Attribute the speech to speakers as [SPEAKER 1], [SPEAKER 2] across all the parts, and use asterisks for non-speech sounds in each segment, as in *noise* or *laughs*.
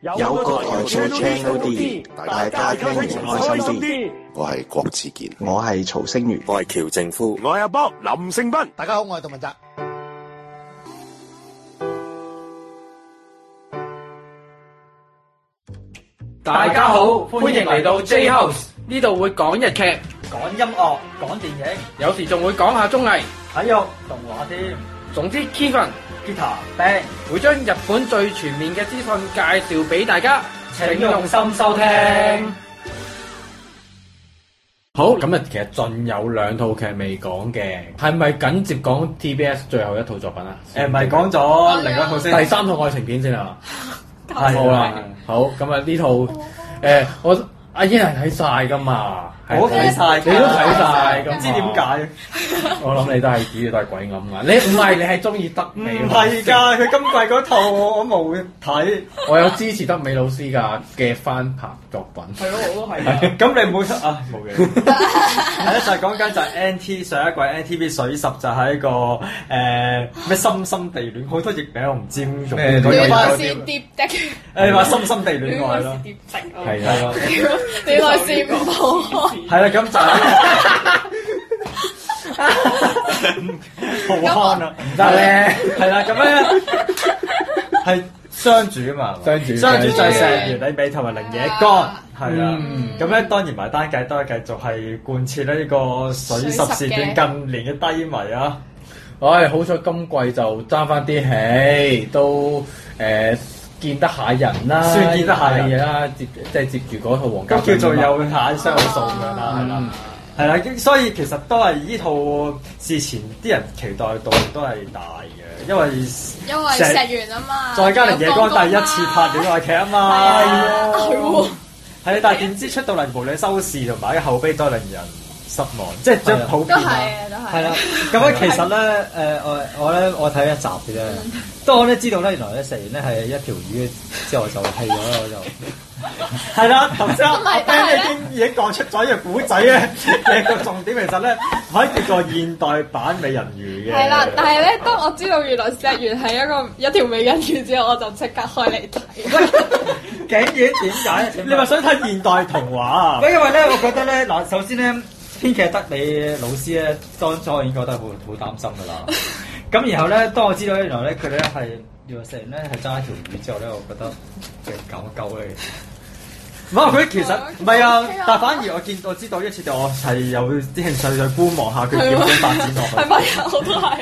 [SPEAKER 1] 有個台做 channel D，大家聽完開心啲。
[SPEAKER 2] 啲。
[SPEAKER 3] 我係郭子健，
[SPEAKER 1] 我係曹星如，
[SPEAKER 3] 我係喬正夫。
[SPEAKER 2] 我係阿 Bob 林勝斌。
[SPEAKER 4] 大家好，我係杜文澤。
[SPEAKER 5] 大家好，歡迎嚟到 J House，呢度會講日劇，
[SPEAKER 6] 講音樂、講電影、
[SPEAKER 5] 有時仲會講下綜藝。
[SPEAKER 6] 體育、動畫添，
[SPEAKER 5] 總之，Kevin
[SPEAKER 6] 吉他、band，
[SPEAKER 5] 會將日本最全面嘅資訊介紹俾大家，
[SPEAKER 6] 請用心收聽。
[SPEAKER 5] 好，咁啊，其實仲有兩套劇未講嘅，係咪緊接講 TBS 最後一套作品啊？
[SPEAKER 2] 呃
[SPEAKER 6] 誒，
[SPEAKER 5] *laughs*
[SPEAKER 6] 唔係講咗另一套先，
[SPEAKER 5] 第三套愛情片先啊啦。
[SPEAKER 6] 係
[SPEAKER 5] 好啦，好咁啊！呢套誒，我啊阿英係睇晒噶嘛，係
[SPEAKER 6] 我睇晒㗎
[SPEAKER 5] 你都睇晒㗎嘛，
[SPEAKER 6] 唔知點解？
[SPEAKER 5] 我諗你都係主要都係鬼咁啊！你唔係你係中意德美
[SPEAKER 6] 唔
[SPEAKER 5] 老師
[SPEAKER 6] 係㗎，佢今季嗰套我我冇睇，
[SPEAKER 5] 我有支持德美老師㗎嘅翻拍作品。
[SPEAKER 6] 係咯，我都係。咁你冇出啊？
[SPEAKER 5] 冇嘅，
[SPEAKER 6] 係啦，就係講緊就係 NT 上一季 NTV 水十就係一個誒咩深深地戀，好多譯名我唔知點用。
[SPEAKER 5] 咩
[SPEAKER 7] 你
[SPEAKER 5] 戀
[SPEAKER 7] 話
[SPEAKER 5] 愛
[SPEAKER 7] 是疊 *laughs* 的，
[SPEAKER 6] 誒話深深地戀
[SPEAKER 7] 戀
[SPEAKER 6] 愛
[SPEAKER 7] 愛是
[SPEAKER 6] 咯，
[SPEAKER 5] 係
[SPEAKER 7] 疊的啊，
[SPEAKER 5] 啊，
[SPEAKER 7] 戀愛是唔好開。
[SPEAKER 6] 係啦，咁就係好慳啊！
[SPEAKER 5] 唔得咧，
[SPEAKER 6] 係啦，咁咧係雙主啊嘛，
[SPEAKER 5] 雙主
[SPEAKER 6] 雙主就係
[SPEAKER 5] 雙主
[SPEAKER 6] 石原里美同埋零野光，係啦
[SPEAKER 5] 嗯。
[SPEAKER 6] 咁咧當然埋單計都係繼續係貫徹呢個水
[SPEAKER 7] 水
[SPEAKER 6] 十
[SPEAKER 7] 十
[SPEAKER 6] 事件近年嘅低迷啊。
[SPEAKER 5] 唉，好彩今季就爭翻啲氣，都誒見得下人啦，
[SPEAKER 6] 算見得下人
[SPEAKER 5] 係啦，接即係接住嗰套黃啊
[SPEAKER 6] 咁
[SPEAKER 5] 金
[SPEAKER 6] 叫做有眼相數咁樣啦，係啦
[SPEAKER 5] 嗯。
[SPEAKER 6] 係啦，咁所以其實都係呢套事前啲人期待度都係大嘅，因為
[SPEAKER 7] 因為石原啊嘛，
[SPEAKER 6] 再加零野光第一次拍
[SPEAKER 7] 戀
[SPEAKER 6] 戀愛劇啊
[SPEAKER 7] 係
[SPEAKER 6] 嘛，
[SPEAKER 7] 啊，係喎，
[SPEAKER 6] 係啊，但係點知出到嚟無論收視同埋後碑都令人失望，即係即係普
[SPEAKER 7] 都
[SPEAKER 6] 遍啊。
[SPEAKER 7] 係啊，都係。
[SPEAKER 4] 係啦，咁咧其實咧，誒、我我咧我睇一集嘅啫，當我咧知道咧，原來咧食完咧係一條魚之後就棄咗啦，我就
[SPEAKER 6] 係啦，頭先啊阿
[SPEAKER 7] 咁咪
[SPEAKER 6] Ben 已經已經講出咗一個古仔咧，嘅個重點其實咧可以叫做現代版美人魚嘅。
[SPEAKER 7] 係啦，但係咧，當我知道原來石原係一個一條美人魚之後，我就即刻開嚟睇。
[SPEAKER 6] 竟然點解？ *laughs* 你咪想睇現代童話啊？
[SPEAKER 4] 喂，因為咧，我覺得咧，嗱，首先咧，編劇德美老師咧，當初已經覺得好好擔心噶啦。咁然後咧，當我知道咧，原來咧佢咧係原來食完咧係揸一條魚之後咧，我覺得嘅狗狗嚟。
[SPEAKER 6] 唔係佢其實唔係啊
[SPEAKER 7] OK 啊，
[SPEAKER 6] 但反而我見我知道一次就我係有啲興趣去觀望下佢點樣發展落去。
[SPEAKER 7] 係咪啊？我都係。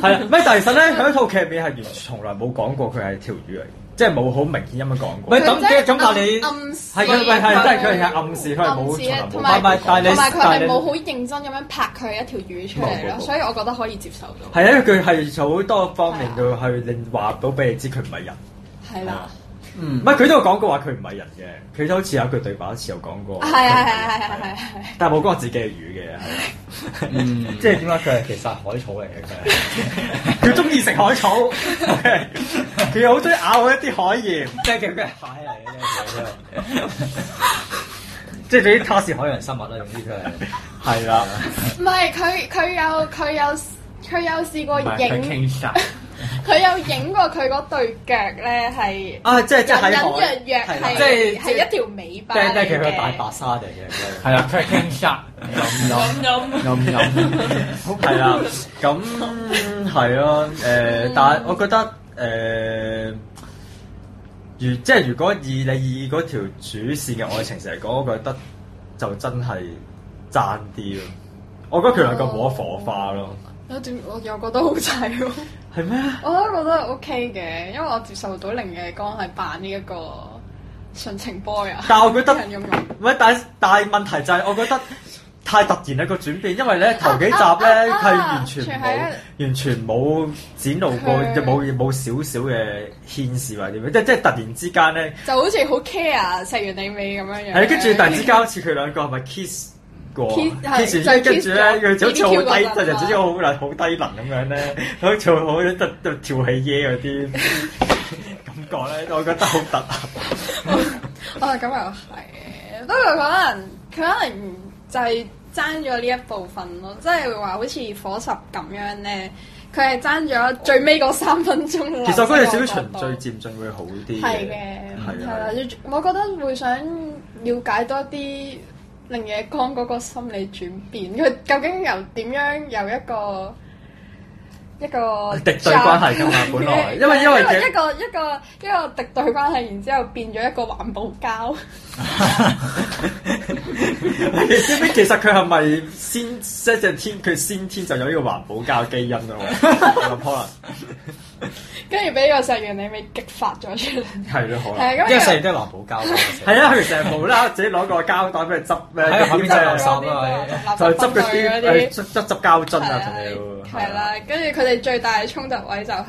[SPEAKER 6] 係啦，咩？但其實咧，喺套劇尾係完全從來冇講過佢係條魚嚟，即係冇好明顯咁樣講過
[SPEAKER 4] 喂。咁嘅咁但你
[SPEAKER 7] 暗示
[SPEAKER 6] 係佢喂係真係佢係暗示佢係冇從來冇
[SPEAKER 7] 同
[SPEAKER 6] 唔係
[SPEAKER 7] 埋
[SPEAKER 6] 唔係但係你
[SPEAKER 7] 同埋佢
[SPEAKER 6] 但係
[SPEAKER 7] 係
[SPEAKER 6] 你
[SPEAKER 7] 冇好認真咁樣拍佢一條魚出嚟
[SPEAKER 6] 冇冇冇
[SPEAKER 7] 咯，所以我覺得可以接受到。
[SPEAKER 6] 係啊，佢係好多方面佢去令話到俾你知佢唔係人。
[SPEAKER 7] 係啦，
[SPEAKER 6] 唔係佢都有講過話佢唔係人嘅，佢都好似有一句對白好似有講過。
[SPEAKER 7] 係啊係係係係係係。
[SPEAKER 6] 但係冇講過自己係魚嘅，係啊
[SPEAKER 5] 嗯，
[SPEAKER 4] 即係點解佢係其實係海草嚟嘅 *laughs* 佢
[SPEAKER 6] 佢
[SPEAKER 4] 係？
[SPEAKER 6] 中意食海草，OK，佢又好中意咬一啲海鹽，
[SPEAKER 4] 即係佢係蟹嚟嘅啫，即係佢啲卡士海洋生物啦，總之佢係。
[SPEAKER 6] 係啦。
[SPEAKER 7] 唔係佢佢有佢有佢有試過
[SPEAKER 5] 唔係佢傾
[SPEAKER 7] 影，
[SPEAKER 5] 晒。
[SPEAKER 7] 佢有影過佢嗰對腳咧係
[SPEAKER 6] 啊，即係即係
[SPEAKER 7] 隱
[SPEAKER 6] 喺
[SPEAKER 7] 隱
[SPEAKER 6] 海
[SPEAKER 7] 約，約
[SPEAKER 4] 係啦
[SPEAKER 7] 係
[SPEAKER 4] 即係
[SPEAKER 7] 係一條尾巴
[SPEAKER 4] 即係即係
[SPEAKER 7] 嚟
[SPEAKER 4] 其實佢係大白
[SPEAKER 7] 嘅。
[SPEAKER 4] 鯊嚟嘅，
[SPEAKER 5] 係啦，cracking shot，飲飲飲飲，
[SPEAKER 6] 係啦，咁係咯，誒、但係我覺得誒、如即係如果以你以嗰條主線嘅愛情嚟講，我覺得就真係爭啲咯。我覺得佢兩個冇乜火花咯，
[SPEAKER 7] 有段我又覺得好滯喎， *laughs*
[SPEAKER 6] 係咩？
[SPEAKER 7] 我都覺得 OK 嘅，因為我接受到凌嘅光係扮呢一個純情 boy 啊。
[SPEAKER 6] 但係我覺得
[SPEAKER 7] 人咁用。
[SPEAKER 6] 唔係，但係但係問題就係我覺得。太突然啦個轉變，因為咧頭幾集咧
[SPEAKER 7] 啊啊
[SPEAKER 6] 係
[SPEAKER 7] 啊
[SPEAKER 6] 完全冇完全冇展露過，
[SPEAKER 7] 佢
[SPEAKER 6] 又冇冇少少嘅牽涉或者點樣，即即係突然之間咧，
[SPEAKER 7] 就好似好 care 食完你尾咁樣樣。
[SPEAKER 6] 係跟住突然之間好似佢兩個係咪 kiss 過啊
[SPEAKER 7] Kiss，係
[SPEAKER 6] kiss 完
[SPEAKER 7] 就
[SPEAKER 6] 跟住咧
[SPEAKER 7] kiss 咗
[SPEAKER 6] 佢就好似好
[SPEAKER 7] BBQ
[SPEAKER 6] 低，
[SPEAKER 7] 嗰陣
[SPEAKER 6] 突然之間
[SPEAKER 7] 啊
[SPEAKER 6] 好低好低能咁樣咧， *laughs* 好似好得得跳起耶嗰
[SPEAKER 7] *laughs*
[SPEAKER 6] 啲感覺咧，我覺得好突兀。
[SPEAKER 7] 哦，咁又係，不過可能佢可能就係爭咗呢一部分咯，即係話好似火十咁樣咧，佢係爭咗最尾嗰三分鐘。
[SPEAKER 6] 其實嗰陣時少循序漸進會好啲
[SPEAKER 7] 啊係嘅，
[SPEAKER 6] 係
[SPEAKER 7] 係
[SPEAKER 6] 啊 *laughs*
[SPEAKER 7] 啦，我覺得會想了解多啲令野光嗰個心理轉變，佢 *laughs* 究竟由點樣由一個一個
[SPEAKER 6] 敵對關係㗎嘛本來因為因為其實
[SPEAKER 7] 啊一個一個一個敵對關係，然之後變咗一個環保膠，
[SPEAKER 6] 你知唔知其實佢係咪先即係天佢先天就有呢個環保教基因啊？
[SPEAKER 7] *laughs*
[SPEAKER 6] 我諗可
[SPEAKER 7] 跟住俾個石原你咪激發咗出嚟。
[SPEAKER 6] 能係咯，可能
[SPEAKER 7] 係啊咁
[SPEAKER 4] 因為細
[SPEAKER 7] 樣
[SPEAKER 4] 人哦都係環保膠嘅，
[SPEAKER 6] 係啊！佢成日無啦啦自己攞個膠袋俾佢執咩，
[SPEAKER 4] 喺後邊
[SPEAKER 6] 就
[SPEAKER 7] 嗰
[SPEAKER 4] 執垃
[SPEAKER 6] 就
[SPEAKER 7] 啲
[SPEAKER 4] 圾啊
[SPEAKER 6] 係執
[SPEAKER 7] 垃
[SPEAKER 6] 嗰
[SPEAKER 7] 圾分類
[SPEAKER 6] 啲誒
[SPEAKER 7] 嗰啲。
[SPEAKER 6] 執執執膠樽啊，同你
[SPEAKER 7] 係啦，跟住佢哋最大嘅衝突位就係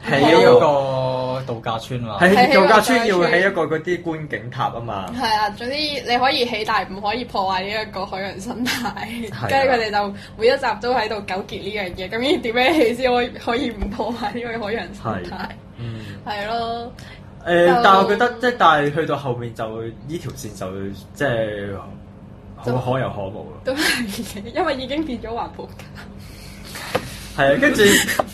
[SPEAKER 6] 係
[SPEAKER 4] 喺
[SPEAKER 6] 嗰個
[SPEAKER 4] 嗰個度假村嘛。
[SPEAKER 7] 係
[SPEAKER 6] 喺
[SPEAKER 7] 喺
[SPEAKER 6] 度假
[SPEAKER 7] 個
[SPEAKER 6] 村要
[SPEAKER 7] 村
[SPEAKER 6] 起一個嗰啲觀景塔啊嘛，
[SPEAKER 7] 係啊，總之你可以起，但係唔可以破壞呢一個海洋生態。
[SPEAKER 6] 啊
[SPEAKER 7] 跟住佢哋就每一集都喺度糾結呢樣嘢，咁要點樣起先可以 *laughs* 可以唔破壞呢個海洋生態？
[SPEAKER 6] 嗯。
[SPEAKER 7] 係咯，
[SPEAKER 6] 誒、但係我覺得即係，但係去到後面就呢條線就即係好可有可無咯。
[SPEAKER 7] 都係嘅，因為已經變咗環保家。
[SPEAKER 6] 係啊，跟住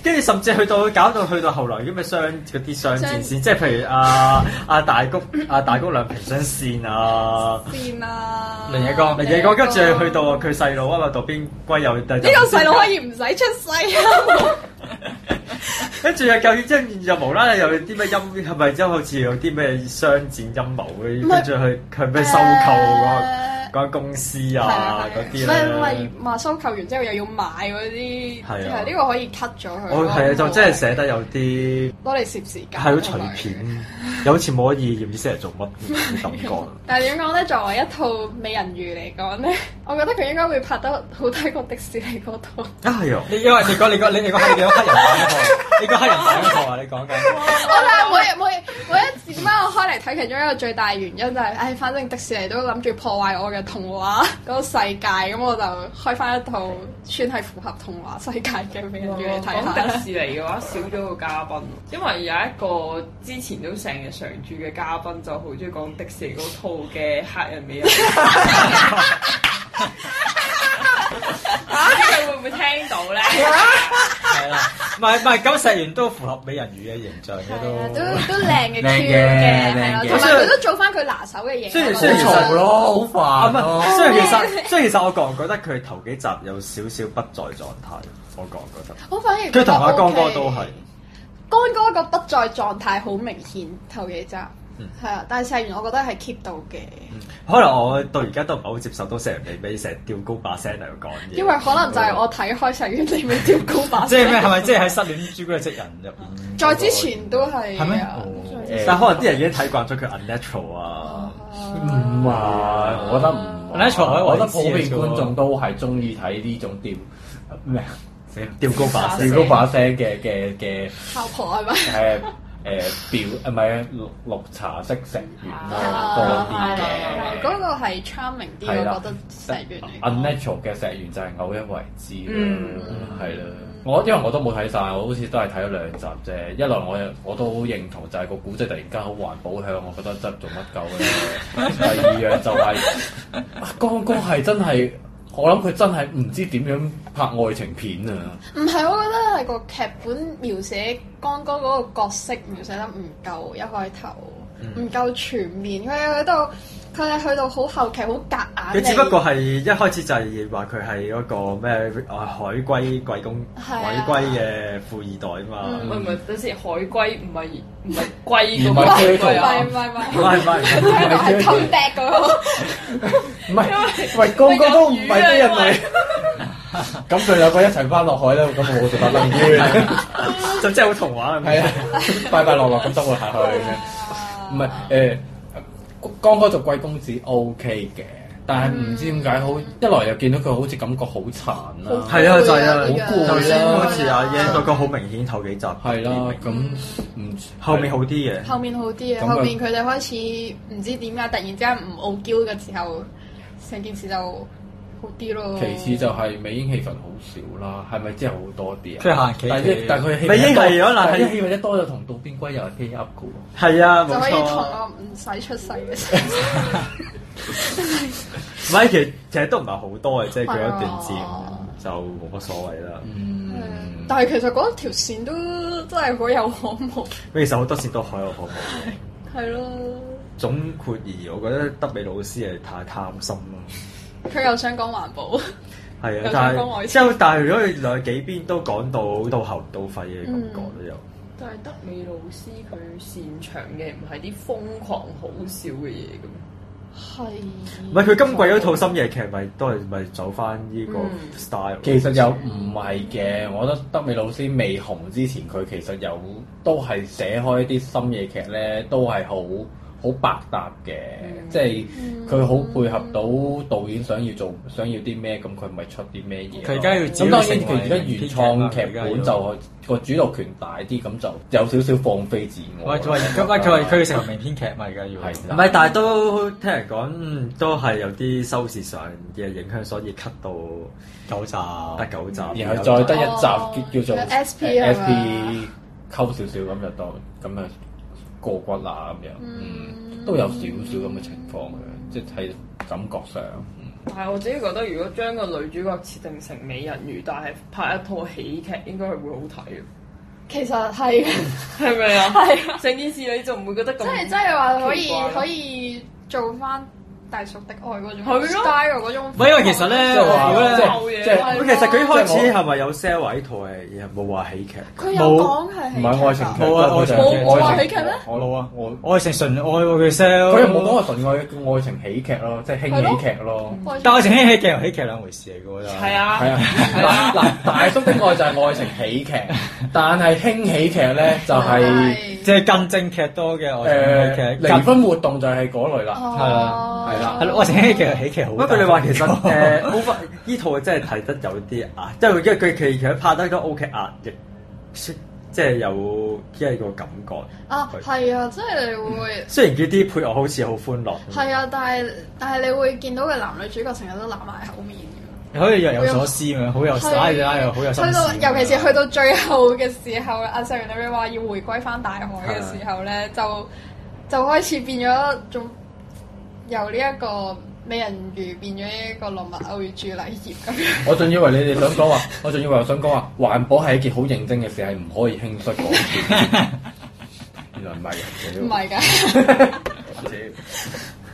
[SPEAKER 6] 跟住甚至去到搞到去到後來咁嘅雙嗰啲雙戰線，即係譬如啊啊大谷啊大谷兩平雙線啊，
[SPEAKER 7] 變啊！
[SPEAKER 4] 另一個
[SPEAKER 6] 另一個跟住去到佢細佬啊嘛，渡邊龜又呢個
[SPEAKER 7] 呢個細路可以唔使出世啊！
[SPEAKER 6] 跟住又究竟即係又無啦啦又有啲咩陰係咪即係好似有啲咩商戰陰謀嗰啲，跟住佢佢咩收購嗰個嗰間公司啊嗰啲
[SPEAKER 7] 唔係
[SPEAKER 6] 咧
[SPEAKER 7] 唔係，，話收購完之後又要買嗰啲，
[SPEAKER 6] 係啊
[SPEAKER 7] 係呢個可以 cut 咗佢。哦
[SPEAKER 6] 我係啊就真係寫得有啲
[SPEAKER 7] 攞嚟攝時間，
[SPEAKER 6] 係好隨便，又好似冇乜意義，唔知嚟做乜嘅感
[SPEAKER 7] *laughs*
[SPEAKER 6] 覺。
[SPEAKER 7] 但係點講咧？作為一套美人魚嚟講咧， *laughs* 我覺得佢應該會拍得好睇過迪士尼嗰
[SPEAKER 6] *laughs*
[SPEAKER 7] 套。
[SPEAKER 6] 啊係啊，
[SPEAKER 4] 你因為你講你講你你講黑你講黑人版嗰個，你講黑人版嗰個啊，你講緊。
[SPEAKER 7] 我但係每日每日每一次點解我開嚟睇其中一個最大原因就係、唉，反正迪士尼都諗住破壞我嘅童話嗰個世界，咁我就開翻一套算係符合童話世界嘅美人魚嚟
[SPEAKER 6] 哦
[SPEAKER 7] 睇下
[SPEAKER 2] 講迪
[SPEAKER 7] 啦。
[SPEAKER 2] 士尼嘅話，少咗個嘉賓，因為有一個之前都成日常駐嘅嘉賓就好中意講迪士尼嗰套嘅黑人美人魚。
[SPEAKER 5] *laughs*
[SPEAKER 2] *laughs* 啊！佢會唔會聽到 *laughs*
[SPEAKER 5] *laughs*
[SPEAKER 2] 咧？
[SPEAKER 4] 係啦，唔係唔係，咁石原都符合美人魚嘅形象
[SPEAKER 6] *laughs*
[SPEAKER 7] 係
[SPEAKER 4] 嘅
[SPEAKER 7] 啊，都。
[SPEAKER 4] 都
[SPEAKER 7] 都靚嘅 Q
[SPEAKER 5] 靚嘅
[SPEAKER 7] 嘅，係啦，
[SPEAKER 5] 靚嘅
[SPEAKER 7] 同埋佢都做翻佢拿手嘅嘢。啊
[SPEAKER 6] 雖然
[SPEAKER 7] 我
[SPEAKER 6] 雖
[SPEAKER 7] 覺得
[SPEAKER 6] 然嘈
[SPEAKER 5] 咯，
[SPEAKER 6] 啊
[SPEAKER 5] 好
[SPEAKER 6] 唔係，雖然其實雖然其實我個人覺得佢頭幾集有少少不在狀態，我個人覺得。
[SPEAKER 7] 我反而覺得
[SPEAKER 6] 佢同阿江哥
[SPEAKER 7] 哎哦 OK
[SPEAKER 6] 都係。
[SPEAKER 7] 干哥個不在狀態好明顯，頭幾集係啊，但係細完我覺得係 keep 到嘅，
[SPEAKER 6] 可能我到而家都唔係好接受到成日美美成日吊高把聲嚟講嘢，
[SPEAKER 7] 因為可能就係我睇開細完你咪跳高把
[SPEAKER 4] 即係
[SPEAKER 7] 聲，
[SPEAKER 4] 咩？係咪即係喺失戀朱古力職人入邊？
[SPEAKER 7] 再之前都係
[SPEAKER 4] 係咩
[SPEAKER 7] 啊
[SPEAKER 4] 哦
[SPEAKER 7] 再之前
[SPEAKER 6] 但可能啲人已經睇慣咗佢 unnatural
[SPEAKER 7] 哦
[SPEAKER 6] 啊，
[SPEAKER 5] 唔係，我覺得唔係。
[SPEAKER 4] 咧坐喺
[SPEAKER 5] 我
[SPEAKER 4] 位
[SPEAKER 5] 覺得
[SPEAKER 4] 置
[SPEAKER 5] 普遍
[SPEAKER 4] 嘅啫喎
[SPEAKER 5] 觀眾都係中意睇呢種調咩啊
[SPEAKER 6] 死啦吊高把聲
[SPEAKER 5] 調。高把聲嘅嘅嘅
[SPEAKER 7] 靠婆係咪？
[SPEAKER 5] 誒誒表唔係綠綠茶式食完
[SPEAKER 7] 啊
[SPEAKER 5] 啦
[SPEAKER 7] 係
[SPEAKER 5] 多啲
[SPEAKER 7] 嗰個係 charming 啲，
[SPEAKER 5] 哦係啦
[SPEAKER 7] 我覺得細
[SPEAKER 5] 嘅。
[SPEAKER 7] 完嚟講
[SPEAKER 5] unnatural 嘅石原就係偶一為之
[SPEAKER 2] 嗯
[SPEAKER 5] 啦，係啦。我因為我都冇睇晒，我好似都係睇咗兩集啫。一來我又我都好認同就係個古仔突然間好環保向，我覺得真係做乜鳩咧。第二樣就係、啊剛剛係真係，我諗佢真係唔知點樣拍愛情片啊！
[SPEAKER 7] 唔係，我覺得係個劇本描寫江哥嗰個角色描寫得唔夠，一開頭唔夠全面，佢係去到佢係去到好後期好夾
[SPEAKER 6] 佢
[SPEAKER 7] 硬嚟。
[SPEAKER 6] 只不過係一開始就係話佢係嗰個咩啊海龜貴公
[SPEAKER 7] 係
[SPEAKER 6] 海
[SPEAKER 7] 啊嗯
[SPEAKER 6] 龜嘅富二代啊
[SPEAKER 2] 唔
[SPEAKER 6] 嘛，
[SPEAKER 2] 係唔係，等先，海龜唔係唔係龜嗰
[SPEAKER 5] 唔
[SPEAKER 2] 個
[SPEAKER 5] 係
[SPEAKER 2] 海龜啊
[SPEAKER 5] 龜嗰！
[SPEAKER 7] 唔係唔係
[SPEAKER 6] 唔。係唔係唔
[SPEAKER 7] 香港係 comeback 嗰個，
[SPEAKER 5] 唔係，喂，個個都唔係啲人嚟。 *laughs* 咁佢兩個一齊翻落海咧，咁我就得啦。
[SPEAKER 6] 係，就真係好童話咁
[SPEAKER 5] 係啊，快快樂樂咁生活下去。唔係誒，江哥做貴公子 O K 嘅，但係唔知點解好一來又見到佢好似感覺好殘啦，
[SPEAKER 6] 係啊就係啊
[SPEAKER 7] 好
[SPEAKER 5] 好攰啦
[SPEAKER 6] 頭先啊好似阿
[SPEAKER 7] 耶
[SPEAKER 6] Yan 嗰個好明顯頭幾集，
[SPEAKER 5] 係啦，咁唔
[SPEAKER 6] 嗯後面好啲嘅，
[SPEAKER 7] 後面好啲啊，
[SPEAKER 5] 咁佢
[SPEAKER 7] 後面佢哋開始唔知點解突然之間唔傲嬌嘅時候，成件事就好啲咯。
[SPEAKER 5] 其次就係美英戲份好少啦，係咪真係好多啲啊？
[SPEAKER 4] 佢行企
[SPEAKER 5] 但係但係佢戲
[SPEAKER 6] 美英係可能係
[SPEAKER 5] 但係戲份一多就同渡邊龜又係 pay up 嘅喎。
[SPEAKER 6] 係啊
[SPEAKER 7] 就
[SPEAKER 6] 冇
[SPEAKER 7] 可以同
[SPEAKER 6] 錯。
[SPEAKER 7] 我唔使出世嘅時候，
[SPEAKER 6] 唔係，其實其實都唔係好多嘅，即係佢一段
[SPEAKER 7] 係啊
[SPEAKER 6] 戰就冇乜所謂啦。
[SPEAKER 5] 嗯嗯，
[SPEAKER 7] 但係其實嗰條線都真係可有可無，
[SPEAKER 6] 其實好多線都可有可無。
[SPEAKER 7] 係咯。
[SPEAKER 6] 總括而言，我覺得德美老師係太貪心咯。
[SPEAKER 7] 佢又想講環保，
[SPEAKER 6] 係啊
[SPEAKER 7] 有，
[SPEAKER 6] 但
[SPEAKER 7] 想講愛
[SPEAKER 6] 係之
[SPEAKER 7] 情
[SPEAKER 6] 後，但係如果佢兩幾邊都講到到喉到肺嘅感覺咧，又
[SPEAKER 2] 但係德美老師佢擅長嘅唔係啲瘋狂好笑嘅嘢嘅咩？
[SPEAKER 7] 係
[SPEAKER 6] 唔係佢今季嗰套深夜劇，咪都係咪走翻呢個
[SPEAKER 2] 嗯
[SPEAKER 6] style？
[SPEAKER 5] 其實又唔係嘅，我覺得德美老師未紅之前，佢其實有都係寫開啲深夜劇咧，都係好好百搭嘅，即係
[SPEAKER 7] 嗯
[SPEAKER 5] 佢好配合到導演想要做想要啲咩，咁佢咪出啲咩嘢咯。
[SPEAKER 6] 佢而家要自己
[SPEAKER 5] 咁當然佢而家
[SPEAKER 6] 成為
[SPEAKER 5] 原創劇
[SPEAKER 6] 編劇
[SPEAKER 5] 本
[SPEAKER 6] 啦
[SPEAKER 5] 就個主導權大啲，咁就有少少放飛自我。
[SPEAKER 4] 喂，佢話佢話佢話佢要成為名編劇嘛，而家要
[SPEAKER 5] 係
[SPEAKER 6] 唔哦
[SPEAKER 5] 啦
[SPEAKER 6] 係，但係都聽人講，嗯都係有啲收視上嘅影響，所以 cut 到
[SPEAKER 4] 九集，
[SPEAKER 6] 得九集，
[SPEAKER 4] 嗯
[SPEAKER 5] 然後再得一
[SPEAKER 7] 哦
[SPEAKER 5] 集叫叫做
[SPEAKER 7] SP
[SPEAKER 5] 呃
[SPEAKER 7] 係
[SPEAKER 5] SP
[SPEAKER 7] 嘛
[SPEAKER 5] 溝少少咁就當咁啊過骨啦咁樣，嗯，都有少少咁嘅情況嘅，即係感覺上，嗯
[SPEAKER 2] 但係我自己覺得，如果將個女主角設定成美人魚，但係拍一套喜劇，應該係會好睇嘅，
[SPEAKER 7] 其實係嘅，
[SPEAKER 2] 係咪啊？
[SPEAKER 7] *laughs* 係啊
[SPEAKER 2] 成件事你就唔會覺得咁啊
[SPEAKER 7] 即係真係話可
[SPEAKER 2] 奇
[SPEAKER 7] 以
[SPEAKER 2] 怪咯
[SPEAKER 7] 可以做翻大叔的愛嗰
[SPEAKER 2] 係
[SPEAKER 7] 種
[SPEAKER 2] 咯
[SPEAKER 7] style 嗰種。
[SPEAKER 4] 唔係因為其實咧，
[SPEAKER 5] 即係話
[SPEAKER 4] 如果
[SPEAKER 5] 即
[SPEAKER 4] 咧，
[SPEAKER 5] 係即係
[SPEAKER 7] 係
[SPEAKER 6] 咁其實佢一開
[SPEAKER 5] 即
[SPEAKER 6] 始
[SPEAKER 5] 係
[SPEAKER 6] 係咪有 sell 位台嘢冇話喜劇？
[SPEAKER 7] 佢有講係
[SPEAKER 5] 唔係愛情劇，
[SPEAKER 4] 冇啊
[SPEAKER 5] 佢就係
[SPEAKER 4] 愛情劇冇
[SPEAKER 7] 話喜劇咩
[SPEAKER 5] 我冇啊，我
[SPEAKER 4] 愛情純愛喎佢 sell，
[SPEAKER 5] 佢又冇講話純愛愛情喜劇咯，即係輕喜劇咯。
[SPEAKER 7] 愛情
[SPEAKER 4] 但愛情喜劇同喜劇兩回事嚟嘅喎，
[SPEAKER 2] 係。啊，
[SPEAKER 5] 係啊，嗱嗱，大叔的愛就係愛情喜劇，但係輕喜劇咧就係
[SPEAKER 4] 即係更正劇多嘅愛情
[SPEAKER 5] 誒
[SPEAKER 4] 喜劇，
[SPEAKER 5] 離婚活動就係嗰類啦。
[SPEAKER 7] 哦
[SPEAKER 5] 係啦
[SPEAKER 4] 係咯，愛情喜劇喜劇好。
[SPEAKER 6] 不過你話其實誒 over 依套真係睇得有啲壓，即係因為佢其其實拍得都 OK 壓抑，即係有即係個感覺。
[SPEAKER 7] 啊，係啊，即係你會。
[SPEAKER 6] 雖然佢啲配樂好似好歡樂，
[SPEAKER 7] 係啊，但係但係你會見到嘅男女主角成日都攬埋口面嘅，
[SPEAKER 4] 好似若有所思咁樣，好有哎呀又好有心
[SPEAKER 7] 去
[SPEAKER 4] 思
[SPEAKER 7] 到
[SPEAKER 4] 咁樣
[SPEAKER 7] 尤其是去到最後嘅時候，阿 Sir 你話要回歸翻大海嘅時候咧，就就開始變咗仲由呢一個美人魚變咗一個羅密歐與朱麗葉咁
[SPEAKER 5] *laughs*
[SPEAKER 7] 樣。
[SPEAKER 5] 我仲以為你哋想講話， *laughs* 我仲以為我想講話，環保係一件好認真嘅事，係唔可以輕率講嘅。 *laughs* 原來唔係嘅，
[SPEAKER 7] 唔係㗎，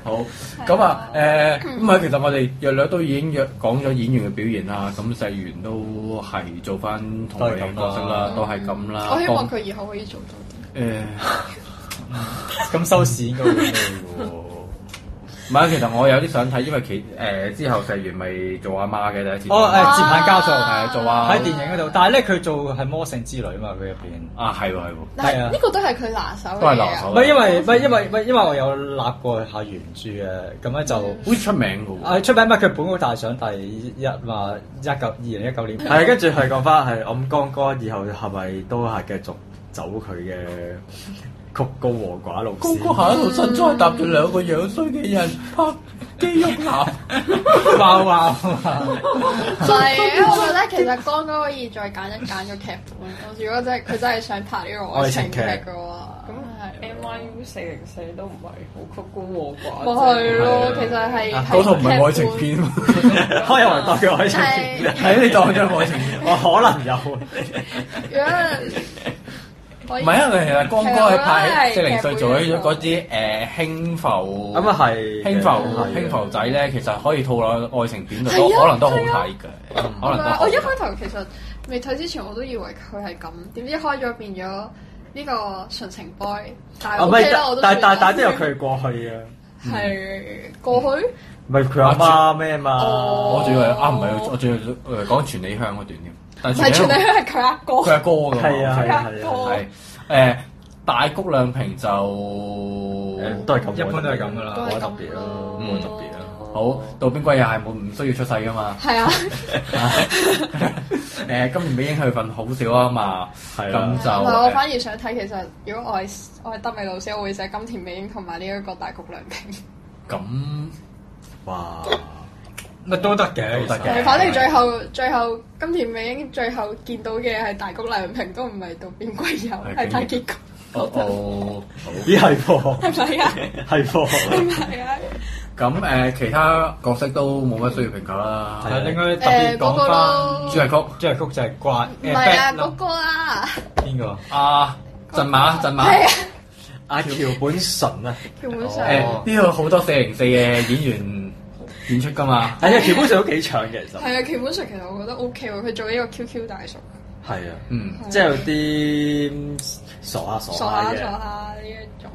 [SPEAKER 5] 好咁啊，誒唔係，其實我哋約略都已經約講咗演員嘅表現啦，咁世源都係做翻同類型角色啦，都係咁啦。
[SPEAKER 7] 我希望
[SPEAKER 5] 幫
[SPEAKER 7] 佢以後可以做到
[SPEAKER 5] 誒
[SPEAKER 4] 咁收視應該
[SPEAKER 7] *laughs*
[SPEAKER 4] 會哦咩
[SPEAKER 5] 唔係，其實我有啲想睇，因為其誒之後世源咪做阿媽嘅第一次。
[SPEAKER 4] 哦誒，接棒交
[SPEAKER 7] 哇
[SPEAKER 4] 錯
[SPEAKER 5] 係做啊
[SPEAKER 4] 喺電影嗰度，但係咧佢做係魔性之旅啊嘛，佢入邊。
[SPEAKER 5] 啊，係喎係喎。
[SPEAKER 7] 但係
[SPEAKER 4] 係啊
[SPEAKER 7] 呢個都係佢拿手嘅嘢啊
[SPEAKER 5] 都係拿手
[SPEAKER 6] 哦
[SPEAKER 4] 唔係因為唔係因為唔係因為我有立過下原著嘅，咁咧
[SPEAKER 7] 嗯
[SPEAKER 4] 就。
[SPEAKER 5] 好出名嘅喎，
[SPEAKER 4] 啊！出名乜？佢本澳大獎第一嘛，一九二零一九年。
[SPEAKER 6] 係跟住係講翻係暗江哥以後係咪都係繼續走佢嘅曲高和寡路
[SPEAKER 5] 高
[SPEAKER 6] 線？
[SPEAKER 5] 高下一路身裝搭住兩個樣衰嘅人拍肌肉
[SPEAKER 7] 啊
[SPEAKER 5] 男，
[SPEAKER 4] 爆爆，
[SPEAKER 7] 係，我覺得其實光哥可以再揀一揀個劇本。如果真係佢真係想拍呢個愛情劇嘅話，
[SPEAKER 2] 咁
[SPEAKER 7] 咁
[SPEAKER 2] M Y U 四零四都唔係好曲高和
[SPEAKER 7] 咪
[SPEAKER 2] 寡
[SPEAKER 7] 係
[SPEAKER 2] 啫。
[SPEAKER 7] 咯，其實係係
[SPEAKER 5] 嗰套唔係愛情片，
[SPEAKER 6] 開有人當佢愛情片，
[SPEAKER 7] 劇本。係
[SPEAKER 5] 係你當咗愛情片。
[SPEAKER 6] 我可能有。
[SPEAKER 7] 如果
[SPEAKER 5] 唔係啊，其實光哥喺拍
[SPEAKER 7] 係啊
[SPEAKER 5] 四零歲做咗嗰
[SPEAKER 7] 劇
[SPEAKER 5] 啲誒輕浮，
[SPEAKER 6] 咁啊係
[SPEAKER 5] 輕浮
[SPEAKER 4] 啊
[SPEAKER 6] 係啊
[SPEAKER 5] 輕浮仔咧，其實可以套落愛情片度都
[SPEAKER 7] 係啊
[SPEAKER 5] 可能都好睇嘅，可
[SPEAKER 7] 本
[SPEAKER 5] 能
[SPEAKER 7] 係
[SPEAKER 5] 都
[SPEAKER 7] 咪
[SPEAKER 5] 好
[SPEAKER 7] 我一
[SPEAKER 5] 睇。
[SPEAKER 7] 開頭其實未睇之前我都以為佢係咁，點知開咗變咗呢個純情 boy，但係
[SPEAKER 6] 啊唔
[SPEAKER 7] OK
[SPEAKER 6] 係
[SPEAKER 7] 啦，我，都
[SPEAKER 6] 但但但都有
[SPEAKER 7] 算啦
[SPEAKER 6] 佢過去嘅，
[SPEAKER 7] 係過去。
[SPEAKER 6] 唔係佢阿媽咩嘛？
[SPEAKER 5] 我
[SPEAKER 7] 哦
[SPEAKER 5] 仲以為啊，唔係我仲以為誒講全李香嗰段添，但
[SPEAKER 7] 唔係
[SPEAKER 5] 係
[SPEAKER 7] 全
[SPEAKER 5] 全
[SPEAKER 7] 女
[SPEAKER 5] 李香
[SPEAKER 7] 係佢阿哥，
[SPEAKER 5] 佢阿哥㗎嘛，
[SPEAKER 6] 係啊係啊係啊，
[SPEAKER 5] 係誒大谷亮平就
[SPEAKER 6] 誒都係咁，
[SPEAKER 4] 一般都係咁噶啦
[SPEAKER 7] 都
[SPEAKER 6] 冇乜
[SPEAKER 7] 係
[SPEAKER 6] 特
[SPEAKER 7] 咁
[SPEAKER 6] 別咯，
[SPEAKER 7] 咯。
[SPEAKER 6] 冇乜特別咯。
[SPEAKER 4] 嗯
[SPEAKER 5] 好，道邊貴又係冇唔需要出世噶嘛
[SPEAKER 4] *laughs*
[SPEAKER 7] 係啊，
[SPEAKER 5] 誒，今年美英佢份好少啊嘛，
[SPEAKER 6] 係啦
[SPEAKER 5] 咁
[SPEAKER 7] 唔係我反
[SPEAKER 5] 就
[SPEAKER 7] 而想睇，其實如果我係我係德美老師，我會寫金田美英同埋呢一個大谷良平。
[SPEAKER 5] 咁
[SPEAKER 6] 哇！
[SPEAKER 4] 乜啊都得嘅，
[SPEAKER 5] 都得嘅
[SPEAKER 7] 反正最後最後金田美英最後見到嘅係大谷良平，都唔係渡邊貴友，
[SPEAKER 5] 係
[SPEAKER 7] 係睇結局，
[SPEAKER 5] 哦哦，好
[SPEAKER 6] 咦係噃， *laughs*
[SPEAKER 7] 係咪啊？
[SPEAKER 6] 係
[SPEAKER 7] 係
[SPEAKER 6] 噃，
[SPEAKER 7] 咪啊？
[SPEAKER 5] 咁誒、呃其他角色都冇乜需要評價啦。
[SPEAKER 4] 係應該特
[SPEAKER 7] 誒嗰
[SPEAKER 4] 別
[SPEAKER 7] 個
[SPEAKER 4] 講翻
[SPEAKER 5] 主題
[SPEAKER 7] 咯，
[SPEAKER 5] 曲
[SPEAKER 4] 主題曲就係掛
[SPEAKER 7] 唔
[SPEAKER 4] 誒
[SPEAKER 7] 係啊
[SPEAKER 4] Bad
[SPEAKER 7] 嗰
[SPEAKER 4] Luck
[SPEAKER 7] 個啊，
[SPEAKER 4] 邊個？
[SPEAKER 5] 啊，陣馬陣馬。
[SPEAKER 7] 係啊，
[SPEAKER 6] 阿橋本純啊，
[SPEAKER 7] 基本上
[SPEAKER 5] 誒呢度好多四零四嘅演員演出㗎嘛，
[SPEAKER 6] 係啊，橋本純都幾長嘅其實。
[SPEAKER 7] 係啊，基本上其實我覺得 O K 喎，佢做呢個 Q Q 大叔，
[SPEAKER 6] 係啊，
[SPEAKER 5] 嗯，
[SPEAKER 6] 即係有啲傻下傻
[SPEAKER 7] 傻
[SPEAKER 6] 下
[SPEAKER 7] 下傻
[SPEAKER 6] 哦嘅。
[SPEAKER 7] 下呢一種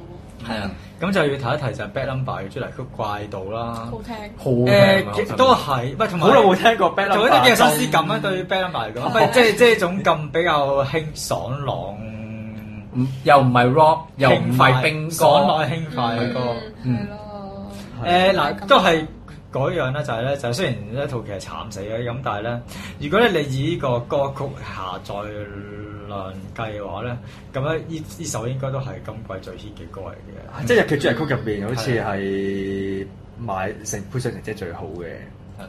[SPEAKER 5] 係啊，
[SPEAKER 4] 咁就要睇一睇就係 Bad Number 嘅主題曲怪盜
[SPEAKER 6] 哦
[SPEAKER 4] 啦。
[SPEAKER 7] 好聽。
[SPEAKER 5] 好靚啊
[SPEAKER 4] 誒，都係，唔係同埋
[SPEAKER 6] 好耐冇聽過 Bad
[SPEAKER 4] 做
[SPEAKER 6] Number，
[SPEAKER 4] 一啲幾有新鮮感啊！對於 Bad Number
[SPEAKER 6] *laughs*
[SPEAKER 4] 嚟講，唔係即係即係一種咁比較輕爽朗、
[SPEAKER 5] 唔又唔係 rock，又唔係冰
[SPEAKER 4] 爽朗
[SPEAKER 5] 歌，
[SPEAKER 4] 輕
[SPEAKER 6] 啊
[SPEAKER 4] 快嘅歌。
[SPEAKER 5] 嗯
[SPEAKER 7] 係咯。
[SPEAKER 4] 誒嗱，都係嗰樣啦，就係咧，就雖然呢一套劇係慘死嘅，咁但係咧，如果咧你以呢個歌曲下載量計嘅話咧，咁咧呢呢首應該都係今季最 hit 嘅歌嚟嘅。
[SPEAKER 6] 啊
[SPEAKER 4] 啊
[SPEAKER 6] 即係日劇主題曲入邊，好似係賣成配上成績最好嘅。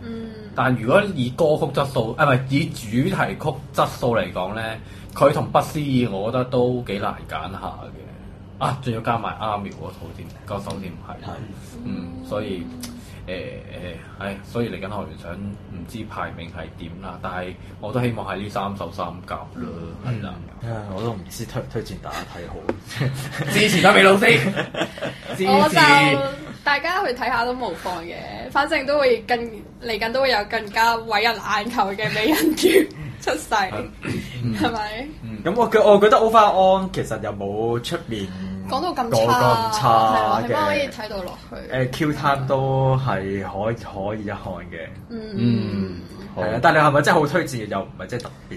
[SPEAKER 7] 嗯，
[SPEAKER 5] 但如果以歌曲質素，啊唔係以主題曲質素嚟講咧，佢同不思議，我覺得都幾難揀下嘅。啊，仲要加埋阿苗嗰套添，嗰首添係，嗯，所以誒誒，唉、所以嚟緊學聯想唔知排名係點啦，但係我都希望係呢三首三甲啦，係啦。
[SPEAKER 6] 啊我都唔知推推薦大家睇好。
[SPEAKER 5] 支持得俾老師，支
[SPEAKER 7] 我
[SPEAKER 5] 持。
[SPEAKER 7] 就大家去睇下都無妨嘅，反正都會更嚟緊都會有更加毀人眼球嘅美人魚出世，係咪？
[SPEAKER 4] 嗯
[SPEAKER 6] 咁我覺我覺得 Over On 其實又冇出面
[SPEAKER 7] 講到咁
[SPEAKER 6] 講咁差
[SPEAKER 7] 差，係咯係咪啊可以
[SPEAKER 6] 嘅。
[SPEAKER 7] 睇到落去？
[SPEAKER 6] 誒 Q Time 都係可可以一看嘅，
[SPEAKER 7] 嗯，
[SPEAKER 5] 好
[SPEAKER 6] 係啊！但係你係咪真係好推薦？又唔係真係特別，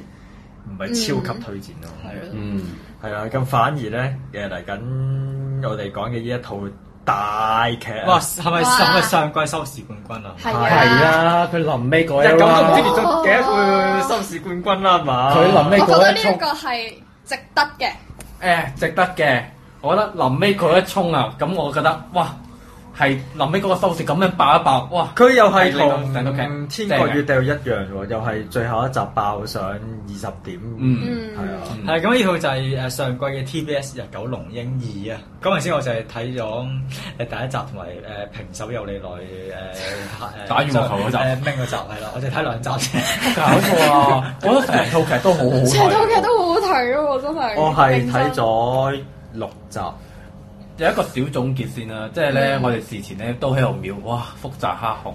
[SPEAKER 6] 唔係超級推薦咯。
[SPEAKER 7] 係咯。
[SPEAKER 5] 嗯，
[SPEAKER 6] 係啊，咁反而咧誒嚟緊我哋講嘅呢一套大劇啊，
[SPEAKER 4] 哇，係咪
[SPEAKER 7] 哇
[SPEAKER 4] 係咪上季收視冠軍啊？
[SPEAKER 7] 係
[SPEAKER 6] 係
[SPEAKER 7] 啊，
[SPEAKER 6] 啊，佢臨尾嗰一
[SPEAKER 4] 咁都唔
[SPEAKER 6] round，
[SPEAKER 4] 知
[SPEAKER 7] 咗幾
[SPEAKER 4] 跌咗幾
[SPEAKER 7] 多
[SPEAKER 4] 多
[SPEAKER 7] 個
[SPEAKER 4] 會收視冠軍啦，係嘛？
[SPEAKER 6] 啊佢臨尾
[SPEAKER 7] 我覺
[SPEAKER 6] 嗰
[SPEAKER 7] 得
[SPEAKER 6] 一
[SPEAKER 7] 呢
[SPEAKER 6] 衝
[SPEAKER 7] 一個係值得嘅。
[SPEAKER 5] 誒呃值得嘅，我覺得臨尾佢一衝啊，咁我覺得哇，係臨尾嗰個收視咁樣爆一爆，哇！
[SPEAKER 6] 佢又係
[SPEAKER 5] 係令到
[SPEAKER 6] 同
[SPEAKER 5] 成套劇
[SPEAKER 6] 天國與地獄一樣喎，又係最後一集爆上二十點，
[SPEAKER 5] 嗯，
[SPEAKER 7] 嗯，
[SPEAKER 6] 係啊，
[SPEAKER 4] 係咁，呢套就係誒上季嘅 TBS 日九龍鷹二啊！咁頭先我就係睇咗誒第一集同埋誒平手有你來誒誒
[SPEAKER 5] 打羽毛球嗰集
[SPEAKER 4] 誒咩嗰集係啦，我就睇兩集啫。
[SPEAKER 5] 搞錯啊！我覺得成套劇都好好睇，
[SPEAKER 7] 成套劇都好好睇喎，真
[SPEAKER 6] *laughs*
[SPEAKER 7] 係。
[SPEAKER 6] 我哦係睇
[SPEAKER 7] 認真。
[SPEAKER 6] 咗六集，
[SPEAKER 5] 有一個小總結先啦，即係咧，
[SPEAKER 7] 嗯
[SPEAKER 5] 我哋事前咧都喺度瞄，哇！複雜黑紅，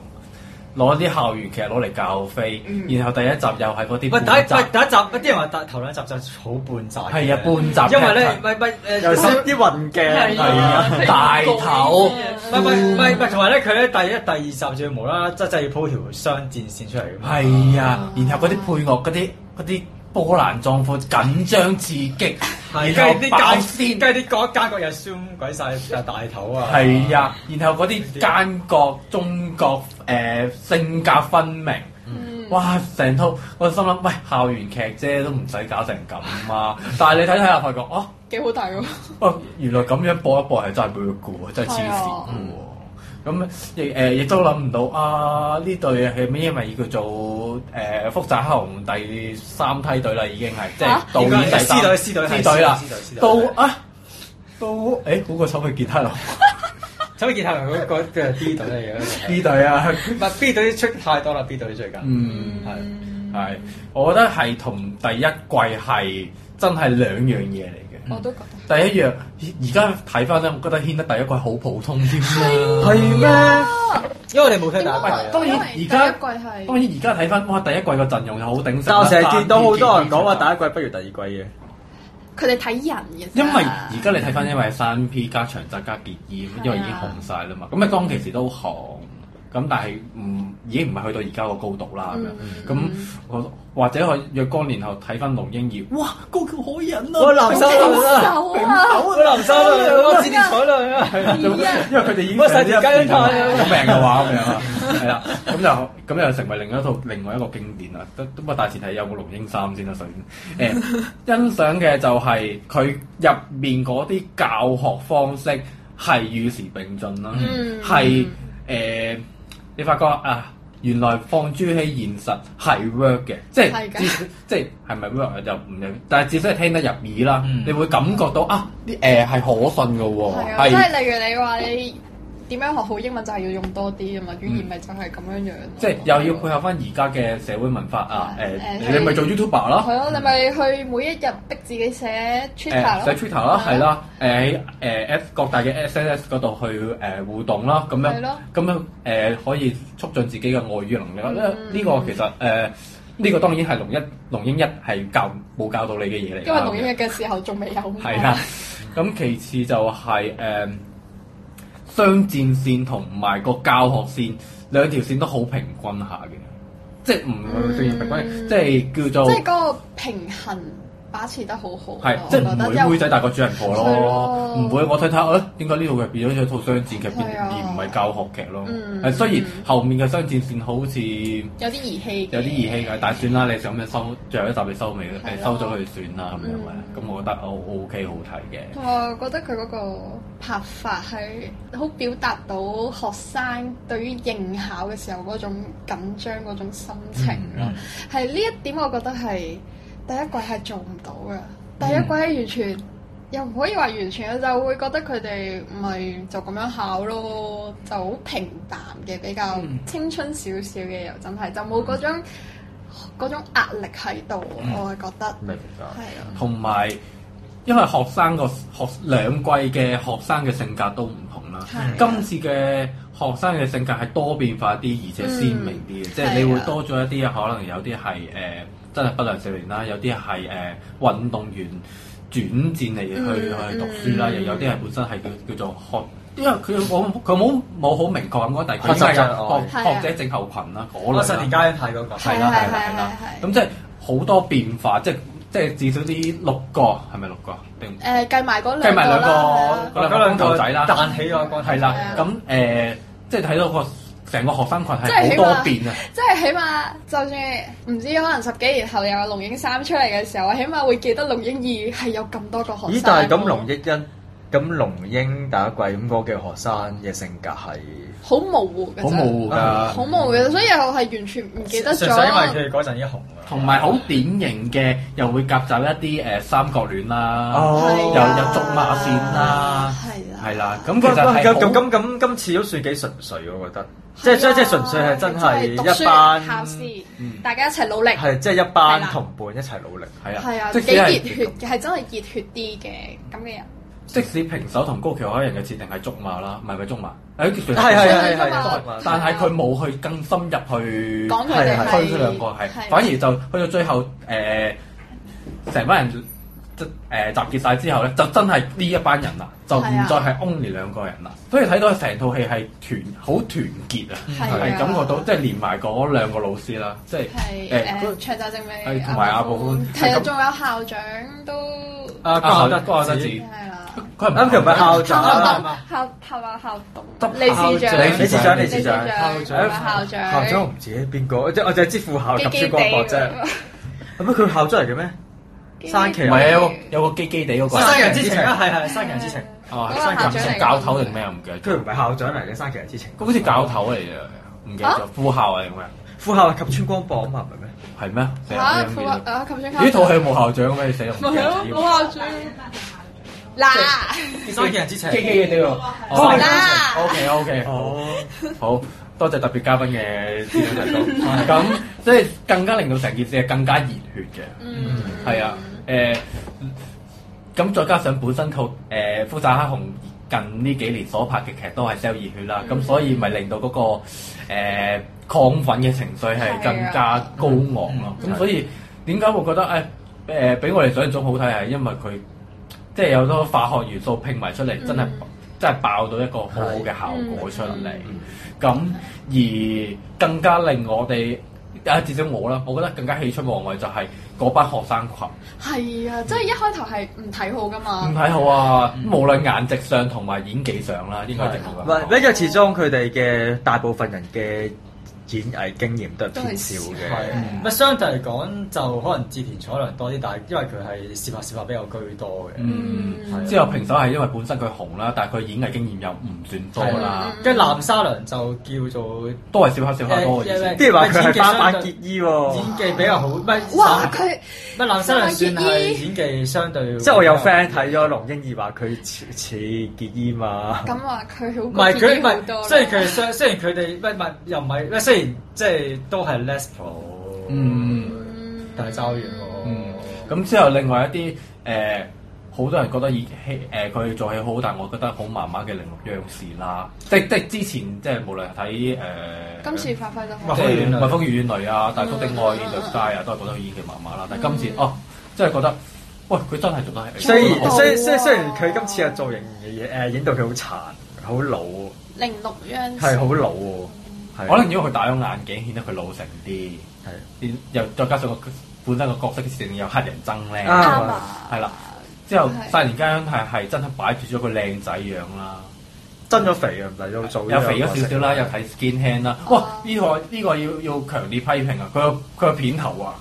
[SPEAKER 5] 攞啲校園劇攞嚟教飛，
[SPEAKER 7] 嗯
[SPEAKER 5] 然後第一集又係嗰啲
[SPEAKER 4] 喂，第一
[SPEAKER 5] 半集
[SPEAKER 4] 喂第一集，喂啲人話頭兩集就好半集嘅。
[SPEAKER 5] 係啊，半集
[SPEAKER 4] 因
[SPEAKER 5] 劇 *laughs*
[SPEAKER 4] 為咧
[SPEAKER 5] 集，
[SPEAKER 4] 喂喂
[SPEAKER 6] 尤
[SPEAKER 4] 誒
[SPEAKER 6] 其是啲運鏡
[SPEAKER 2] 係
[SPEAKER 5] 啊
[SPEAKER 2] 啊，
[SPEAKER 5] 大頭
[SPEAKER 4] 唔係唔係唔係唔係，同埋咧佢咧第一、第二集仲要無啦啦，即係要鋪條雙戰線出嚟㗎嘛。
[SPEAKER 5] 係啊，然後嗰啲配樂嗰啲嗰啲波瀾壯闊、緊張刺激，
[SPEAKER 4] 係，
[SPEAKER 5] 然後
[SPEAKER 4] 跟住啲
[SPEAKER 5] 爆
[SPEAKER 4] 奸
[SPEAKER 5] 先，
[SPEAKER 4] 跟住啲嗰奸角又 zoom 鬼晒大頭啊！
[SPEAKER 5] 係啊，然後嗰啲奸角、中角誒、呃性格分明，哇！成套我心諗，喂，校園劇啫，都唔使搞成咁啊！但係你睇睇下發覺，哦、
[SPEAKER 7] 幾好睇喎。
[SPEAKER 5] 哦，原來咁樣播一播係真係 work 嘅喎，真係黐線
[SPEAKER 7] 係啊
[SPEAKER 5] 嘅喎。咁亦誒亦都諗唔到啊！呢隊係咩？因為叫做誒、呃、複雜黑熊第三梯隊啦，已經係即係
[SPEAKER 7] 啊
[SPEAKER 5] 導演第三
[SPEAKER 4] 應該係師隊師隊係
[SPEAKER 5] 師隊啦
[SPEAKER 4] 師隊師隊師，
[SPEAKER 5] 到
[SPEAKER 4] 隊
[SPEAKER 5] 啊到誒嗰個手去吉他佬
[SPEAKER 4] 走去見下佢嗰個 B 隊嚟嘅，
[SPEAKER 5] 呢隊啊，
[SPEAKER 4] 唔係 B 隊出太多啦，B 隊最近。
[SPEAKER 5] 嗯係係，我覺得係同第一季係真係兩樣嘢嚟嘅。
[SPEAKER 7] 我都覺得。
[SPEAKER 5] 第一樣而家睇翻咧，我覺得軒得第一季好普通添啦。
[SPEAKER 6] 係咩？
[SPEAKER 4] 因為你冇睇第一季
[SPEAKER 5] 喂
[SPEAKER 4] 啊。
[SPEAKER 5] 當然而家
[SPEAKER 7] 第一季係
[SPEAKER 5] 當然而家睇翻，哇！第一季個陣容又好鼎盛啦。
[SPEAKER 6] 但我成日見到好多人講話
[SPEAKER 5] 但
[SPEAKER 6] 第一季不如第二季嘅，
[SPEAKER 7] 佢哋睇人嘅啫，
[SPEAKER 5] 因為而家你睇翻，因為三 P 加長澤加結衣，
[SPEAKER 6] 啊
[SPEAKER 5] 因為已經紅晒啦嘛。咁啊，當其時都紅，咁但係唔已經唔係去到而家個高度啦
[SPEAKER 6] 嗯
[SPEAKER 5] 咁樣。咁我或者我若干年後睇翻《龍英兒》，哇！高橋可人啊，
[SPEAKER 4] 我藍衫
[SPEAKER 7] 平
[SPEAKER 4] 啦，
[SPEAKER 7] 手啊，
[SPEAKER 4] 我藍衫啦，我指點
[SPEAKER 7] *laughs*
[SPEAKER 4] 彩啦，
[SPEAKER 5] 因為佢哋已經
[SPEAKER 4] 我成日條街都嘆啊
[SPEAKER 5] 好命嘅話咁樣啊，係啦，咁就咁又成為另一套另外一個經典啦。都不過大前提有冇龍英三先啦，首
[SPEAKER 7] *laughs*
[SPEAKER 5] 先誒欣賞嘅就係佢入面嗰啲教學方式係與時並進啦
[SPEAKER 7] 嗯，
[SPEAKER 5] 係誒你發覺啊。原來放諸喺現實係 work 嘅，即係
[SPEAKER 7] 係㗎
[SPEAKER 5] 至即係係咪 work 又唔入，但係至少係聽得入耳啦，
[SPEAKER 4] 嗯
[SPEAKER 5] 你會感覺到啊啲誒係可信嘅喎，
[SPEAKER 7] 係啊，即係例如你話你點樣學好英文就係要用多啲啊嘛，語言咪就係咁樣樣。
[SPEAKER 5] 即係又要配合翻而家嘅社會文化啊！誒
[SPEAKER 7] 誒，
[SPEAKER 5] 你咪做 YouTuber 啦。
[SPEAKER 7] 係咯，你咪去每一日逼自己寫 Twitter
[SPEAKER 5] 誒
[SPEAKER 7] 咯啊
[SPEAKER 5] 寫。Twitter 啦，係啦，誒誒 F 各大嘅 SNS 嗰度去誒互動啦，咁
[SPEAKER 7] 係
[SPEAKER 5] 樣
[SPEAKER 7] 咯
[SPEAKER 5] 咁樣誒可以促進自己嘅外語能力啦。呢
[SPEAKER 7] 嗯
[SPEAKER 5] 呢個其實誒呢個當然係龍一龍英一係教冇教到你嘅嘢嚟㗎，
[SPEAKER 7] 因為錄音日嘅時候仲未有。係
[SPEAKER 5] 係啦。咁其次就係誒雙戰線同埋個教學線兩條線都好平均下嘅，即係唔會出現平均，即係叫
[SPEAKER 7] 嗯即
[SPEAKER 5] 做
[SPEAKER 7] 係嗰個平衡把持得好好咯。
[SPEAKER 5] 係，即係
[SPEAKER 7] 我覺
[SPEAKER 5] 唔
[SPEAKER 7] 得
[SPEAKER 5] 會妹仔大過主人婆
[SPEAKER 7] 係
[SPEAKER 5] 咯
[SPEAKER 7] 咯，
[SPEAKER 5] 唔會我睇睇下，誒點解呢度嘅變咗一套商戰劇，
[SPEAKER 7] 係啊
[SPEAKER 5] 而唔係教學劇咯？
[SPEAKER 7] 嗯
[SPEAKER 5] 誒雖然
[SPEAKER 7] 嗯
[SPEAKER 5] 後面嘅商戰線好似有
[SPEAKER 7] 有啲兒戲嘅。
[SPEAKER 5] 啲兒戲嘅，但係算啦，你想咁樣收最後一集你收尾，
[SPEAKER 7] 係啊
[SPEAKER 5] 誒
[SPEAKER 7] 咯
[SPEAKER 5] 收咗佢算啦咁樣嘅
[SPEAKER 7] 嗯，
[SPEAKER 5] 咁我覺得哦 OK 好睇嘅。
[SPEAKER 7] 同埋我覺得佢嗰個拍法係好表達到學生對於應考嘅時候嗰種緊張嗰種心情
[SPEAKER 5] 嗯
[SPEAKER 7] 咯。係呢、一點，我覺得係第一季係做唔到嘅。
[SPEAKER 5] 嗯
[SPEAKER 7] 第一季係完全、又唔可以話完全，就會覺得佢哋唔係就咁樣考咯，就好平淡嘅，比較
[SPEAKER 5] 嗯
[SPEAKER 7] 青春少少嘅又真係就冇嗰種嗰種壓力喺度，
[SPEAKER 5] 嗯
[SPEAKER 7] 我係覺得
[SPEAKER 6] 明
[SPEAKER 7] 係
[SPEAKER 6] 白。
[SPEAKER 7] 啊，
[SPEAKER 5] 同埋因為學生個學兩季嘅學生嘅性格都唔同啦
[SPEAKER 7] 係啊。
[SPEAKER 5] 今次嘅學生嘅性格係多變化啲，而且鮮明啲嘅，即係你
[SPEAKER 7] 係啊
[SPEAKER 5] 會多咗一啲可能有啲係誒真係不良少年啦，有啲係誒運動員轉戰嚟去、
[SPEAKER 7] 嗯
[SPEAKER 5] 去讀書啦，
[SPEAKER 7] 嗯
[SPEAKER 5] 又有啲係本身係叫叫做學。因為佢冇佢冇冇好明確咁講，但係佢
[SPEAKER 6] 學習
[SPEAKER 5] 係
[SPEAKER 6] 障礙
[SPEAKER 5] 學
[SPEAKER 7] 係啊
[SPEAKER 5] 學者症候群啦，嗰
[SPEAKER 6] 我
[SPEAKER 5] 類
[SPEAKER 6] 十
[SPEAKER 5] 啦
[SPEAKER 6] 年街睇嗰個
[SPEAKER 5] 係啦
[SPEAKER 7] 係
[SPEAKER 5] 係啦
[SPEAKER 7] 係
[SPEAKER 5] 係啦
[SPEAKER 7] 係，係
[SPEAKER 5] 咁即係好多變化，即係即係至少啲六個係咪六個定
[SPEAKER 7] 誒計埋嗰
[SPEAKER 5] 計
[SPEAKER 7] 兩
[SPEAKER 5] 埋
[SPEAKER 7] 個啊
[SPEAKER 5] 兩
[SPEAKER 7] 啦，
[SPEAKER 5] 個嗰兩個頭仔啦，
[SPEAKER 6] 彈起咗個
[SPEAKER 5] 係啦，
[SPEAKER 7] 係啊
[SPEAKER 5] 咁誒即係睇到個成個學生群
[SPEAKER 7] 即係
[SPEAKER 5] 係好
[SPEAKER 7] 起碼
[SPEAKER 5] 多變啊，
[SPEAKER 7] 即係起碼就算唔知可能十幾年後又有龍影三出嚟嘅時候，起碼會記得龍影二係有咁多個學生。
[SPEAKER 6] 咦？但係咁龍益欣，咁龍英第一季咁嗰嘅學生嘅性格係，
[SPEAKER 7] 好模糊嘅，
[SPEAKER 5] 好模糊啊㗎，
[SPEAKER 7] 好模糊嘅，所以我係完全唔記得咗。
[SPEAKER 6] 佢嗰陣已經紅啦。
[SPEAKER 5] 同埋好典型嘅又會夾雜一啲誒三角戀啦，
[SPEAKER 6] 哦，
[SPEAKER 5] 又有竹馬線啦，
[SPEAKER 7] 啊係啦，
[SPEAKER 5] 係啦，咁其
[SPEAKER 6] 咁
[SPEAKER 5] 實
[SPEAKER 6] 咁
[SPEAKER 5] 係好
[SPEAKER 6] 咁咁咁今次都算幾純粹，我覺得，即係即係即係純粹係真係
[SPEAKER 7] 啊讀書
[SPEAKER 6] 一班，
[SPEAKER 7] 考試，大家一齊努力，
[SPEAKER 6] 係啊即係一班同伴一齊努力。
[SPEAKER 5] 係啊，
[SPEAKER 7] 係啊，
[SPEAKER 5] 即
[SPEAKER 7] 幾
[SPEAKER 5] 使
[SPEAKER 7] 熱
[SPEAKER 5] 係
[SPEAKER 7] 血嘅，係真係熱血啲嘅咁嘅人。
[SPEAKER 5] 即使平手同高橋海人嘅設定係竹馬啦，唔係咪竹馬？
[SPEAKER 6] 係
[SPEAKER 5] 誒算
[SPEAKER 6] 係
[SPEAKER 5] 係
[SPEAKER 6] 係係
[SPEAKER 7] 係
[SPEAKER 6] 係，
[SPEAKER 5] 但係佢冇去更深入去
[SPEAKER 7] 講佢哋
[SPEAKER 6] 係係
[SPEAKER 5] 推
[SPEAKER 7] 係
[SPEAKER 5] 佢啊兩個係，反而就去到最後誒，成、班人即誒、集結晒之後咧，就真係呢一班人啦，就唔
[SPEAKER 7] 係啊
[SPEAKER 5] 再係 only 兩個人啦。所以睇到成套戲係團好團結啊，
[SPEAKER 7] 係啊
[SPEAKER 5] 係感覺到即係連埋嗰兩個老師啦，即係呃誒
[SPEAKER 7] 係誒長澤正美，
[SPEAKER 5] 係同埋阿部寬
[SPEAKER 7] 係啊，
[SPEAKER 5] 咁
[SPEAKER 7] 仲有校長都
[SPEAKER 6] 啊，
[SPEAKER 5] 阿
[SPEAKER 6] 關
[SPEAKER 5] 德
[SPEAKER 6] 德
[SPEAKER 5] 關德
[SPEAKER 6] 子
[SPEAKER 5] 子，
[SPEAKER 7] 係啦，
[SPEAKER 5] 佢
[SPEAKER 6] 啱佢唔係校長啊嘛。
[SPEAKER 7] 校校啊校董
[SPEAKER 5] 執，
[SPEAKER 7] 理事
[SPEAKER 5] 校
[SPEAKER 7] 長，
[SPEAKER 5] 長
[SPEAKER 6] 理事長，理
[SPEAKER 7] 理
[SPEAKER 6] 事
[SPEAKER 7] 事
[SPEAKER 6] 長，
[SPEAKER 7] 長，
[SPEAKER 6] 校
[SPEAKER 7] 同埋校長，
[SPEAKER 6] 校長我唔知邊個，即係我就係知副校及
[SPEAKER 7] 基基
[SPEAKER 6] 朱
[SPEAKER 7] 地
[SPEAKER 6] 光博啫。咁樣佢校長嚟嘅咩？
[SPEAKER 7] 基基地
[SPEAKER 6] 生旗
[SPEAKER 5] 唔係啊有個有個基基地嗰個，
[SPEAKER 6] 生人之情啊，係係生人之情。
[SPEAKER 5] 哦，
[SPEAKER 7] 嗰個校長嚟
[SPEAKER 5] 係教頭定咩啊？唔記得咗，
[SPEAKER 6] 佢唔係校長嚟嘅，生其人之情。
[SPEAKER 5] 好似教頭嚟嘅，唔記得咗
[SPEAKER 7] 啊
[SPEAKER 5] 副校啊定咩？
[SPEAKER 6] 副校及穿光博啊嘛，唔係咩？
[SPEAKER 5] 係咩？成日都咁
[SPEAKER 7] 嚇
[SPEAKER 5] 記得
[SPEAKER 7] 副校啊琴聲
[SPEAKER 5] 呢套戲冇校長咩？死我唔啊
[SPEAKER 7] 咪
[SPEAKER 5] 記得咗
[SPEAKER 7] 係咯，冇啊校長嗱
[SPEAKER 6] 生其人之情
[SPEAKER 5] 基基嘅呢個，
[SPEAKER 6] 哦
[SPEAKER 7] 嗱
[SPEAKER 5] O K O K，好，
[SPEAKER 6] 哦，
[SPEAKER 5] 好多謝特別嘉賓嘅資料提
[SPEAKER 6] *laughs*
[SPEAKER 5] 供，咁即係更加令到成件事係更加熱血嘅，
[SPEAKER 7] 嗯
[SPEAKER 5] 係啊，誒，咁再加上本身套誒《夫薩克紅》近呢幾年所拍嘅劇都係 sell 熱血啦，咁所以咪令到嗰個誒亢奮嘅情緒係更加高昂咯，咁所以點解會覺得誒誒比我哋想象中好睇係因為佢即係有好多化學元素拼埋出嚟，真係真係爆到一個好好嘅效
[SPEAKER 7] 嗯
[SPEAKER 5] 果出嚟。咁而更加令我哋啊，至少我啦，我覺得更加喜出望外就係嗰班學生群，
[SPEAKER 7] 係啊，即係一開頭係唔睇好噶
[SPEAKER 5] 唔
[SPEAKER 7] 嘛，
[SPEAKER 5] 睇好啊！
[SPEAKER 7] 嗯
[SPEAKER 5] 無論顏值上同埋演技上啦，應該直
[SPEAKER 6] 唔
[SPEAKER 5] 好
[SPEAKER 6] 係，因為始終佢哋嘅大部分人嘅演藝經驗都係偏少
[SPEAKER 4] 係
[SPEAKER 6] 嘅。
[SPEAKER 4] 咁相對嚟講就可能志田彩良多啲，但係因為佢係攝下攝下比較居多嘅。
[SPEAKER 5] 嗯，之後平手係因為本身佢紅啦，但係佢演藝經驗又唔算多啦，
[SPEAKER 7] 嗯
[SPEAKER 4] 跟住南沙良就叫做
[SPEAKER 5] 都係笑下笑下多嘅意
[SPEAKER 4] 誒
[SPEAKER 5] 思。
[SPEAKER 6] 即係話佢係班班結衣喎。
[SPEAKER 4] 演技比較好，乜
[SPEAKER 7] 哇！佢
[SPEAKER 4] 乜南沙良算係演技相對，
[SPEAKER 6] 即係我有 friend 睇咗龍英兒話佢似似結衣嘛。
[SPEAKER 7] 咁話佢好
[SPEAKER 4] 唔
[SPEAKER 7] 唔
[SPEAKER 4] 係佢唔
[SPEAKER 7] 好多啦，
[SPEAKER 4] 係，雖然佢雖雖然佢哋乜乜又唔係，雖然即係都係 lesbo，
[SPEAKER 5] 嗯，
[SPEAKER 4] 但係爭好遠
[SPEAKER 5] 嗯
[SPEAKER 4] 喎。
[SPEAKER 5] 咁之後另外一啲誒，好多人覺得演戲誒佢做戲好，但我覺得好麻麻嘅零六央視啦，即即之前即係無論睇誒。
[SPEAKER 7] 今次發揮得
[SPEAKER 5] 即
[SPEAKER 7] 好
[SPEAKER 4] 哇。
[SPEAKER 5] 係蜜蜂與遠雷啊、大谷的愛、現代街啊，都係覺得佢演技麻麻啦。但係今次哦，真係覺得，喂，佢真係做得係。哎
[SPEAKER 6] 雖
[SPEAKER 7] 好
[SPEAKER 6] 然
[SPEAKER 7] 老
[SPEAKER 6] 雖
[SPEAKER 7] 啊
[SPEAKER 6] 雖雖然佢今次嘅造型嘢誒影到佢好殘，好老，
[SPEAKER 7] 零六央
[SPEAKER 6] 係好老喎。係
[SPEAKER 5] 可能因為佢戴咗眼鏡，顯得佢老成啲，
[SPEAKER 6] 係
[SPEAKER 5] 變又再加上個本身個角色設定有黑人憎咧，
[SPEAKER 6] 啊
[SPEAKER 7] 啱啊，
[SPEAKER 5] 係啦。之後
[SPEAKER 7] 係
[SPEAKER 5] 突然間係係真係擺脱咗個靚仔樣啦，
[SPEAKER 6] 增咗肥啊，唔係又做
[SPEAKER 5] 又肥咗少少啦，又睇 skin hand 啦。哇
[SPEAKER 7] 啊！
[SPEAKER 5] 呢個呢個要要強烈批評啊！佢個佢個片頭啊，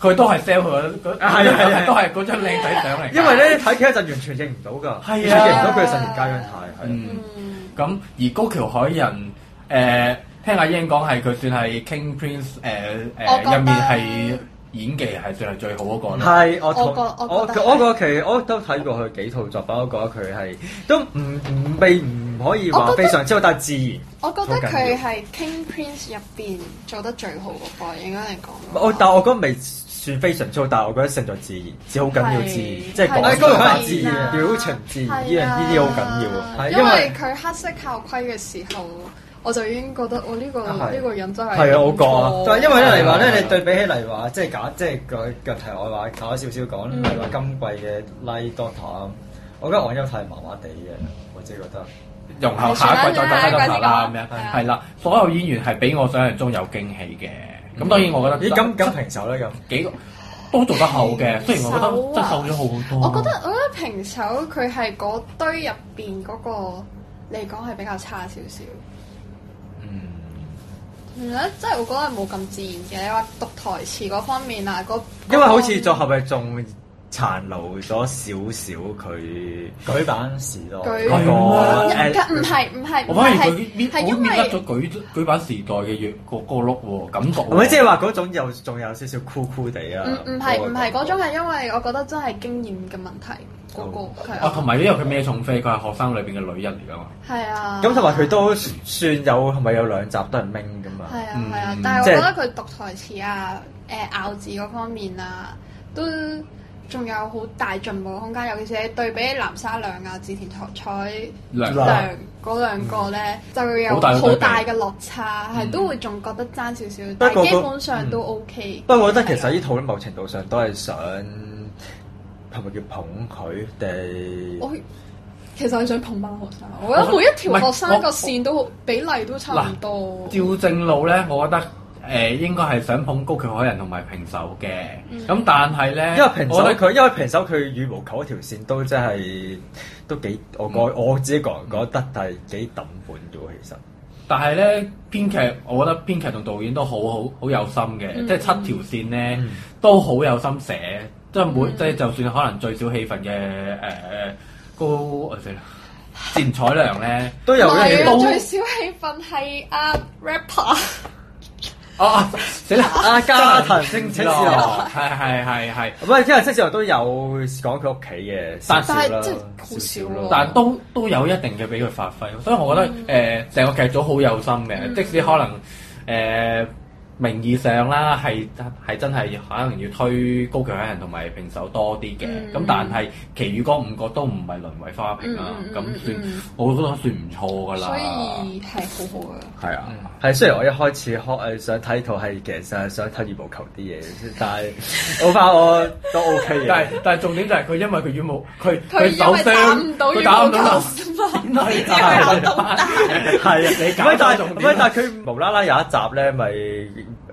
[SPEAKER 5] 佢都係 sell 佢嗰
[SPEAKER 6] 啊係係係
[SPEAKER 5] 都係嗰張靚仔相嚟㗎。
[SPEAKER 6] 因為咧睇劇嗰陣完全認唔到㗎，完
[SPEAKER 5] 係
[SPEAKER 6] 全
[SPEAKER 5] 啊
[SPEAKER 6] 認唔到佢嘅十年家樣態，係。
[SPEAKER 5] 嗯。
[SPEAKER 7] 嗯
[SPEAKER 5] 咁而高橋海人誒、呃，聽阿英講係佢算係 King Prince 誒、誒
[SPEAKER 7] 我覺得
[SPEAKER 5] 入面係演技係算係最好嗰個啦。
[SPEAKER 6] 係，我同
[SPEAKER 7] 我覺
[SPEAKER 6] 我
[SPEAKER 7] 我覺得
[SPEAKER 6] 我我覺得佢我都睇過佢幾套作品，我覺得佢係都唔唔未唔可以話
[SPEAKER 7] 我覺
[SPEAKER 6] 非
[SPEAKER 7] 得
[SPEAKER 6] 常之好，但係自然。
[SPEAKER 7] 我覺得佢係 King Prince 入邊做得最好嗰個，應該嚟講。
[SPEAKER 6] 我但係我覺得未算非常之好，但係我覺得勝在自然，只好緊要自然，
[SPEAKER 7] 係
[SPEAKER 6] 即係
[SPEAKER 7] 係
[SPEAKER 6] 講
[SPEAKER 4] 嗰個係
[SPEAKER 6] 自
[SPEAKER 4] 自然
[SPEAKER 6] 然，
[SPEAKER 4] 啊
[SPEAKER 6] 表情自然呢樣
[SPEAKER 7] 係啊
[SPEAKER 6] 呢啲好緊要啊。係
[SPEAKER 7] 因為佢黑色校規嘅時候，我就已經覺得我哦呢個
[SPEAKER 6] 係
[SPEAKER 7] 呢個人真係
[SPEAKER 6] 係啊，我覺啊，
[SPEAKER 4] 就係因為咧
[SPEAKER 5] 係
[SPEAKER 4] 嚟話
[SPEAKER 5] 係
[SPEAKER 4] 咧，
[SPEAKER 5] 係
[SPEAKER 4] 你對比起嚟話，即係假，即係個個題外話，搞少少講，
[SPEAKER 7] 嗯
[SPEAKER 4] 例如話今季嘅 Like Doctor，我覺得黃優泰麻麻地嘅，我自己覺得。
[SPEAKER 5] 容後下一季再睇得下啦，
[SPEAKER 7] 係
[SPEAKER 5] 咁樣
[SPEAKER 7] 啊係係
[SPEAKER 5] 係啦。所有演員係比我想象中有驚喜嘅。
[SPEAKER 7] 嗯
[SPEAKER 5] 咁當然我覺得
[SPEAKER 6] 咦咁咁平手咧咁，
[SPEAKER 5] 幾個都做得好嘅，雖然我覺得
[SPEAKER 7] 手啊
[SPEAKER 5] 真係瘦咗好多。
[SPEAKER 7] 我覺得我覺得平手佢係嗰堆入邊嗰個嚟講係比較差少少。嗯，即係我覺得冇咁自然嘅。你話讀台詞嗰方面啊，嗰
[SPEAKER 6] 因為好似作合係仲殘留咗少少佢
[SPEAKER 4] 舉版時代，
[SPEAKER 7] 舉嗯
[SPEAKER 6] 嗰
[SPEAKER 5] 係
[SPEAKER 6] 個誒
[SPEAKER 7] 唔唔係唔係，
[SPEAKER 5] 我反而佢搣
[SPEAKER 7] 係係
[SPEAKER 5] 好
[SPEAKER 7] 因
[SPEAKER 5] 搣甩
[SPEAKER 7] 為
[SPEAKER 5] 咗舉舉版時代嘅樣個個碌喎，感覺喎。
[SPEAKER 6] 唔係即係話嗰種又仲有少少酷酷地啊
[SPEAKER 7] 唔？唔係唔係嗰種係因為我覺得真係經驗嘅問題嗰個係
[SPEAKER 5] 啊，
[SPEAKER 7] 啊
[SPEAKER 5] 同埋因為佢孭重飛，佢係學生裏邊嘅女人嚟㗎嘛。
[SPEAKER 7] 係啊。
[SPEAKER 6] 咁同埋佢都算有係咪有兩集都係 Ming 噶嘛？
[SPEAKER 7] 係啊
[SPEAKER 5] 嗯
[SPEAKER 7] 係啊，但係我
[SPEAKER 6] 即係
[SPEAKER 7] 覺得佢讀台詞啊、誒、咬字嗰方面啊，都仲有好大進步嘅空間。尤其是你對比南沙亮啊、志田彩
[SPEAKER 5] 兩
[SPEAKER 6] 嗱
[SPEAKER 7] 亮嗰兩個咧，就會有
[SPEAKER 5] 好大嘅
[SPEAKER 7] 好
[SPEAKER 5] 對比
[SPEAKER 7] 大嘅落差，係
[SPEAKER 5] 嗯
[SPEAKER 7] 都會仲覺得爭少少，
[SPEAKER 6] 不過
[SPEAKER 7] 但係基
[SPEAKER 6] 個
[SPEAKER 7] 本上都 OK。
[SPEAKER 6] 不過我覺得其實呢套咧某程度上都係想係咪叫捧佢
[SPEAKER 7] 我
[SPEAKER 6] 哋？
[SPEAKER 7] 其實係想捧班學生，我覺得每一條學生個線都好比例都差唔多。
[SPEAKER 5] 照正路咧，我覺得誒、呃、應該係想捧高橋海人同埋平手嘅。咁、但係咧，
[SPEAKER 6] 因為平手
[SPEAKER 5] 我覺得
[SPEAKER 6] 佢，因為平手佢羽毛球嗰條線都真係都幾，我
[SPEAKER 5] 嗯
[SPEAKER 6] 覺我自己個人覺得係幾抌本嘅喎，其實。
[SPEAKER 5] 但係咧編劇，我覺得編劇同導演都好好好有心嘅，即係七條線咧、
[SPEAKER 6] 嗯
[SPEAKER 5] 都好有心寫，即係每、即係就算可能最少戲份嘅誒呃高我死啦，錢彩良咧，
[SPEAKER 6] 都有
[SPEAKER 7] 唔係
[SPEAKER 5] 都
[SPEAKER 7] 啊，最少氣氛係啊 rapper。
[SPEAKER 5] 哦啊死啦，
[SPEAKER 6] 啊加藤
[SPEAKER 5] 星
[SPEAKER 6] 清
[SPEAKER 5] 子
[SPEAKER 6] 子
[SPEAKER 5] 郎
[SPEAKER 6] 郎，
[SPEAKER 5] 係係係係。
[SPEAKER 6] 唔係因為清子郎都有講佢屋企嘅少
[SPEAKER 5] 但
[SPEAKER 6] 少啦，
[SPEAKER 7] 但係真係好少咯
[SPEAKER 6] 啦
[SPEAKER 5] 但都都有一定嘅俾佢發揮，所以我覺
[SPEAKER 7] 嗯
[SPEAKER 5] 得呃誒成、個劇組好有心嘅，即使可能誒、呃名義上啦係係真係可能要推高橋海人同埋平手多啲嘅，
[SPEAKER 7] 嗯
[SPEAKER 5] 咁、但係其餘嗰五個都唔係淪為花瓶啦，
[SPEAKER 7] 嗯嗯嗯
[SPEAKER 5] 咁、
[SPEAKER 7] 嗯
[SPEAKER 5] 算、
[SPEAKER 7] 嗯
[SPEAKER 5] 我覺得算唔錯㗎啦。
[SPEAKER 7] 所以係好好啊！
[SPEAKER 5] 係啊，
[SPEAKER 6] 係，雖然我一開始開誒想睇套係其實係想睇羽毛球啲嘢，但係我發我都 OK
[SPEAKER 5] 但係
[SPEAKER 6] 嘅。
[SPEAKER 5] 但係重點就係佢因為佢羽毛佢
[SPEAKER 7] 佢
[SPEAKER 5] 佢手
[SPEAKER 7] 因為打
[SPEAKER 5] 傷
[SPEAKER 7] 唔，到
[SPEAKER 5] 佢
[SPEAKER 7] 羽
[SPEAKER 5] 打
[SPEAKER 7] 毛
[SPEAKER 5] 唔到啦， *laughs*
[SPEAKER 7] 球嘛，
[SPEAKER 5] 點解
[SPEAKER 7] 因
[SPEAKER 6] 係啊，唔
[SPEAKER 5] 打唔到你搞
[SPEAKER 7] 為 *laughs* 打到打。
[SPEAKER 6] 係但
[SPEAKER 5] 錯重
[SPEAKER 6] 係唔
[SPEAKER 5] 點啦
[SPEAKER 6] 係但係佢無啦啦有一集咧，咪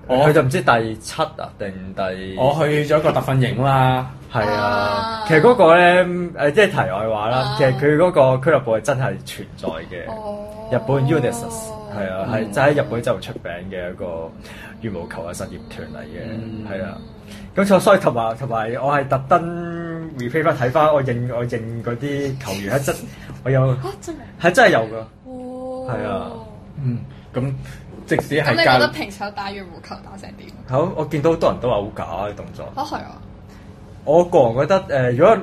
[SPEAKER 5] 哦
[SPEAKER 6] 佢就唔知第七啊定第
[SPEAKER 5] 我去咗個特訓營啦。
[SPEAKER 6] 係
[SPEAKER 7] 啊
[SPEAKER 6] 啊。其實嗰個咧誒，即係題外話啦
[SPEAKER 7] 啊。
[SPEAKER 6] 其實佢嗰個俱樂部係真係存在嘅，
[SPEAKER 7] 哦
[SPEAKER 6] 日本 Unisys 係係
[SPEAKER 5] 嗯
[SPEAKER 6] 啊，係就喺日本就出名嘅一個羽毛球嘅實業團嚟
[SPEAKER 5] 嗯
[SPEAKER 6] 嘅，係啊。咁所所以同埋同埋我係特登 replay 翻睇翻，我認我認嗰啲球員係真，我有
[SPEAKER 7] 啊真係，
[SPEAKER 6] 係真係有噶。
[SPEAKER 7] 哇
[SPEAKER 6] 係啊
[SPEAKER 5] 嗯，咁即使
[SPEAKER 7] 咁
[SPEAKER 5] 係
[SPEAKER 7] 你覺得
[SPEAKER 5] 間
[SPEAKER 7] 平手打羽毛球打成點？
[SPEAKER 6] 好，我見到好多人都話好假嘅動作。
[SPEAKER 7] 啊係啊，
[SPEAKER 6] 我個人覺得誒、呃如果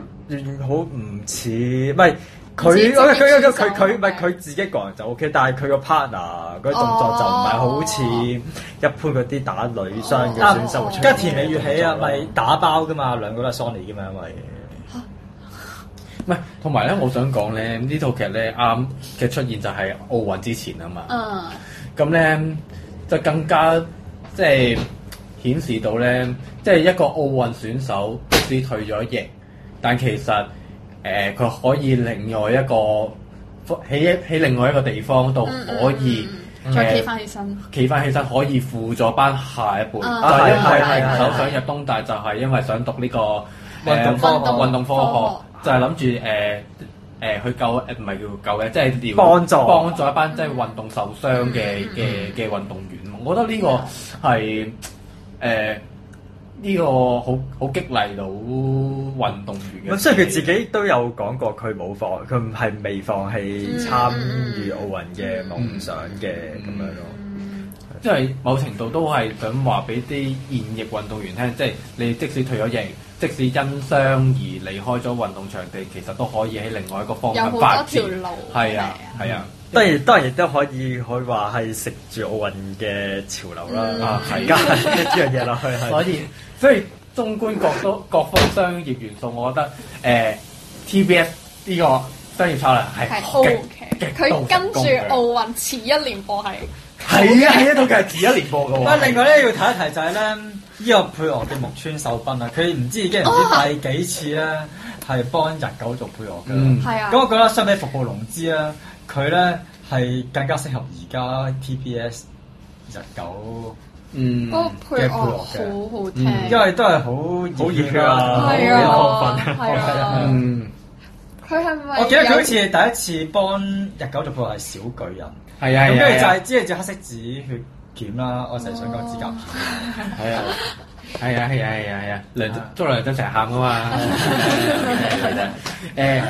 [SPEAKER 6] 好唔似，唔係
[SPEAKER 7] 唔
[SPEAKER 6] 佢
[SPEAKER 7] 似
[SPEAKER 6] 因為佢
[SPEAKER 7] 職業
[SPEAKER 6] 佢
[SPEAKER 7] 選
[SPEAKER 6] 佢
[SPEAKER 7] 手
[SPEAKER 6] 佢唔係
[SPEAKER 7] 係
[SPEAKER 6] 佢自己個人就 O K，但係佢個 partner 嗰啲動作就唔係好似一般嗰啲打女雙嘅選手
[SPEAKER 7] 哦
[SPEAKER 6] 出
[SPEAKER 4] 哦啊吉
[SPEAKER 6] 嘅
[SPEAKER 4] 田美月起啊，咪打包噶嘛，兩個都係 Sony 噶嘛，因為
[SPEAKER 5] 唔係，啊同埋咧，我想講咧，呢套劇咧啱嘅出現就係奧運之前啊嘛。
[SPEAKER 7] 嗯，
[SPEAKER 5] 咁咧就更加即係顯示到咧，即係一個奧運選手即使退咗役，但其實誒佢、可以另外一個喺喺另外一個地方度
[SPEAKER 7] 嗯
[SPEAKER 5] 可以。誒
[SPEAKER 7] 再企翻起身，
[SPEAKER 5] 企翻起身可以輔助班下一輩，就
[SPEAKER 7] 啊
[SPEAKER 5] 因為
[SPEAKER 6] 係係
[SPEAKER 5] 平
[SPEAKER 6] 係
[SPEAKER 5] 手想入東大，就係因為想讀呢個
[SPEAKER 6] 運動科學
[SPEAKER 5] 運動科學，就係諗住誒誒去救誒唔係叫救嘅，即係療
[SPEAKER 6] 幫助
[SPEAKER 5] 幫助一班即係運動受傷嘅嘅嘅運動員。我覺得呢個係誒呢個好好激勵到運動員嘅。
[SPEAKER 6] 咁所以佢自己都有講過，佢冇放，佢唔係未放
[SPEAKER 4] 嗯
[SPEAKER 6] 棄參與奧運嘅夢想嘅咁樣咯。
[SPEAKER 5] 即係某程度都係想話俾啲現役運動員聽，即係你即使退咗役，即使因傷而離開咗運動場地，其實都可以喺另外一個方
[SPEAKER 7] 有好
[SPEAKER 5] 向
[SPEAKER 7] 多
[SPEAKER 5] 發展
[SPEAKER 7] 條路。
[SPEAKER 5] 係啊，係啊，
[SPEAKER 6] 當然當然亦都可以可以話係食住奧運嘅潮流
[SPEAKER 7] 嗯
[SPEAKER 6] 啦，
[SPEAKER 5] 啊係
[SPEAKER 6] 加呢樣嘢落去係
[SPEAKER 5] 所。以所以縱觀各都 *laughs* 各方商業元素，我覺得誒、TBS 呃呢個商業策略係
[SPEAKER 7] 係
[SPEAKER 5] 好
[SPEAKER 7] OK
[SPEAKER 5] 勁。。
[SPEAKER 7] 佢跟住奧運前一年播係
[SPEAKER 5] 係啊，係一套劇係自一年播嘅
[SPEAKER 4] 但係另
[SPEAKER 5] 喎。
[SPEAKER 4] 外咧要提一提就係咧，呢個配樂嘅木村秀彬啊，佢唔知已經唔
[SPEAKER 7] 哦
[SPEAKER 4] 知第幾次咧係幫日九做配樂㗎啦。
[SPEAKER 5] 嗯
[SPEAKER 7] 係啊
[SPEAKER 4] 咁，我覺得相比服部龍之啊，佢咧係更加適合而家 TBS 日九，
[SPEAKER 5] 嗯
[SPEAKER 7] 嗰個配樂好好聽，
[SPEAKER 4] 因為都係好
[SPEAKER 6] 好熱血
[SPEAKER 7] 係
[SPEAKER 6] 啊
[SPEAKER 7] 啊，
[SPEAKER 6] 好有亢奮
[SPEAKER 7] 嗯係啊，
[SPEAKER 5] 嗯，
[SPEAKER 7] 佢係咪有？
[SPEAKER 4] 我記得佢好似第一次幫日九做配樂係小巨人，
[SPEAKER 5] 係啊，
[SPEAKER 4] 咁跟住就
[SPEAKER 5] 係啊
[SPEAKER 4] 係即係隻黑色止血劍啦，我成日想講指甲鉗。
[SPEAKER 5] 係啊，係啊，係啊，係啊，係啊，梁捉梁振成日喊噶嘛，
[SPEAKER 4] 啊
[SPEAKER 5] 誒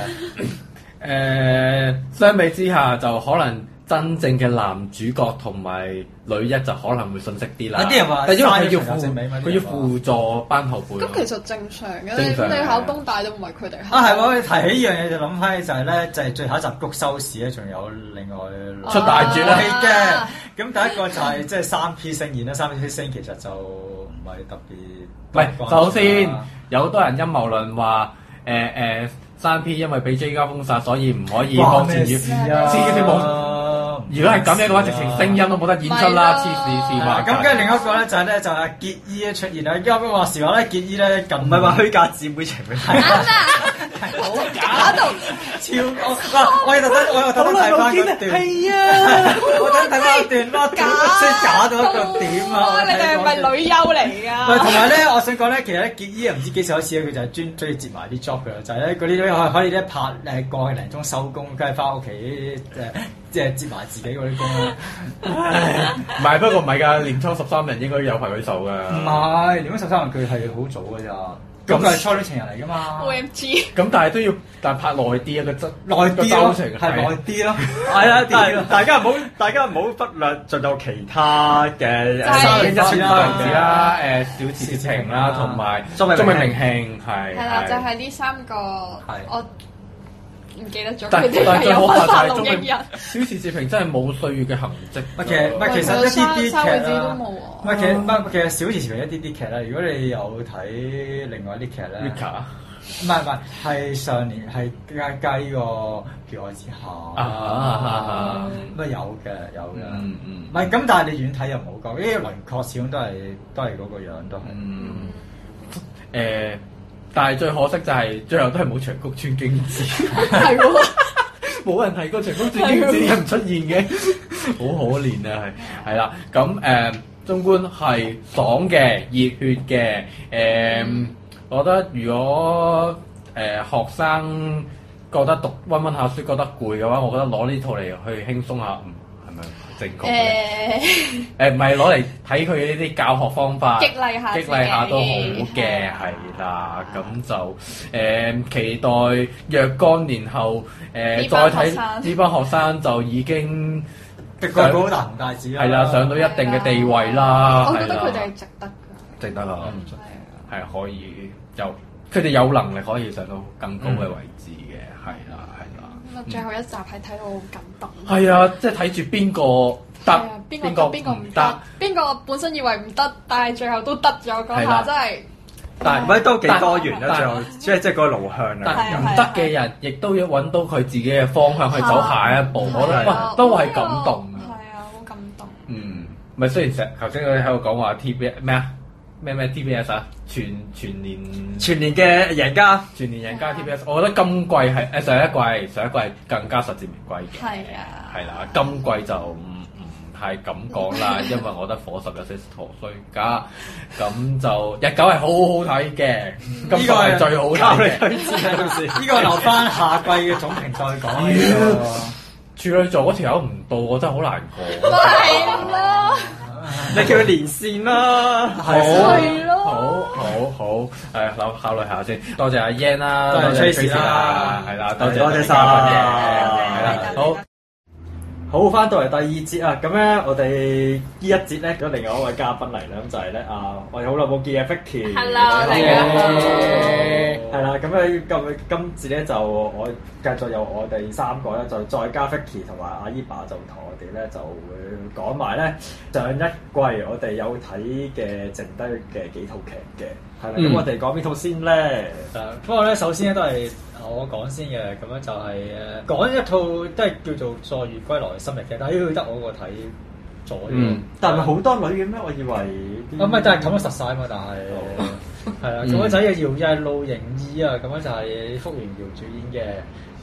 [SPEAKER 5] 誒，相比之下就可能真正嘅男主角同埋女一就可能會遜色啲啦。
[SPEAKER 4] 有啲人話
[SPEAKER 5] 但因為佢要
[SPEAKER 4] 嘥咗朋友正美嘛
[SPEAKER 5] 輔
[SPEAKER 4] 啲
[SPEAKER 5] 佢
[SPEAKER 4] 人
[SPEAKER 5] 要
[SPEAKER 4] 話
[SPEAKER 5] 輔助班後輩。啊
[SPEAKER 7] 咁其實正常嘅，
[SPEAKER 5] 正常
[SPEAKER 7] 你你考
[SPEAKER 5] 係啊
[SPEAKER 7] 東大都唔係佢哋考。
[SPEAKER 4] 啊，係喎！提起呢樣嘢就諗翻就係咧，就係、最後一集谷收視咧，仲有另外兩
[SPEAKER 5] 出大絕啦
[SPEAKER 7] 啊
[SPEAKER 4] 嘅。咁第一個就係即係三 P 星演啦，三 P 星其實就唔係特別
[SPEAKER 5] 唔係
[SPEAKER 4] 多關注啦。
[SPEAKER 5] 首先有好多人陰謀論話誒誒三 P 因為俾 J 家封殺，所以唔可以
[SPEAKER 4] 哇
[SPEAKER 5] 幫
[SPEAKER 4] 咩
[SPEAKER 5] 前
[SPEAKER 4] 事
[SPEAKER 5] 月。
[SPEAKER 4] 啊？
[SPEAKER 5] 黐線如果係咁樣嘅話，直情聲音都冇得演出啦，黐
[SPEAKER 7] 咪啦
[SPEAKER 5] 線線話
[SPEAKER 4] 啊
[SPEAKER 5] 㗎。
[SPEAKER 4] 咁跟住另一個咧就係咧就係阿傑伊咧出現啦，因為話時話嗯啊咧傑 E 伊咧咁唔啊
[SPEAKER 6] 唔係話虛假姊妹情咩？
[SPEAKER 7] 啱啦，
[SPEAKER 4] 好
[SPEAKER 7] 搞到
[SPEAKER 4] 超我嗱我又特登我又特登睇翻嗰段，係啊，我特登睇翻段啦，屌真係假到一個點啊！
[SPEAKER 7] 你哋係咪
[SPEAKER 4] 女？
[SPEAKER 7] 女優嚟
[SPEAKER 4] 喂，同
[SPEAKER 7] 㗎？
[SPEAKER 4] 埋咧，我想講咧，其實咧，傑 E 伊又唔知幾時開始咧，佢就係專中意接埋啲 job 嘅，就係咧嗰啲咧可可以咧拍誒個零鐘收工，跟住翻屋企誒即係接埋自己嗰啲工啦。
[SPEAKER 5] 唔係，不過唔係㗎，年初十三人應該有排佢數㗎。
[SPEAKER 4] 唔係，年十三人佢係好早嘅咋，咁佢係初戀情人嚟噶嘛
[SPEAKER 7] O，M G，
[SPEAKER 5] 咁但係都要，但係拍耐啲啊個質，
[SPEAKER 4] 耐啲
[SPEAKER 5] 個
[SPEAKER 4] 咯，
[SPEAKER 5] 周程
[SPEAKER 4] 係耐啲咯，
[SPEAKER 6] *laughs* 係啊，但係大家唔好，大家唔好忽略，仲有其他嘅
[SPEAKER 7] 係
[SPEAKER 5] 三
[SPEAKER 7] 係
[SPEAKER 5] 零一小
[SPEAKER 4] 係啊
[SPEAKER 5] 子啦，誒小事情啦，同埋
[SPEAKER 4] 鍾明慶
[SPEAKER 5] 鍾明明慶係
[SPEAKER 7] 係啦，就係呢三個，我唔記得咗
[SPEAKER 5] 但
[SPEAKER 7] 佢哋
[SPEAKER 5] 但
[SPEAKER 7] 係
[SPEAKER 5] 最
[SPEAKER 7] 有
[SPEAKER 5] 好
[SPEAKER 7] 分化
[SPEAKER 5] 拍就
[SPEAKER 7] 錄
[SPEAKER 5] 係
[SPEAKER 7] 影
[SPEAKER 5] 鍾。
[SPEAKER 7] 人
[SPEAKER 5] 明小事情真係冇歲月嘅痕跡㗎。
[SPEAKER 4] 唔係其實唔係其實
[SPEAKER 7] 喂
[SPEAKER 4] 一啲
[SPEAKER 7] 三
[SPEAKER 4] 啲
[SPEAKER 7] 三個字
[SPEAKER 4] 劇
[SPEAKER 7] 都
[SPEAKER 4] 啦，
[SPEAKER 7] 冇
[SPEAKER 4] 唔
[SPEAKER 7] 喎
[SPEAKER 4] 係其實唔係其實小時前一啲啲劇啦。如果你有睇另外啲劇咧，
[SPEAKER 5] Rika
[SPEAKER 4] 唔係唔係係上年係加加呢個叫愛之
[SPEAKER 5] 啊啊啊
[SPEAKER 4] 下
[SPEAKER 5] 啊，
[SPEAKER 4] 乜有嘅有嘅，
[SPEAKER 5] 嗯嗯
[SPEAKER 4] 唔係咁，但係你遠睇又唔好講，因為輪廓始終都係都係嗰個樣都係。
[SPEAKER 5] 嗯誒，但係最可惜就係最後都係冇長谷川京子，
[SPEAKER 7] 係喎，
[SPEAKER 5] *laughs* 冇人提過長谷川京子又唔出現嘅，好可憐啊！係係啦，咁誒，中觀係爽嘅、熱血嘅，誒、我覺得如果誒、學生覺得讀温温下書覺得攰嘅話，我覺得攞呢套嚟去輕鬆下唔唔樣正確嘅？
[SPEAKER 7] 誒。
[SPEAKER 5] 誒唔係攞嚟睇佢呢啲教學方法，
[SPEAKER 7] 激勵下
[SPEAKER 5] 激
[SPEAKER 7] 自己啊
[SPEAKER 5] 勵下都好嘅，係啦。咁就誒、期待若干年後誒、
[SPEAKER 7] 呢
[SPEAKER 5] 再
[SPEAKER 7] 班
[SPEAKER 5] 睇
[SPEAKER 7] 學生
[SPEAKER 5] 呢班學生就已經
[SPEAKER 6] 個個好大紅大紫啊！
[SPEAKER 5] 係啦，上到一定嘅地位啦，嗯
[SPEAKER 7] 我覺得
[SPEAKER 5] 係啦
[SPEAKER 7] 佢哋係值得㗎。
[SPEAKER 5] 值得啦，係可以有佢哋有能力可以上到更高嘅
[SPEAKER 8] 嗯
[SPEAKER 5] 位置嘅，係啦係啦。
[SPEAKER 7] 咁啊，最後一集係睇到好感動。
[SPEAKER 5] 係啊，即係睇住邊個
[SPEAKER 7] 係
[SPEAKER 5] 得
[SPEAKER 7] 啊，，邊
[SPEAKER 5] 邊
[SPEAKER 7] 個
[SPEAKER 5] 個
[SPEAKER 7] 得邊個唔
[SPEAKER 5] 得
[SPEAKER 7] 得，，邊個本身以為唔得，但係最後都得咗嗰
[SPEAKER 5] 係啦
[SPEAKER 7] 下，真係
[SPEAKER 5] 但
[SPEAKER 8] 唔
[SPEAKER 5] 係
[SPEAKER 8] 係都幾多元啦，
[SPEAKER 5] 但
[SPEAKER 8] 最後即係即係個路向啊啦。
[SPEAKER 5] 但係啊唔得嘅人，亦都要揾到佢自己嘅方向去走下一步，
[SPEAKER 7] 係
[SPEAKER 5] 可能
[SPEAKER 7] 啊
[SPEAKER 5] 哇都係感動
[SPEAKER 7] 係
[SPEAKER 5] 啊！
[SPEAKER 7] 啊，好感動。
[SPEAKER 5] 嗯，咪雖然成頭先佢喺度講話 T B 咩啊咩咩 T B S 啊，全全年
[SPEAKER 8] 全年嘅贏家，
[SPEAKER 5] 全年贏
[SPEAKER 7] 係
[SPEAKER 5] 家
[SPEAKER 7] 啊
[SPEAKER 5] T B S，我覺得今季係誒上一季上一季更加實至名歸嘅，
[SPEAKER 7] 係啊
[SPEAKER 5] 係啦，今季就唔唔太敢講
[SPEAKER 7] *laughs*
[SPEAKER 5] 啦，因為我覺得火十有些陀衰家，咁就日九係好好睇嘅，今季嗯係最好
[SPEAKER 8] 交
[SPEAKER 5] 睇
[SPEAKER 8] 你
[SPEAKER 5] 嘅。
[SPEAKER 8] 推薦到 *laughs* 時。
[SPEAKER 6] 呢個留翻下季嘅總評再講啊呢個。
[SPEAKER 5] 處女座嗰條友唔到，我真係好難
[SPEAKER 7] 都
[SPEAKER 5] 過。
[SPEAKER 7] 係
[SPEAKER 9] 啊
[SPEAKER 7] 啦，
[SPEAKER 8] 你叫佢連線啦，
[SPEAKER 5] 好
[SPEAKER 4] 啊
[SPEAKER 7] 係咯
[SPEAKER 5] 好好好，誒考考慮下先。多謝阿 Yan 啦，
[SPEAKER 8] 多謝 Tracy
[SPEAKER 5] 啦
[SPEAKER 8] 啦
[SPEAKER 5] 係啦，多謝
[SPEAKER 8] 多謝晒
[SPEAKER 5] 係啦，好
[SPEAKER 8] 好翻到嚟第二節啊！咁咧，我哋呢一節咧，咁另外一位嘉賓嚟啦，咁就係咧啊，我哋好耐冇見嘅 Vicky。
[SPEAKER 7] Hello，大家好
[SPEAKER 8] 係啦，咁咧今今次咧就我繼續由我哋三個咧，就再加 Vicky 同埋阿 Eva 就同我哋咧就會講埋咧上一季我哋有睇嘅剩低嘅幾套劇嘅，係啦，咁、
[SPEAKER 6] 嗯
[SPEAKER 8] 我哋講邊套先咧？
[SPEAKER 6] 誒不過咧，首先咧都係我講先嘅，咁樣就係、誒講一套都係叫做《再遇歸來》嘅新日劇，但係呢套得我個睇咗嘅。
[SPEAKER 5] 嗯
[SPEAKER 8] 但係咪好多女嘅咩？我以為哦
[SPEAKER 6] 啊，唔係，但係冚咗實晒嘛，但係係啊
[SPEAKER 8] 嗯
[SPEAKER 6] 啦，咁樣就係姚一係露營衣啊，咁樣就係福原遙主演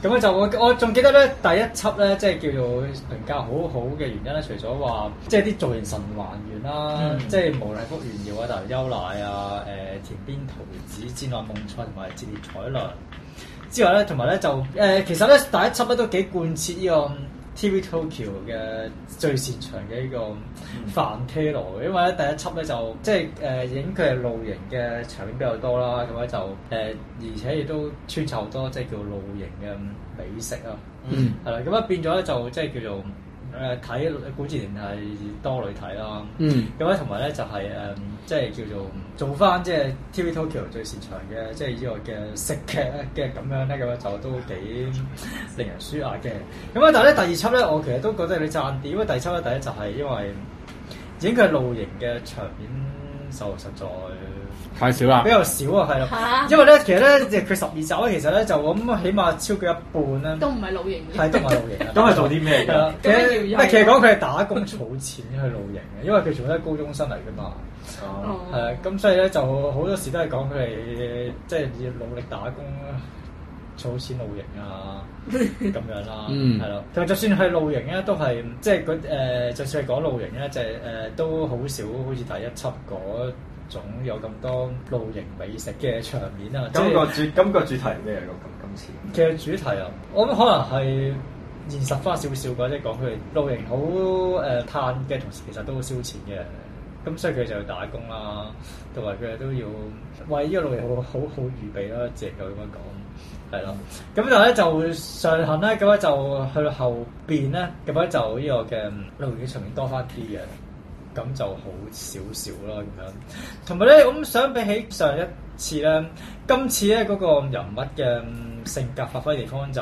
[SPEAKER 6] 嘅，咁樣就我我仲記得咧第一輯咧，即係叫做評價好好嘅原因咧，除咗話即係啲造型神還原啦，即係無論係福原遙啊、大由優乃啊、誒、田邊桃子、千奈夢菜同埋折裂彩良。之外咧，同埋咧就誒、呃其實咧第一輯咧都幾貫徹呢個 TV Tokyo 嘅最擅長嘅呢個范 K 羅嘅，因為咧第一輯咧就即係誒影佢係露營嘅場面比較多啦，咁樣就誒、呃而且亦都穿插好多即係叫露營嘅美食啊，
[SPEAKER 5] 嗯
[SPEAKER 6] 係啦，咁啊變咗咧就即係叫做誒睇古自然係多女睇啦，
[SPEAKER 5] 嗯，
[SPEAKER 6] 咁啊咧同埋咧就係、誒、即係叫做做翻即係 TV Tokyo 最擅長嘅，即係呢個嘅食劇咧嘅咁樣咧，咁樣啊就都幾令人舒壓嘅。咁啊，但係咧第二輯咧，我其實都覺得你讚點，因為第二輯咧第一就係因為呃影佢露營嘅場面就實在。
[SPEAKER 5] 太少啦
[SPEAKER 6] 比。較少啊，係啦，因為咧，其實咧，佢十二集咧，其實咧就咁，起碼超過一半啦，
[SPEAKER 9] 都唔係露營嘅。
[SPEAKER 6] 係都係露
[SPEAKER 8] *laughs*
[SPEAKER 6] 營啊。
[SPEAKER 8] 咁係做啲咩
[SPEAKER 6] 係啦
[SPEAKER 8] 㗎？，
[SPEAKER 6] 其實
[SPEAKER 10] 咁
[SPEAKER 6] 唔
[SPEAKER 10] 要
[SPEAKER 6] 係其實講佢係打工儲錢去露營嘅，因為佢全部都係高中生嚟噶嘛。
[SPEAKER 8] 哦
[SPEAKER 6] 係啊咁所以咧就好多時都係講佢哋即係要努力打工啊啦，儲錢露營啊咁樣啦，
[SPEAKER 5] 嗯
[SPEAKER 6] 係咯。同埋就算係露營咧，都係即係嗰誒，就算係講露營咧，就係、誒都好少好似第一輯嗰種有咁多露營美食嘅場面啊。即
[SPEAKER 8] 今個
[SPEAKER 6] 係
[SPEAKER 8] 主今個主題係咩啊？咁今次
[SPEAKER 6] 其實主題啊，我諗可能係現實化少少啩，即係講佢哋露營好誒嘆嘅同時，其實都好燒錢嘅。咁所以佢就要打工啦，同埋佢哋都要為呢個露營好好好預備啦，只能夠咁樣講，係啦。咁但係咧就上行咧，咁咧就去到後邊咧，咁咧就呢個嘅露營嘅場面多翻啲嘅。咁就好少少啦咁樣。同埋咧，咁相比起上一次咧，今次咧嗰個人物嘅嗯性格發揮地方就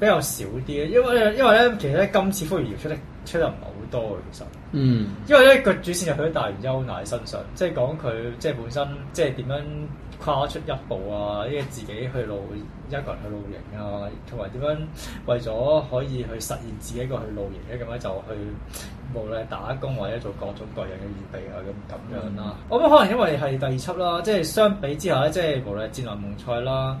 [SPEAKER 6] 比較少啲嘅，因為因為咧其實咧今次福原遙出得出得唔係好多嘅其實。
[SPEAKER 5] 嗯，
[SPEAKER 6] 因為咧個主線就去咗大原優乃身上，即係講佢即係本身即係點樣跨出一步啊，呢個自己去露一個人去露營啊，同埋點樣為咗可以去實現自己一個去露營咧，咁樣就去無論係打工或者做各種各樣嘅預備啊，咁咁樣啦。我諗可能因為係第二輯啦，即係相比之下咧，即係無論係戰狼夢菜啦。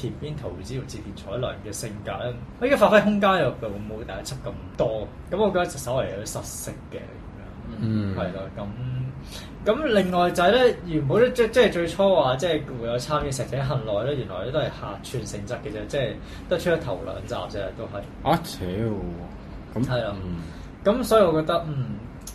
[SPEAKER 6] 田邊桃子同自田彩良嘅性格咧，我依家發揮空間又冇第一輯咁多，咁我覺得就稍為有啲失色嘅咁樣，
[SPEAKER 5] 嗯
[SPEAKER 6] 係啦，咁咁另外就係咧，原本咧即即係最初話即係會有參與石井幸奈咧，原來咧都係客串性質嘅啫，即係都出咗頭兩集啫，都係
[SPEAKER 5] 啊屌，咁
[SPEAKER 6] 係啊
[SPEAKER 5] 嗯
[SPEAKER 4] 咁所以我覺得嗯，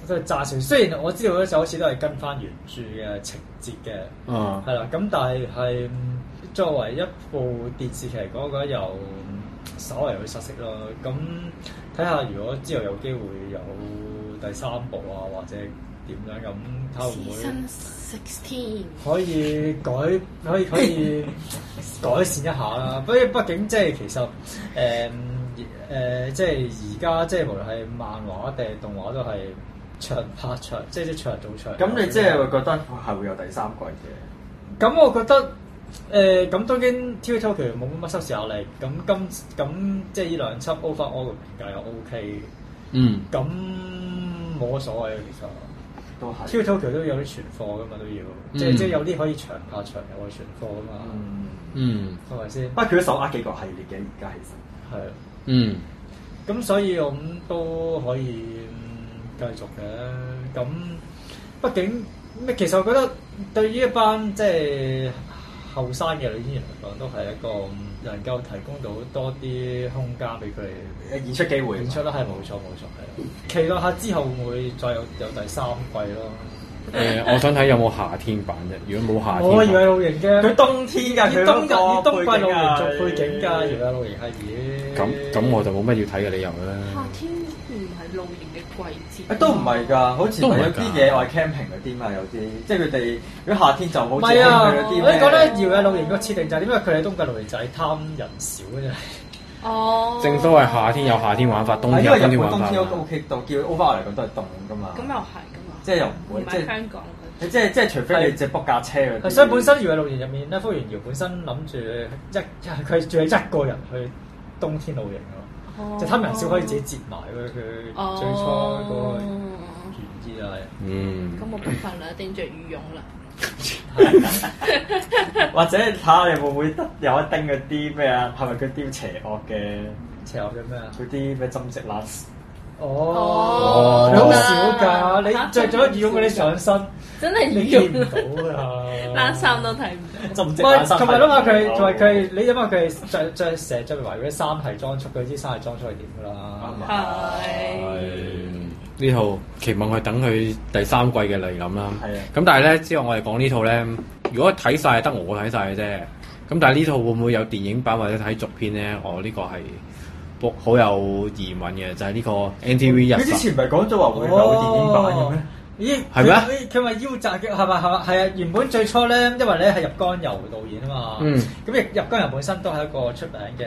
[SPEAKER 4] 真係炸少。雖然我知道咧就好似都係跟翻原著嘅情節嘅，
[SPEAKER 5] 嗯，
[SPEAKER 4] 係啦。咁但係係嗯作為一部電視劇嚟講，我覺得又嗯稍為去失色咯。咁睇下如果之後有機會有第三部啊，或者點樣咁，睇下會唔
[SPEAKER 10] sixteen，
[SPEAKER 4] 會？可以改可以可
[SPEAKER 6] *laughs*
[SPEAKER 4] 以改善一下啦。不過畢竟即係其實誒誒、呃即係而家即係無論係漫畫定係動畫都係長拍
[SPEAKER 6] *laughs*
[SPEAKER 4] 長，即係即係長做長。
[SPEAKER 6] 咁你即係會覺得係會有第三季嘅？
[SPEAKER 4] 咁我覺得誒咁、當然 TV Tokyo 冇乜收視壓力，咁今咁即係呢兩輯 Over All 嘅評價又 OK，
[SPEAKER 5] 嗯，
[SPEAKER 4] 咁冇乜所謂其實。
[SPEAKER 6] 都係。
[SPEAKER 4] TV Tokyo 都有啲存貨噶嘛，都要，即係即係有啲可以長拍長有嘅存貨噶嘛。
[SPEAKER 6] 嗯，
[SPEAKER 5] 嗯，
[SPEAKER 4] 係咪先
[SPEAKER 6] 不？過佢都手握幾個系列嘅，而家其
[SPEAKER 4] 係啊，
[SPEAKER 5] 嗯，
[SPEAKER 4] 咁所以我諗都可以、嗯、繼續嘅。咁畢竟咩？其實我覺得對於一班即係後生嘅女演員嚟講，都係一個能夠提供到多啲空間俾佢哋
[SPEAKER 6] 實呃演出機會
[SPEAKER 4] 演出啦。係冇錯冇錯，係啊期待下之後會再有有第三季咯。
[SPEAKER 5] 誒，我想睇有冇夏天版啫。如果冇夏
[SPEAKER 4] 我以
[SPEAKER 5] 天
[SPEAKER 4] 為
[SPEAKER 5] 版，
[SPEAKER 4] 好型嘅，
[SPEAKER 6] 佢冬天㗎，
[SPEAKER 4] 以
[SPEAKER 6] 佢
[SPEAKER 4] 冬
[SPEAKER 6] 嗰
[SPEAKER 4] 日以
[SPEAKER 6] 個啊
[SPEAKER 4] 冬季露營做背景㗎，以
[SPEAKER 6] 係
[SPEAKER 4] 為露營係嘢。
[SPEAKER 5] 咁咁我就冇乜要睇嘅理由啦
[SPEAKER 10] 夏。天唔係露營嘅季
[SPEAKER 6] 啊
[SPEAKER 10] 節，
[SPEAKER 6] 都唔係㗎，好似
[SPEAKER 5] 都唔係
[SPEAKER 6] 有
[SPEAKER 5] 㗎
[SPEAKER 6] 啲野外 camping 嗰啲嘛，有啲即係佢哋如果夏天就好
[SPEAKER 4] 唔
[SPEAKER 6] 似
[SPEAKER 4] 係啊！
[SPEAKER 6] 興
[SPEAKER 4] 我
[SPEAKER 6] 去嗰啲
[SPEAKER 4] 覺得
[SPEAKER 6] 咩
[SPEAKER 4] 搖曳露營個設定就係點解佢哋冬季露營就係貪人少嘅啫。
[SPEAKER 10] 哦，
[SPEAKER 5] 正所謂夏天有夏天玩法，冬
[SPEAKER 6] 係
[SPEAKER 5] 天
[SPEAKER 6] 因
[SPEAKER 5] 有
[SPEAKER 6] 為日本
[SPEAKER 5] 冬天玩
[SPEAKER 6] 冬
[SPEAKER 5] 法啊
[SPEAKER 6] 天都
[SPEAKER 5] 嘛。
[SPEAKER 6] OK 到，叫 over 嚟講都係凍㗎嘛
[SPEAKER 10] 咁，又係噶嘛，
[SPEAKER 6] 即係又唔會
[SPEAKER 10] 唔
[SPEAKER 6] 即
[SPEAKER 10] 係
[SPEAKER 6] 係
[SPEAKER 10] 香港嗰
[SPEAKER 6] 即係即係除非你只 book 架車嗰啲。
[SPEAKER 4] 所以本身搖曳露營入面咧，福原遙本身諗住一一佢仲係一個人去冬天露營咯，
[SPEAKER 10] 啲
[SPEAKER 4] 就貪人少可以自己接埋佢佢最初嗰個啊
[SPEAKER 10] 哦
[SPEAKER 4] 原意就係。
[SPEAKER 5] 嗯
[SPEAKER 10] 咁，冇辦法啦，一定着羽絨啦。
[SPEAKER 6] 或者睇下你會唔會得有一丁嗰啲咩啊？係咪嗰啲邪惡嘅
[SPEAKER 4] 邪惡嘅咩啊？
[SPEAKER 6] 嗰啲咩針織啦？
[SPEAKER 4] 哦，你好少㗎，你着咗羽絨嗰啲上身，
[SPEAKER 10] 真係
[SPEAKER 4] 你
[SPEAKER 10] 羽
[SPEAKER 4] 見唔
[SPEAKER 10] 絨
[SPEAKER 4] 到 *laughs* 㗎。
[SPEAKER 10] 冷衫都睇唔到。
[SPEAKER 6] 針
[SPEAKER 4] 唔
[SPEAKER 6] 織冷
[SPEAKER 4] 係，
[SPEAKER 6] 衫
[SPEAKER 4] 同埋諗下佢，同埋佢，你諗下佢着着成日着埋嗰啲衫係裝束，佢啲衫係裝束係點㗎啦？
[SPEAKER 6] 啱啊
[SPEAKER 10] 係。
[SPEAKER 5] 呢套期望係等佢第三季嘅嚟諗啦。
[SPEAKER 6] 係啊
[SPEAKER 5] 咁但係咧，之後我哋講呢套咧，如果睇晒得我睇晒嘅啫。咁但係呢套會唔會有電影版或者睇續篇咧？我呢個係好好有疑問嘅，就係、呢個 NTV
[SPEAKER 6] 佢
[SPEAKER 5] 日
[SPEAKER 6] 哦之
[SPEAKER 5] 版。
[SPEAKER 6] 前唔係講咗話會有電影版嘅咩？
[SPEAKER 4] 咦，
[SPEAKER 5] 係咩
[SPEAKER 4] 佢佢咪腰擲嘅係咪係咪係啊？原本最初咧，因為咧係入江由導演啊嘛，
[SPEAKER 5] 嗯
[SPEAKER 4] 咁亦入江由本身都係一個出名嘅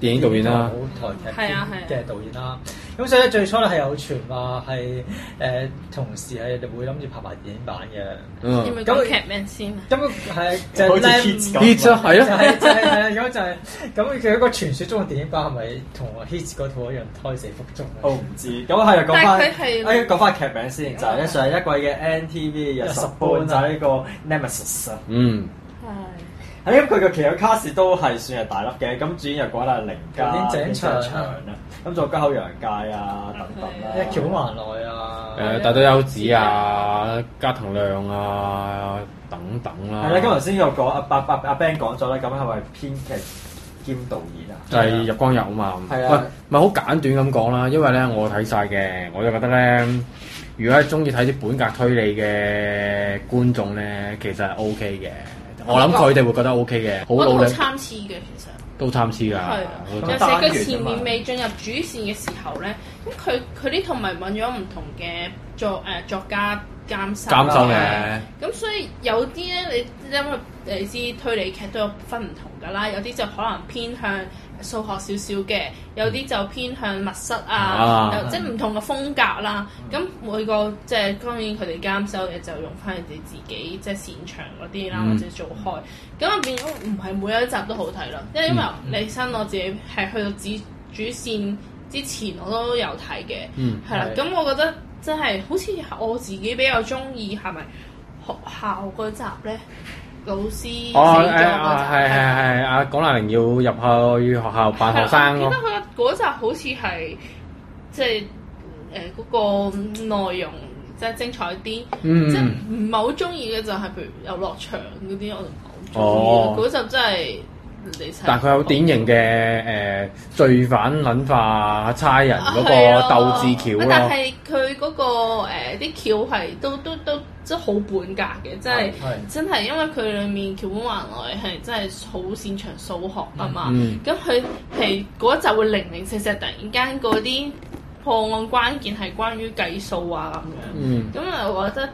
[SPEAKER 5] 電影導演啦，
[SPEAKER 4] 舞台
[SPEAKER 10] 係啊
[SPEAKER 4] 劇
[SPEAKER 10] 係啊
[SPEAKER 4] 嘅導演啦。咁所以咧最初咧係有傳話係誒同時係會諗住拍埋電影版嘅。
[SPEAKER 10] 要唔
[SPEAKER 5] 嗯
[SPEAKER 10] 要講劇名先啊？
[SPEAKER 4] 咁係就
[SPEAKER 6] 好
[SPEAKER 4] 係
[SPEAKER 6] 似 Kids
[SPEAKER 4] 咧。
[SPEAKER 6] 咁。
[SPEAKER 5] ，hit 啊，係咯，
[SPEAKER 4] 就
[SPEAKER 6] *laughs*
[SPEAKER 4] 係就係係啊咁就係咁佢嗰個傳説中嘅電影版係咪同我 Hits 嗰套一樣胎死腹中
[SPEAKER 6] 我
[SPEAKER 4] 啊？
[SPEAKER 6] 唔知，咁係講翻，
[SPEAKER 10] 但係佢係
[SPEAKER 6] 哎講翻劇名先，就係咧上一季嘅 NTV 嘅十半就係呢個 Nemesis 啊。
[SPEAKER 5] 嗯，
[SPEAKER 10] 係
[SPEAKER 6] 係咁佢嘅其他卡士都係算係大粒嘅，咁主演又講啦凌家、
[SPEAKER 4] 有啲井
[SPEAKER 6] 長
[SPEAKER 4] 場啊
[SPEAKER 6] 啦，咁仲有交口洋介啊等等啦
[SPEAKER 4] 一。橋還內啊！
[SPEAKER 5] 誒、大都優子啊，加藤亮啊，等等啦。
[SPEAKER 6] 係啦，咁頭先有講阿阿阿阿 Ben 講咗啦，咁係咪編劇兼導演啊？
[SPEAKER 5] 就係入光油啊嘛。
[SPEAKER 6] 係啊
[SPEAKER 5] 喂，咪好簡短咁講啦，因為咧我睇晒嘅，我就覺得咧，如果係中意睇啲本格推理嘅觀眾咧，其實係 O K 嘅。我諗佢哋會覺得 O K 嘅，
[SPEAKER 10] 哦我
[SPEAKER 5] 好
[SPEAKER 10] 都
[SPEAKER 5] 努
[SPEAKER 10] 好
[SPEAKER 5] 力
[SPEAKER 10] 參差嘅其實。
[SPEAKER 5] 都參差㗎。
[SPEAKER 10] 係啊，
[SPEAKER 5] 我
[SPEAKER 10] 尤
[SPEAKER 5] 覺
[SPEAKER 10] 其
[SPEAKER 5] 得
[SPEAKER 10] 是佢前面未進入主線嘅時候咧，咁佢佢呢套咪揾咗唔同嘅作誒作家監修
[SPEAKER 5] 監修
[SPEAKER 10] 嘅。
[SPEAKER 5] 嘅，
[SPEAKER 10] 咁所以有啲咧，你因為你知推理劇都有分唔同㗎啦，有啲就可能偏向數學少少嘅，有啲就偏向密室啊，
[SPEAKER 5] 啊
[SPEAKER 10] 有即係唔同嘅風格啦。
[SPEAKER 4] 嗯
[SPEAKER 10] 咁每個即係當然佢哋監修嘅就用翻佢哋自己即係擅長嗰啲啦，
[SPEAKER 5] 嗯
[SPEAKER 10] 或者做開。咁啊變咗唔係每一集都好睇啦，因為因為李生我自己係去到主主線之前我都有睇嘅，
[SPEAKER 5] 嗯
[SPEAKER 10] 係啦。
[SPEAKER 4] 係
[SPEAKER 10] 咁我覺得真係好似我自己比較中意係咪學校嗰集咧？老師死咗
[SPEAKER 5] 哦
[SPEAKER 10] 嗰
[SPEAKER 5] 誒啊
[SPEAKER 10] 集
[SPEAKER 5] 係係係啊，廣蘭玲要入去學校扮學生
[SPEAKER 10] 係
[SPEAKER 5] 咯
[SPEAKER 10] 啊。我記得佢嗰集好似係即係誒嗰個內容即係精彩啲，
[SPEAKER 5] 嗯
[SPEAKER 10] 即係唔係好中意嘅就係譬如遊樂場嗰啲我就唔係好中意。
[SPEAKER 5] 哦
[SPEAKER 10] 嗰集真係人哋砌
[SPEAKER 5] 但係佢有典型嘅誒、罪犯撚化差人嗰
[SPEAKER 10] 啊
[SPEAKER 5] 個
[SPEAKER 10] 係咯
[SPEAKER 5] 鬥智橋
[SPEAKER 10] 但
[SPEAKER 5] 咯。
[SPEAKER 10] 係佢嗰個誒啲橋係都都都真係好本格嘅，真係
[SPEAKER 5] 哦
[SPEAKER 4] 係
[SPEAKER 10] 真係因為佢裡面橋本環奈係真係好擅長數學啊嘛
[SPEAKER 5] 嗯，
[SPEAKER 10] 咁佢係嗰一集會零零舍舍突然間嗰啲破案關鍵係關於計數啊咁
[SPEAKER 5] 嗯，
[SPEAKER 10] 樣，咁啊我覺得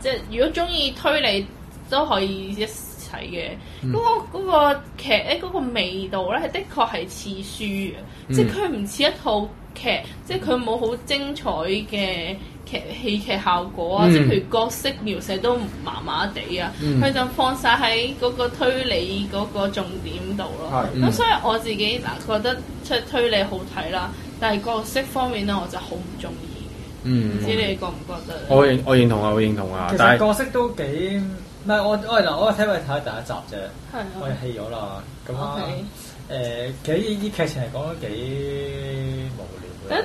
[SPEAKER 10] 即係如果中意推理都可以一齊嘅，
[SPEAKER 5] 嗯
[SPEAKER 10] 嗰、個嗰、個劇咧嗰、個味道咧，係的確係似書嘅，
[SPEAKER 5] 嗯
[SPEAKER 10] 即係佢唔似一套劇，即係佢冇好精彩嘅劇戲劇效果啊，
[SPEAKER 5] 嗯
[SPEAKER 10] 即係譬如角色描寫都麻麻地啊，佢、就放晒喺嗰個推理嗰個重點度咯。咁、
[SPEAKER 5] 嗯
[SPEAKER 10] 所以我自己嗱覺得出推理好睇啦，但係角色方面咧我就好唔中意，唔
[SPEAKER 5] 嗯
[SPEAKER 10] 知，你覺唔覺得咧？
[SPEAKER 5] 我認我認同啊，我認同啊
[SPEAKER 4] 其，
[SPEAKER 5] 但
[SPEAKER 4] 實
[SPEAKER 5] 係
[SPEAKER 4] 角色都幾唔係我我嗱，我睇佢睇第一集啫，
[SPEAKER 10] 係
[SPEAKER 4] 我
[SPEAKER 10] 啊
[SPEAKER 4] 哋棄咗啦。咁啊
[SPEAKER 10] OK
[SPEAKER 4] 誒，其實依依劇情嚟講都
[SPEAKER 10] 第一
[SPEAKER 4] 幾無聊嘅。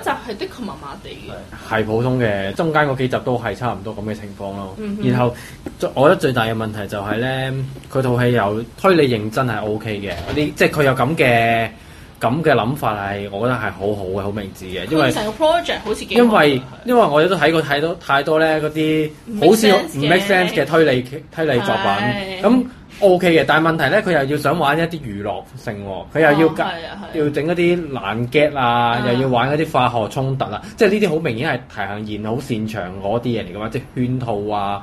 [SPEAKER 10] 集係的確麻麻地嘅
[SPEAKER 4] 係。
[SPEAKER 5] 係普通嘅，中間嗰幾集都係差唔多咁嘅情況咯。
[SPEAKER 10] 嗯哼
[SPEAKER 5] 然後最我覺得最大嘅問題就係咧，佢套戲有推理認真係 O K 嘅，嗰啲即係佢有咁嘅咁嘅諗法係，我覺得係好好嘅，好明智嘅，因為
[SPEAKER 10] 佢。成個 project 好似幾好
[SPEAKER 5] 因為因為我哋都睇過太多太多咧嗰啲好似
[SPEAKER 10] Make sense
[SPEAKER 5] 唔 make
[SPEAKER 10] 嘅
[SPEAKER 5] sense 嘅推理推理作
[SPEAKER 10] 係
[SPEAKER 5] 品，咁 OK 嘅。但係問題咧，佢又要想玩一啲娛樂性喎，佢又要
[SPEAKER 10] 哦
[SPEAKER 5] 夾
[SPEAKER 10] 係啊係啊
[SPEAKER 5] 要整一啲爛 get 啊，
[SPEAKER 10] 啊
[SPEAKER 5] 又要玩一啲化學衝突啊，即係呢啲好明顯係提行言好擅長嗰啲嘢嚟嘅嘛，即係圈套啊，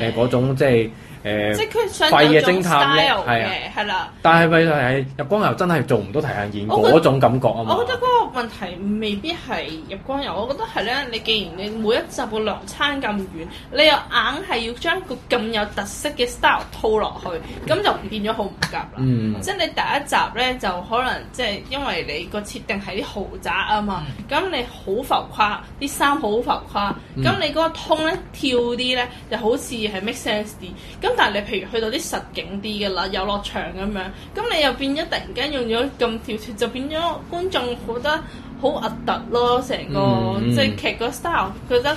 [SPEAKER 10] 係
[SPEAKER 5] 誒嗰種即係
[SPEAKER 10] 即
[SPEAKER 5] 誒
[SPEAKER 10] 係。佢想有
[SPEAKER 5] 廢嘅
[SPEAKER 10] 種
[SPEAKER 5] 偵探咧
[SPEAKER 10] style
[SPEAKER 5] 係啊
[SPEAKER 10] 嘅，係啦。
[SPEAKER 5] 但係咪就係入光油真係做唔到提行言
[SPEAKER 10] 我覺
[SPEAKER 5] 嗰種感覺啊嘛？
[SPEAKER 10] 我覺得嗰個問題未必係入光油，我覺得係咧，你既然你每一集個落差咁遠，你又硬係要將個咁有特色嘅 style 套落去，咁就變咗好唔夾啦。
[SPEAKER 5] 嗯
[SPEAKER 10] 即係你第一集咧，就可能即係因為你個設定係啲豪宅啊嘛，
[SPEAKER 5] 嗯
[SPEAKER 10] 咁、你好浮誇，啲衫好浮誇，咁、你嗰個通咧跳啲咧，就好似係 make sense 啲。咁但係你譬如去到啲實景啲嘅啦，遊樂場咁樣，咁你又變咗突然間用咗咁跳脱，就變咗觀眾覺得好核突咯，成個、
[SPEAKER 5] 嗯嗯
[SPEAKER 10] 即係劇個 style 覺得。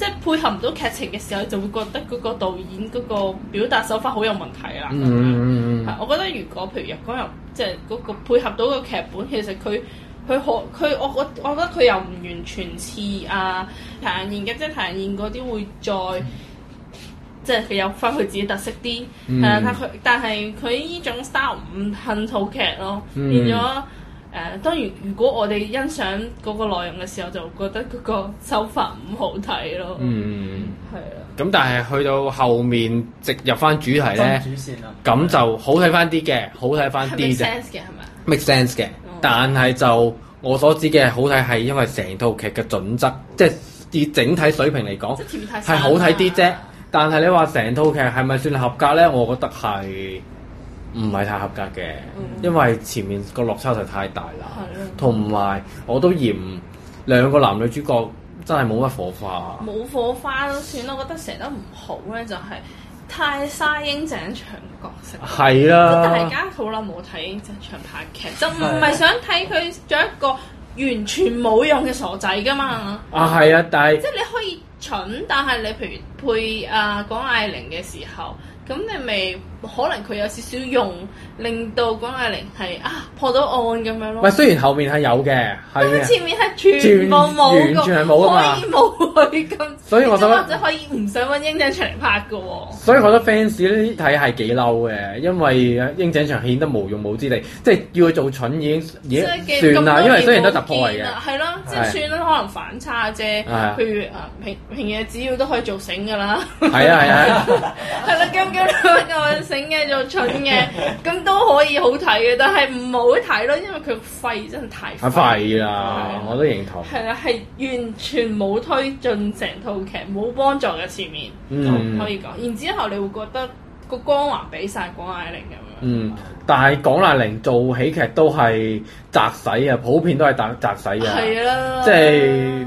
[SPEAKER 10] 即係配合唔到劇情嘅時候，就會覺得嗰個導演嗰個表達手法好有問題啦。
[SPEAKER 5] 嗯嗯嗯
[SPEAKER 10] 啊係，我覺得如果譬如入港入即係嗰個配合到個劇本，其實佢佢可佢我覺我覺得佢又唔完全似啊譚雁燕嘅，即係譚雁燕嗰啲會再。即係佢有翻佢自己特色啲，係、
[SPEAKER 5] 嗯
[SPEAKER 10] 但係佢但係佢呢種 style 唔恨套劇咯，
[SPEAKER 5] 嗯
[SPEAKER 10] 變咗誒、呃。當然，如果我哋欣賞嗰個內容嘅時候，就覺得嗰個手法唔好睇咯。
[SPEAKER 5] 嗯嗯。
[SPEAKER 10] 係啊，
[SPEAKER 5] 咁但係去到後面直入翻主題咧
[SPEAKER 4] 真，
[SPEAKER 10] 嗯
[SPEAKER 4] 主線啊！
[SPEAKER 5] 咁就好睇翻啲嘅，好睇翻
[SPEAKER 10] 係 make
[SPEAKER 5] 啲啫
[SPEAKER 10] sense 嘅係咪啊？
[SPEAKER 5] ，make sense 嘅
[SPEAKER 10] 嗯。
[SPEAKER 5] 但係就我所指嘅好睇係因為成套劇嘅準則，即係以整體水平嚟講
[SPEAKER 10] 即係跳太啊
[SPEAKER 5] 係好睇啲啫。但係你話成套劇係咪算合格咧？我覺得係唔係太合格嘅，因為前面個落差就太大啦
[SPEAKER 10] 嗯係咯，
[SPEAKER 5] 同埋我都嫌兩個男女主角真係冇乜火花。
[SPEAKER 10] 冇火花都算啦，我覺得寫得唔好咧就係、太嘥英井長角色。
[SPEAKER 5] 係啦，
[SPEAKER 10] 大家好耐冇睇英井長拍劇，就唔係想睇佢做一個完全冇用嘅傻仔噶嘛。
[SPEAKER 5] 啊，係啊，但係
[SPEAKER 10] 即係你可以蠢，但係你譬如配啊講艾玲嘅時候，咁你咪可能佢有少少用，令到講艾玲係啊破到案咁樣咯
[SPEAKER 5] 喂，。雖然後面係有嘅，
[SPEAKER 10] 因為
[SPEAKER 5] 係嘅，
[SPEAKER 10] 前面係全部冇㗎
[SPEAKER 5] 完全係冇㗎啊嘛
[SPEAKER 10] 可以冇佢咁，
[SPEAKER 5] *laughs* 所以我
[SPEAKER 10] 即係
[SPEAKER 5] 覺得
[SPEAKER 10] 或者可以唔想揾英仔出嚟拍嘅喎。
[SPEAKER 5] 所以我覺得 fans 呢睇係幾嬲嘅，因為英井翔顯得無用武之地，即係要佢做蠢已經已
[SPEAKER 10] 即
[SPEAKER 5] 經
[SPEAKER 10] 係嘅
[SPEAKER 5] 算啦，
[SPEAKER 10] 咁多
[SPEAKER 5] 因為雖
[SPEAKER 10] 年
[SPEAKER 5] 然都
[SPEAKER 10] 冇
[SPEAKER 5] 突破嚟
[SPEAKER 10] 見
[SPEAKER 5] 嘅
[SPEAKER 10] 啦，係咯，即係
[SPEAKER 5] 係
[SPEAKER 10] 算啦，可能反差啫。
[SPEAKER 5] 係啊
[SPEAKER 10] 譬如啊，平平日只要都可以做醒㗎啦， *laughs*
[SPEAKER 5] 係啊係啊，
[SPEAKER 10] 係啦，咁咁
[SPEAKER 4] *laughs*
[SPEAKER 10] 做醒嘅做蠢嘅，咁都可以好睇嘅，但係唔好睇咯，因為佢廢真係太
[SPEAKER 5] 係廢啦
[SPEAKER 10] 係，
[SPEAKER 5] 我都認同。
[SPEAKER 10] 係啦，係完全冇推進成套劇，冇幫助嘅前面，
[SPEAKER 5] 嗯
[SPEAKER 10] 可以講。然之後你會覺得個光環俾晒廣艾玲咁樣。
[SPEAKER 5] 嗯，但係港麗玲做喜劇都係擲洗啊，普遍都係擲擲洗啊，
[SPEAKER 10] 係啦，
[SPEAKER 5] 即係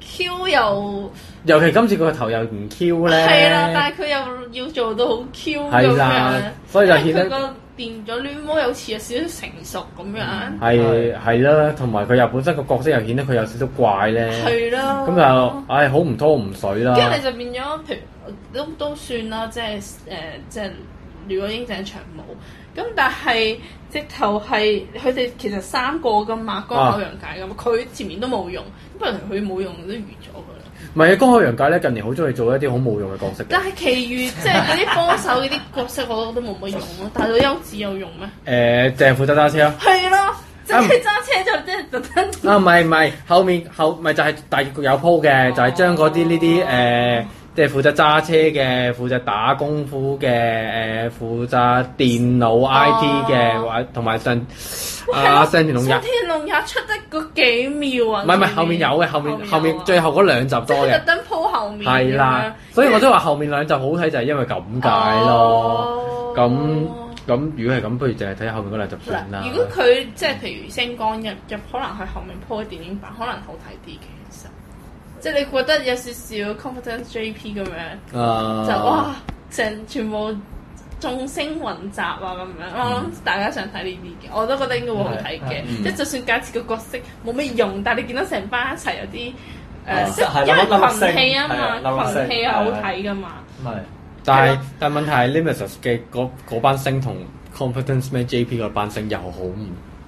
[SPEAKER 10] Q 又
[SPEAKER 5] 尤其今次佢個頭又唔 Q 咧，
[SPEAKER 10] 係啦，但係佢又要做到好 Q 咁
[SPEAKER 5] 係
[SPEAKER 10] 樣
[SPEAKER 5] 啦，所以就
[SPEAKER 10] 因
[SPEAKER 5] 顯
[SPEAKER 10] 為佢
[SPEAKER 5] 得。
[SPEAKER 10] 個電咗攣魔有似有少少成熟咁
[SPEAKER 5] 嗯
[SPEAKER 10] 樣，
[SPEAKER 5] 係係啦，同埋佢又本身個角色又顯得佢有少少怪咧，
[SPEAKER 10] 係啦，
[SPEAKER 5] 咁就唉好唔拖唔水啦。
[SPEAKER 10] 跟住你就呃變咗，譬如都都算啦，即係誒、即係如果英井長冇，咁但係直頭係佢哋其實三個噶嘛，江口洋介咁，佢前面都冇用，咁不如佢冇用都預咗佢啦。
[SPEAKER 5] 唔係啊，江海洋界咧近年好中意做一啲好冇用嘅角色嘅。
[SPEAKER 10] 但係其餘即係嗰啲幫手嗰啲角色，我覺得冇乜用咯。但係到優子有用咩？
[SPEAKER 5] 誒，淨係負責揸車啊！
[SPEAKER 10] 係咯，即係揸車就即係特登。
[SPEAKER 5] 啊，唔係唔係，後面後咪就係大結局有鋪嘅，就係將嗰啲呢啲誒，即係負責揸車嘅、負責打功夫嘅、誒、負責電腦 I T 嘅，
[SPEAKER 10] 哦
[SPEAKER 5] 或同埋上
[SPEAKER 10] 係
[SPEAKER 5] 啊
[SPEAKER 10] 咯
[SPEAKER 5] 上田龍日，
[SPEAKER 10] 新
[SPEAKER 5] 唔
[SPEAKER 10] 天龍也出得嗰幾秒啊！
[SPEAKER 5] 係唔係，後面有啊嘅，後面後面最後嗰兩集
[SPEAKER 10] 即
[SPEAKER 5] 多
[SPEAKER 10] 係佢
[SPEAKER 5] 嘅
[SPEAKER 10] 特，登鋪後面。啊
[SPEAKER 5] 係啦，所以我都話後面兩集好睇就係因為咁
[SPEAKER 10] 咁樣
[SPEAKER 5] 解咯。
[SPEAKER 10] 哦
[SPEAKER 5] 咁咁如果係咁，不如淨係睇後面嗰兩集算啦
[SPEAKER 10] 嗱，。如果佢即係譬如星光日日，可能佢後面鋪嘅電影版，可能好睇啲嘅。其實，即係你覺得有少少 confidence JP 咁樣，
[SPEAKER 5] 啊
[SPEAKER 10] 就哇，成全部眾星雲集啊咁樣。我
[SPEAKER 6] 嗯
[SPEAKER 10] 諗大家想睇呢啲嘅，我都覺得應該會好睇嘅。即係就算假設個角色冇咩用，但係你見到成班一齊有啲呃
[SPEAKER 6] 啊
[SPEAKER 10] 誒，即
[SPEAKER 6] 係
[SPEAKER 10] 係因為
[SPEAKER 6] 粒粒星
[SPEAKER 10] 群戲啊
[SPEAKER 6] 係啊
[SPEAKER 10] 嘛，
[SPEAKER 6] 粒粒星
[SPEAKER 10] 群戲係好
[SPEAKER 6] 係啊
[SPEAKER 10] 睇噶嘛。
[SPEAKER 5] 但
[SPEAKER 10] 係
[SPEAKER 5] 係但係問題係 Limitless 嘅嗰嗰班星同 Competence Man JP 嗰班星又好唔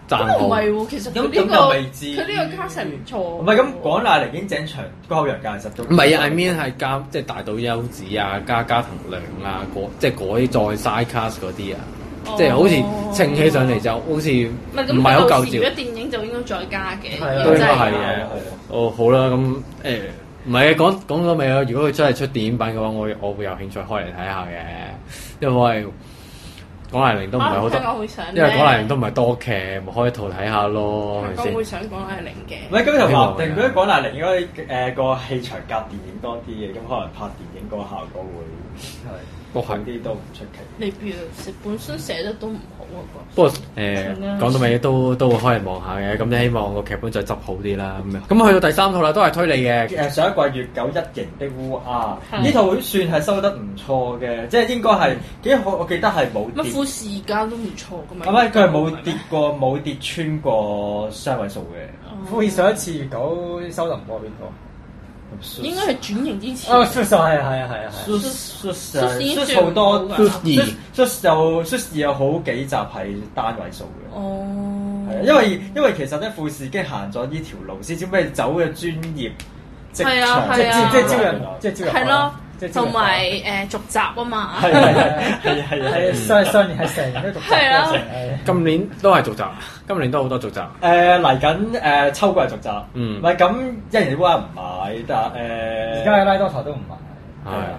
[SPEAKER 5] 爭
[SPEAKER 10] 咁唔
[SPEAKER 5] 好。
[SPEAKER 10] 係喎，其實佢
[SPEAKER 6] 哦咁
[SPEAKER 10] 呢
[SPEAKER 6] 咁就未知
[SPEAKER 10] 個佢呢個 cast 唔錯。
[SPEAKER 6] 唔
[SPEAKER 10] 唔
[SPEAKER 6] 係咁講啦，寧英井場高口洋介其實都
[SPEAKER 5] 唔係啊，I mean 係加即係大島優子啊、加加藤亮啊，嗰即係嗰啲再 side cast 嗰啲啊，即係好似稱起上嚟就好似
[SPEAKER 10] 哦唔係咁，
[SPEAKER 5] 唔係好
[SPEAKER 10] 到
[SPEAKER 5] 夠
[SPEAKER 10] 時如果
[SPEAKER 5] 照。
[SPEAKER 10] 電影就應該再加嘅，
[SPEAKER 6] 係啊
[SPEAKER 10] 如
[SPEAKER 5] 都
[SPEAKER 10] 果
[SPEAKER 5] 應
[SPEAKER 10] 真係
[SPEAKER 5] 該
[SPEAKER 6] 係
[SPEAKER 5] 係嘅
[SPEAKER 6] 啊係啊。
[SPEAKER 5] 哦，好啦，咁誒唔係啊，講講到尾啊，如果佢真係出電影版嘅話，我會我會有興趣開嚟睇下嘅，因為講嚟零都唔係好
[SPEAKER 10] 啊
[SPEAKER 5] 多
[SPEAKER 10] 香。港會上咧，
[SPEAKER 5] 因為講嚟都唔係多劇，咪開套睇下咯，係
[SPEAKER 10] 香
[SPEAKER 5] 咪
[SPEAKER 10] 港
[SPEAKER 5] 先
[SPEAKER 10] 會？上講係零
[SPEAKER 6] 唔
[SPEAKER 10] 嘅。
[SPEAKER 6] 係咁就話
[SPEAKER 5] 希
[SPEAKER 6] 定，
[SPEAKER 5] 望啊
[SPEAKER 6] 如果講嚟應該誒個氣場夾電影多啲嘅，咁可能拍電影嗰個效果會
[SPEAKER 5] 哦
[SPEAKER 6] 好
[SPEAKER 5] 係
[SPEAKER 6] 啲都唔出奇。
[SPEAKER 10] 你譬如食本身寫得都唔好嗰
[SPEAKER 5] 不過誒、講到尾都都會開嚟望下嘅，咁你希望個劇本再執好啲啦咁樣。咁去到第三套啦，都係推理嘅。
[SPEAKER 6] 誒上一季月九一型的烏鴉
[SPEAKER 10] 係嗯
[SPEAKER 6] 呢套算係收得唔錯嘅，即係應該係幾好，我記得係冇跌
[SPEAKER 10] 個，乜，富士而家都唔錯噶嘛。
[SPEAKER 6] 啊唔係佢係冇跌過冇跌穿過雙位數嘅。
[SPEAKER 10] 好似
[SPEAKER 6] 上一次月九收得唔過邊個
[SPEAKER 10] 應該係轉型之前
[SPEAKER 6] 啊。，Sus 係啊係啊係啊
[SPEAKER 10] Sus- Sus 已經
[SPEAKER 6] Sus 好多
[SPEAKER 10] 轉唔到㗎
[SPEAKER 6] Sus Sus 有 Sus 有好幾集係單位數嘅。
[SPEAKER 10] 哦
[SPEAKER 6] 係啊，，因為因為其實咧，富士已經行咗呢條路先，先俾你走嘅專業職
[SPEAKER 10] 係啊
[SPEAKER 6] 場，即
[SPEAKER 10] 係啊
[SPEAKER 6] 即即招人，即招人
[SPEAKER 10] 係咯
[SPEAKER 6] 即，招人
[SPEAKER 10] 同埋誒續集啊嘛。
[SPEAKER 6] 係係係啊係係
[SPEAKER 5] 嗯
[SPEAKER 6] 係
[SPEAKER 10] 啊
[SPEAKER 6] 上上年係成日都讀
[SPEAKER 10] 係啊
[SPEAKER 5] 今年都係續集，今年都好多續集。
[SPEAKER 6] 誒嚟緊誒秋季續集，
[SPEAKER 5] 嗯
[SPEAKER 6] 唔係咁一人一烏鴉唔買，但誒而家嘅拉多頭都唔買。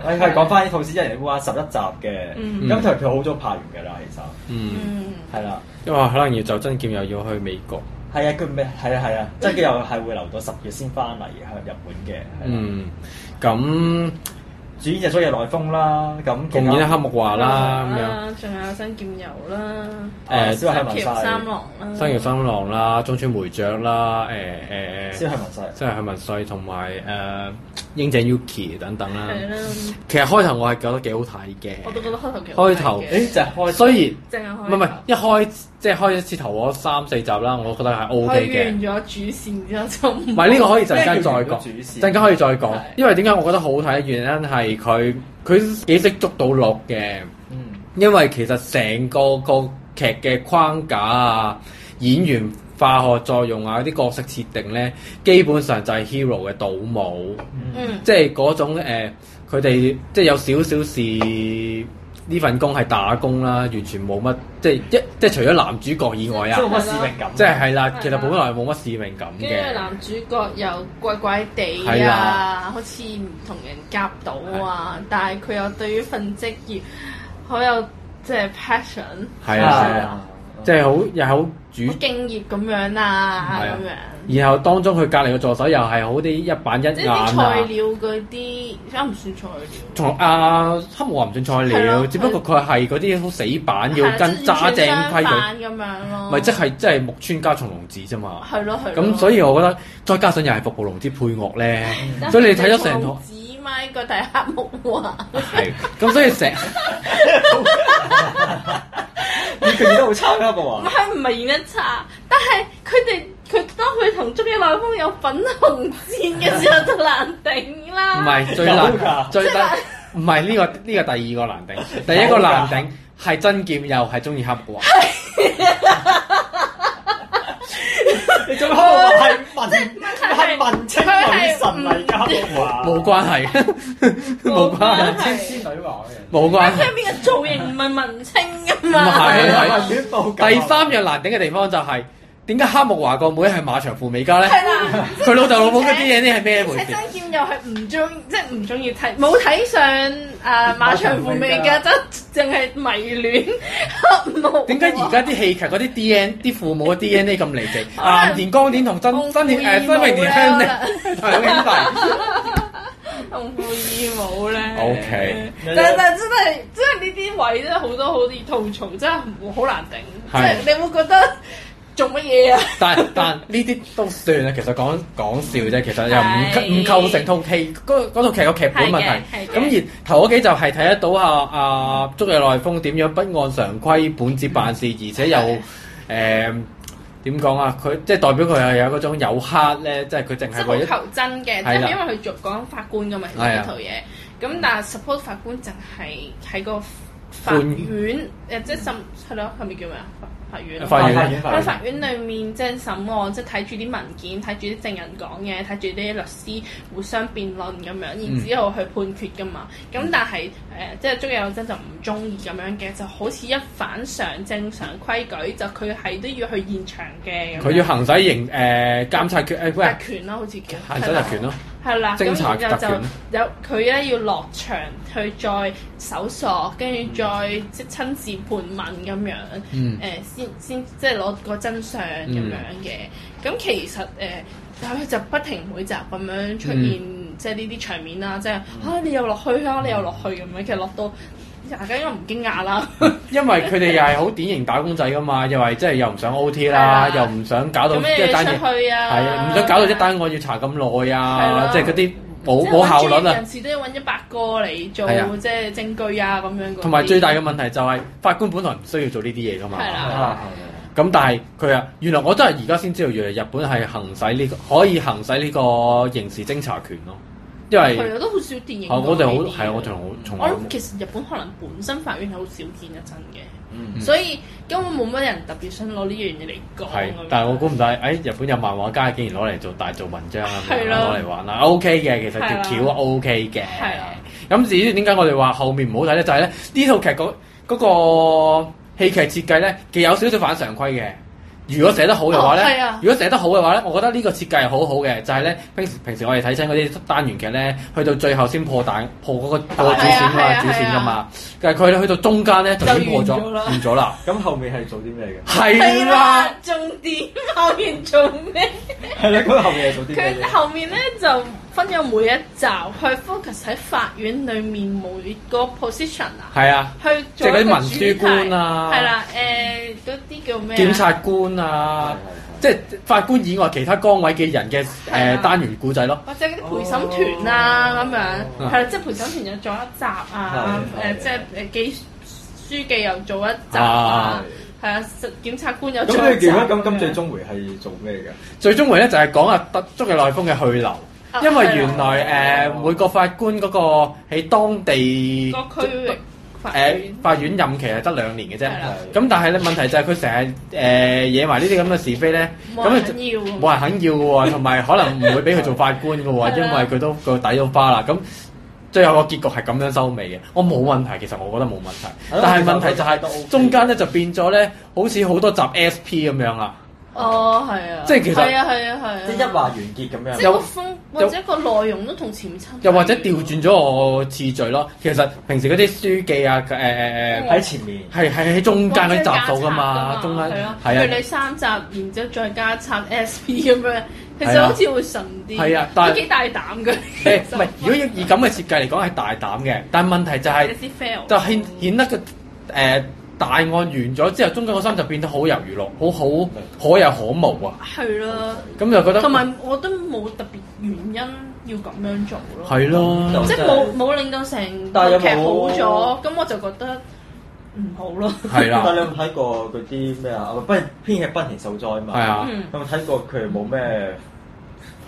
[SPEAKER 5] 係
[SPEAKER 6] 係係講翻呢套先，一人一烏鴉十一集嘅，
[SPEAKER 10] 嗯
[SPEAKER 6] 咁其實佢好早拍完㗎啦，其實
[SPEAKER 5] 嗯，
[SPEAKER 10] 嗯，
[SPEAKER 6] 係啦，
[SPEAKER 5] 因為可能要就真劍又要去美國。
[SPEAKER 6] 係啊，佢咪係啊係啊，即係佢又係會留到十月先翻嚟向日本嘅，係啦
[SPEAKER 5] 嗯，咁
[SPEAKER 6] 主演就所以內風啦，咁
[SPEAKER 5] 共演黑木華啦咁樣。
[SPEAKER 10] 啦，啊仲有新劍遊啦，
[SPEAKER 6] 誒
[SPEAKER 5] 誒
[SPEAKER 6] 小黑
[SPEAKER 10] 新
[SPEAKER 6] 文
[SPEAKER 10] 橋三
[SPEAKER 6] 曬，
[SPEAKER 10] 郎啦，
[SPEAKER 5] 新橋三郎啦，中村梅雀啦，誒誒
[SPEAKER 6] 小
[SPEAKER 5] 誒，
[SPEAKER 6] 黑文曬，
[SPEAKER 5] 即係向文帥同埋誒英井 Yuki 等等啦。
[SPEAKER 10] 係啦，
[SPEAKER 5] 其實開頭我係覺得幾好睇嘅。
[SPEAKER 10] 我都覺得開頭幾
[SPEAKER 5] 開頭
[SPEAKER 6] 誒就係開
[SPEAKER 5] 雖然
[SPEAKER 10] 淨係開
[SPEAKER 5] 唔係唔係，一開即係開一次頭嗰三四集啦，我覺得係 O
[SPEAKER 10] 開
[SPEAKER 5] K 嘅
[SPEAKER 10] 完。咗主線之後就唔
[SPEAKER 5] 唔係呢個可以陣
[SPEAKER 6] 咩叫
[SPEAKER 5] 間再
[SPEAKER 6] 完咗
[SPEAKER 5] 講
[SPEAKER 6] 主，線
[SPEAKER 5] 陣間可以再講
[SPEAKER 10] 係。
[SPEAKER 5] 因為點解我覺得好睇嘅原因係佢佢幾識捉到落嘅，
[SPEAKER 6] 嗯
[SPEAKER 5] 因為其實成個個劇嘅框架啊、演員化學作用啊、啲角色設定咧，基本上就係 hero 嘅倒模。
[SPEAKER 10] 嗯
[SPEAKER 5] 即係嗰種呃佢哋、即係有少少是呢份工係打工啦，完全冇乜即係一即係除咗男主角以外
[SPEAKER 6] 即係
[SPEAKER 5] 啊，
[SPEAKER 6] 冇乜使命感，
[SPEAKER 5] 即係係啦，
[SPEAKER 10] 係
[SPEAKER 5] 其實本來冇乜使命感
[SPEAKER 10] 跟住
[SPEAKER 5] 嘅，
[SPEAKER 10] 男主角又怪怪地
[SPEAKER 5] 係
[SPEAKER 10] 啊
[SPEAKER 5] 啊，
[SPEAKER 10] 好似唔同人夾到啊，但係佢又對於份職業好有即係 passion，
[SPEAKER 5] 係啊係啊，即係好又係好主
[SPEAKER 10] 好。敬業咁樣啊
[SPEAKER 5] 嗯係啊
[SPEAKER 10] 咁樣。
[SPEAKER 5] 然後當中佢隔離嘅助手又係好啲一板一
[SPEAKER 10] 即
[SPEAKER 5] 眼
[SPEAKER 10] 係啲材
[SPEAKER 5] 啊，
[SPEAKER 10] 料嗰啲，而家唔算材料，
[SPEAKER 5] 同阿黑木話唔算菜
[SPEAKER 10] 係
[SPEAKER 5] 料，
[SPEAKER 10] 咯
[SPEAKER 5] 只不過佢係嗰啲好死板，要跟
[SPEAKER 10] 係啊
[SPEAKER 5] 揸
[SPEAKER 10] 即
[SPEAKER 5] 正
[SPEAKER 10] 係完全相反
[SPEAKER 5] 規矩，
[SPEAKER 10] 咁樣咯。
[SPEAKER 5] 咪即係即係木村加松隆子啫嘛。
[SPEAKER 10] 係啊咯係咯。
[SPEAKER 5] 咁所以我覺得再加上又係服部龍之配樂咧，
[SPEAKER 10] 嗯
[SPEAKER 5] 所以你睇咗成套
[SPEAKER 10] 紙咪個大黑木畫， *laughs*
[SPEAKER 5] 係咁，所以成
[SPEAKER 6] 你佢演得好差啦，我
[SPEAKER 10] 唔 *laughs*
[SPEAKER 6] 話
[SPEAKER 10] 係唔係演得差，但係佢哋佢當佢同中野內豐有粉紅戰嘅時候就難頂
[SPEAKER 5] 唔
[SPEAKER 10] 啦。
[SPEAKER 5] 係最
[SPEAKER 6] 有㗎
[SPEAKER 5] 難最難唔係呢個呢個第二個難頂，第一個難頂係真劍又係中意黑啊
[SPEAKER 10] *laughs*
[SPEAKER 5] 木華，
[SPEAKER 6] 你做乜係文
[SPEAKER 10] 係嗯
[SPEAKER 6] 係文青女神嚟㗎？黑木華
[SPEAKER 5] 冇關係，冇關係，
[SPEAKER 10] 係
[SPEAKER 6] 仙女話嘅。
[SPEAKER 5] 冇關
[SPEAKER 10] *laughs* 聽
[SPEAKER 5] 係。
[SPEAKER 10] 邊個造型唔係文青噶
[SPEAKER 5] 唔
[SPEAKER 10] 嘛？
[SPEAKER 5] 係係第
[SPEAKER 6] 第
[SPEAKER 5] 三樣難頂嘅地方就係點解黑木華個妹係馬場富美加咧？
[SPEAKER 10] 係啦，
[SPEAKER 5] 佢老豆老母嗰啲嘢呢係咩回
[SPEAKER 10] 睇
[SPEAKER 5] 事？
[SPEAKER 10] 真劍又係唔中，即係唔中意睇，冇睇上誒馬場富美嘅，得淨係迷戀 *laughs* 黑幕。
[SPEAKER 5] 點解而家啲戲劇嗰啲 D N 啲父母嘅 D N A 咁離奇？
[SPEAKER 10] 能
[SPEAKER 5] 岩田光典同真
[SPEAKER 10] 同
[SPEAKER 5] 真田誒
[SPEAKER 10] 父異
[SPEAKER 5] 真
[SPEAKER 10] 母
[SPEAKER 5] 榮田香
[SPEAKER 10] 咧
[SPEAKER 5] 咧
[SPEAKER 10] *laughs*
[SPEAKER 5] 係兄弟。
[SPEAKER 10] 同父異母咧
[SPEAKER 5] OK
[SPEAKER 10] 但但真係，真係呢啲位真係好多好似吐槽，真係唔好難頂。即係
[SPEAKER 5] 係
[SPEAKER 10] 你會覺得做乜嘢啊？
[SPEAKER 5] 但但呢啲都算啦，其實講講笑啫，其實又唔
[SPEAKER 10] 係
[SPEAKER 5] 唔構成套戲嗰嗰套劇個劇本問題
[SPEAKER 10] 係嘅係。嘅
[SPEAKER 5] 咁而頭嗰幾集係睇得到啊啊竹野內豐點樣不按常規本節辦事，而且又
[SPEAKER 10] 係
[SPEAKER 5] 誒點講啊？佢即係代表佢係有嗰種有黑咧，即係佢淨
[SPEAKER 10] 即係
[SPEAKER 5] 係
[SPEAKER 10] 好
[SPEAKER 5] 為咗
[SPEAKER 10] 求真嘅，即
[SPEAKER 5] 係啦
[SPEAKER 10] 係因為佢做講法官噶嘛，其實
[SPEAKER 5] 係啊
[SPEAKER 10] 呢套嘢。咁但係 suppose 法官淨係喺個法
[SPEAKER 5] 判
[SPEAKER 10] 院誒，即係審係咯，係咪叫咩啊？法法院
[SPEAKER 5] 法院
[SPEAKER 6] 院
[SPEAKER 10] 喺法院裏面即係審案，即係睇住啲文件，睇住啲證人講嘢，睇住啲律師互相辯論咁樣，然之後去判決噶嘛。咁、
[SPEAKER 5] 嗯
[SPEAKER 10] 但係誒、呃即係中野有真就唔中意咁樣嘅，就好似一反常正常規矩，就佢係都要去現場嘅咁樣。
[SPEAKER 5] 佢要行使刑誒監察權誒，喂
[SPEAKER 10] 特嗯權啦，好似叫
[SPEAKER 5] 行使特權咯。
[SPEAKER 10] 係啦，
[SPEAKER 5] 偵查
[SPEAKER 10] 咁然後
[SPEAKER 5] 特權
[SPEAKER 10] 就有佢咧要落場去再搜索，跟住再即係親自盤問咁樣，誒、
[SPEAKER 5] 嗯
[SPEAKER 10] 先先即係攞個真相咁樣嘅。咁、其實誒，呃但係佢就不停每集咁樣出現，
[SPEAKER 5] 嗯
[SPEAKER 10] 即係呢啲場面啦，即係啊你又落去啊，你又落去咁樣，其實落到大家應該唔驚訝
[SPEAKER 5] *laughs*
[SPEAKER 10] 啦。
[SPEAKER 5] 因為佢哋又係好典型打工仔噶嘛，又係即係又唔想 O T 啦，
[SPEAKER 10] 係啊
[SPEAKER 5] 又唔想搞到
[SPEAKER 10] *laughs* 咁
[SPEAKER 5] 一
[SPEAKER 10] 你要
[SPEAKER 5] 單
[SPEAKER 10] 出
[SPEAKER 5] 嘢，
[SPEAKER 10] 去啊，
[SPEAKER 5] 係啊，唔想搞到一單案要查咁耐
[SPEAKER 10] 係
[SPEAKER 5] 啊
[SPEAKER 10] 啦，
[SPEAKER 5] 即係嗰啲
[SPEAKER 10] 即
[SPEAKER 5] 冇
[SPEAKER 10] 係
[SPEAKER 5] 冇
[SPEAKER 10] 揾
[SPEAKER 5] 效
[SPEAKER 10] 專
[SPEAKER 5] 率
[SPEAKER 10] 業
[SPEAKER 5] 啊
[SPEAKER 10] 人。士都要揾一百個嚟做
[SPEAKER 5] 係啊
[SPEAKER 10] 即係證據啊咁樣嗰啲。
[SPEAKER 5] 同埋最大嘅問題就係法官本來唔需要做呢啲嘢噶嘛，
[SPEAKER 10] 係啦，
[SPEAKER 6] 啊，
[SPEAKER 5] 咁但係佢啊，原來我真係而家先知道，原來日本係行使呢、個可以行使呢個刑事偵查權咯，因為
[SPEAKER 10] 係啊，都好少電影。
[SPEAKER 5] 啊我哋好係啊我哋好從
[SPEAKER 10] 我
[SPEAKER 5] 來冇
[SPEAKER 10] 諗其實日本可能本身法院係好少見得真嘅，所以根本冇乜人特別想攞呢樣嘢嚟講
[SPEAKER 5] 係
[SPEAKER 10] 咁樣。，
[SPEAKER 5] 但係我估唔到，誒、日本有漫畫家竟然攞嚟做大做文章啊，
[SPEAKER 10] 係咯
[SPEAKER 5] 攞嚟玩啦，OK 嘅，其實條
[SPEAKER 10] 係
[SPEAKER 5] 橋啊
[SPEAKER 10] 啦
[SPEAKER 5] OK 嘅。
[SPEAKER 10] 係啊
[SPEAKER 5] 咁至於點解我哋話後面唔好睇咧？就係咧呢套劇嗰嗰個戲劇設計咧，其實有少少反常規嘅。如果寫得好嘅話咧，
[SPEAKER 10] 哦係啊
[SPEAKER 5] 如果寫得好嘅話咧，我覺得呢個設計係好好嘅，就係咧平時平時我哋睇親嗰啲單元劇咧，去到最後先破蛋破嗰、個破主線㗎
[SPEAKER 10] 係啊係
[SPEAKER 5] 嘛，
[SPEAKER 10] 啊
[SPEAKER 5] 主線㗎嘛，但係佢去到中間咧就已經破咗
[SPEAKER 10] 就完咗啦
[SPEAKER 5] 完咗啦，
[SPEAKER 6] 咁後面係做啲咩嘅？
[SPEAKER 5] 係
[SPEAKER 10] 係
[SPEAKER 5] 啦
[SPEAKER 10] 啦。，重點後面做咩？
[SPEAKER 6] 係啦，咁後面係做啲咩
[SPEAKER 10] 佢
[SPEAKER 6] 嘅？
[SPEAKER 10] 後面咧就分咗每一集去 focus 喺法院裡面每個 position 啊。
[SPEAKER 5] 係啊，
[SPEAKER 10] 去
[SPEAKER 5] 即
[SPEAKER 10] 做
[SPEAKER 5] 係嗰啲
[SPEAKER 10] 一個
[SPEAKER 5] 文
[SPEAKER 10] 主
[SPEAKER 5] 書官啊
[SPEAKER 10] 題係啦，誒嗰啲叫咩啊？
[SPEAKER 5] 檢察官啊，即係法官以外其他崗位嘅人嘅
[SPEAKER 10] 係
[SPEAKER 5] 誒
[SPEAKER 10] 啊
[SPEAKER 5] 單元故仔咯。
[SPEAKER 10] 或者嗰啲陪審團啊咁樣，
[SPEAKER 5] 啊
[SPEAKER 10] 係啦，即係陪審團又做一集啊，
[SPEAKER 6] 哦係
[SPEAKER 10] 誒即係誒記書記又做一集
[SPEAKER 5] 啊
[SPEAKER 10] 啊，係啊，實檢察官又做
[SPEAKER 6] 咁
[SPEAKER 10] 一
[SPEAKER 6] 你
[SPEAKER 10] 集
[SPEAKER 6] 記
[SPEAKER 10] 啊咁
[SPEAKER 6] 得
[SPEAKER 10] 樣。
[SPEAKER 6] 咁咁最終回係做咩嘅？
[SPEAKER 5] 最終回咧就係講啊德足嘅內豐嘅去留，
[SPEAKER 10] 啊
[SPEAKER 5] 因為
[SPEAKER 10] 係啦
[SPEAKER 5] 原來誒每個法官嗰個喺當地
[SPEAKER 10] 個區域法
[SPEAKER 5] 誒
[SPEAKER 10] 院
[SPEAKER 5] 法院任期係得兩年嘅啫
[SPEAKER 10] 係啦。
[SPEAKER 5] 咁但係咧問題就係佢成日誒惹埋呢啲咁嘅是非咧，
[SPEAKER 10] 冇
[SPEAKER 5] 咁
[SPEAKER 10] 人
[SPEAKER 5] 就
[SPEAKER 10] 肯要喎
[SPEAKER 5] 冇人肯要嘅喎，同埋可能唔會俾佢做法官嘅喎，
[SPEAKER 10] 係
[SPEAKER 5] 因
[SPEAKER 10] 啦
[SPEAKER 5] 為佢都個底都花啦。咁最後個結局係咁樣收尾嘅，我冇問題，其實我覺得冇問題。
[SPEAKER 6] 係咯
[SPEAKER 5] 但係
[SPEAKER 6] 其實
[SPEAKER 5] 問題就
[SPEAKER 6] 我覺得都 OK
[SPEAKER 5] 係中間咧就變咗咧，好似好多集 SP 咁樣啦。
[SPEAKER 10] 哦，係啊，
[SPEAKER 5] 即係其實
[SPEAKER 10] 係啊係啊係啊，
[SPEAKER 6] 即係一話完結咁樣
[SPEAKER 10] 即。係個
[SPEAKER 5] 有
[SPEAKER 10] 風或者個內容都同前面差唔多，
[SPEAKER 5] 又或者調轉咗我次序咯，其實平時嗰啲書記啊，誒誒誒，
[SPEAKER 6] 喺前面，
[SPEAKER 5] 係係喺中間嗰啲集數噶嘛，中間
[SPEAKER 10] 係咯，譬如
[SPEAKER 5] 係
[SPEAKER 10] 你
[SPEAKER 5] 啊，
[SPEAKER 10] 三集，然之後再加插 SP 咁樣，其
[SPEAKER 5] 係
[SPEAKER 10] 實
[SPEAKER 5] 啊
[SPEAKER 10] 好似會順啲，
[SPEAKER 5] 係啊但係
[SPEAKER 10] 都幾大膽嘅。
[SPEAKER 5] 誒唔係，如果以咁嘅設計嚟講係大膽嘅，但係問題就係、
[SPEAKER 10] *laughs* 有啲 fail，
[SPEAKER 5] 就顯顯得個誒、呃大案完咗之後，中間嗰三集變得好猶豫落，好好可有可無啊！
[SPEAKER 10] 係啦，
[SPEAKER 5] 咁就覺得
[SPEAKER 10] 同埋我都冇特別原因要咁樣做咯，
[SPEAKER 5] 係咯，
[SPEAKER 10] 即係冇冇令到成
[SPEAKER 6] 但係
[SPEAKER 10] 個
[SPEAKER 6] 有
[SPEAKER 10] 劇好
[SPEAKER 6] 冇
[SPEAKER 10] 咗，咁我就覺
[SPEAKER 5] *laughs*
[SPEAKER 10] 得唔好咯。
[SPEAKER 5] 係
[SPEAKER 6] 但係你
[SPEAKER 5] 啦，
[SPEAKER 6] 有冇睇過嗰啲咩啊？不編劇不田受災嘛？
[SPEAKER 5] 係啊，
[SPEAKER 10] 嗯，
[SPEAKER 6] 有冇睇過佢冇咩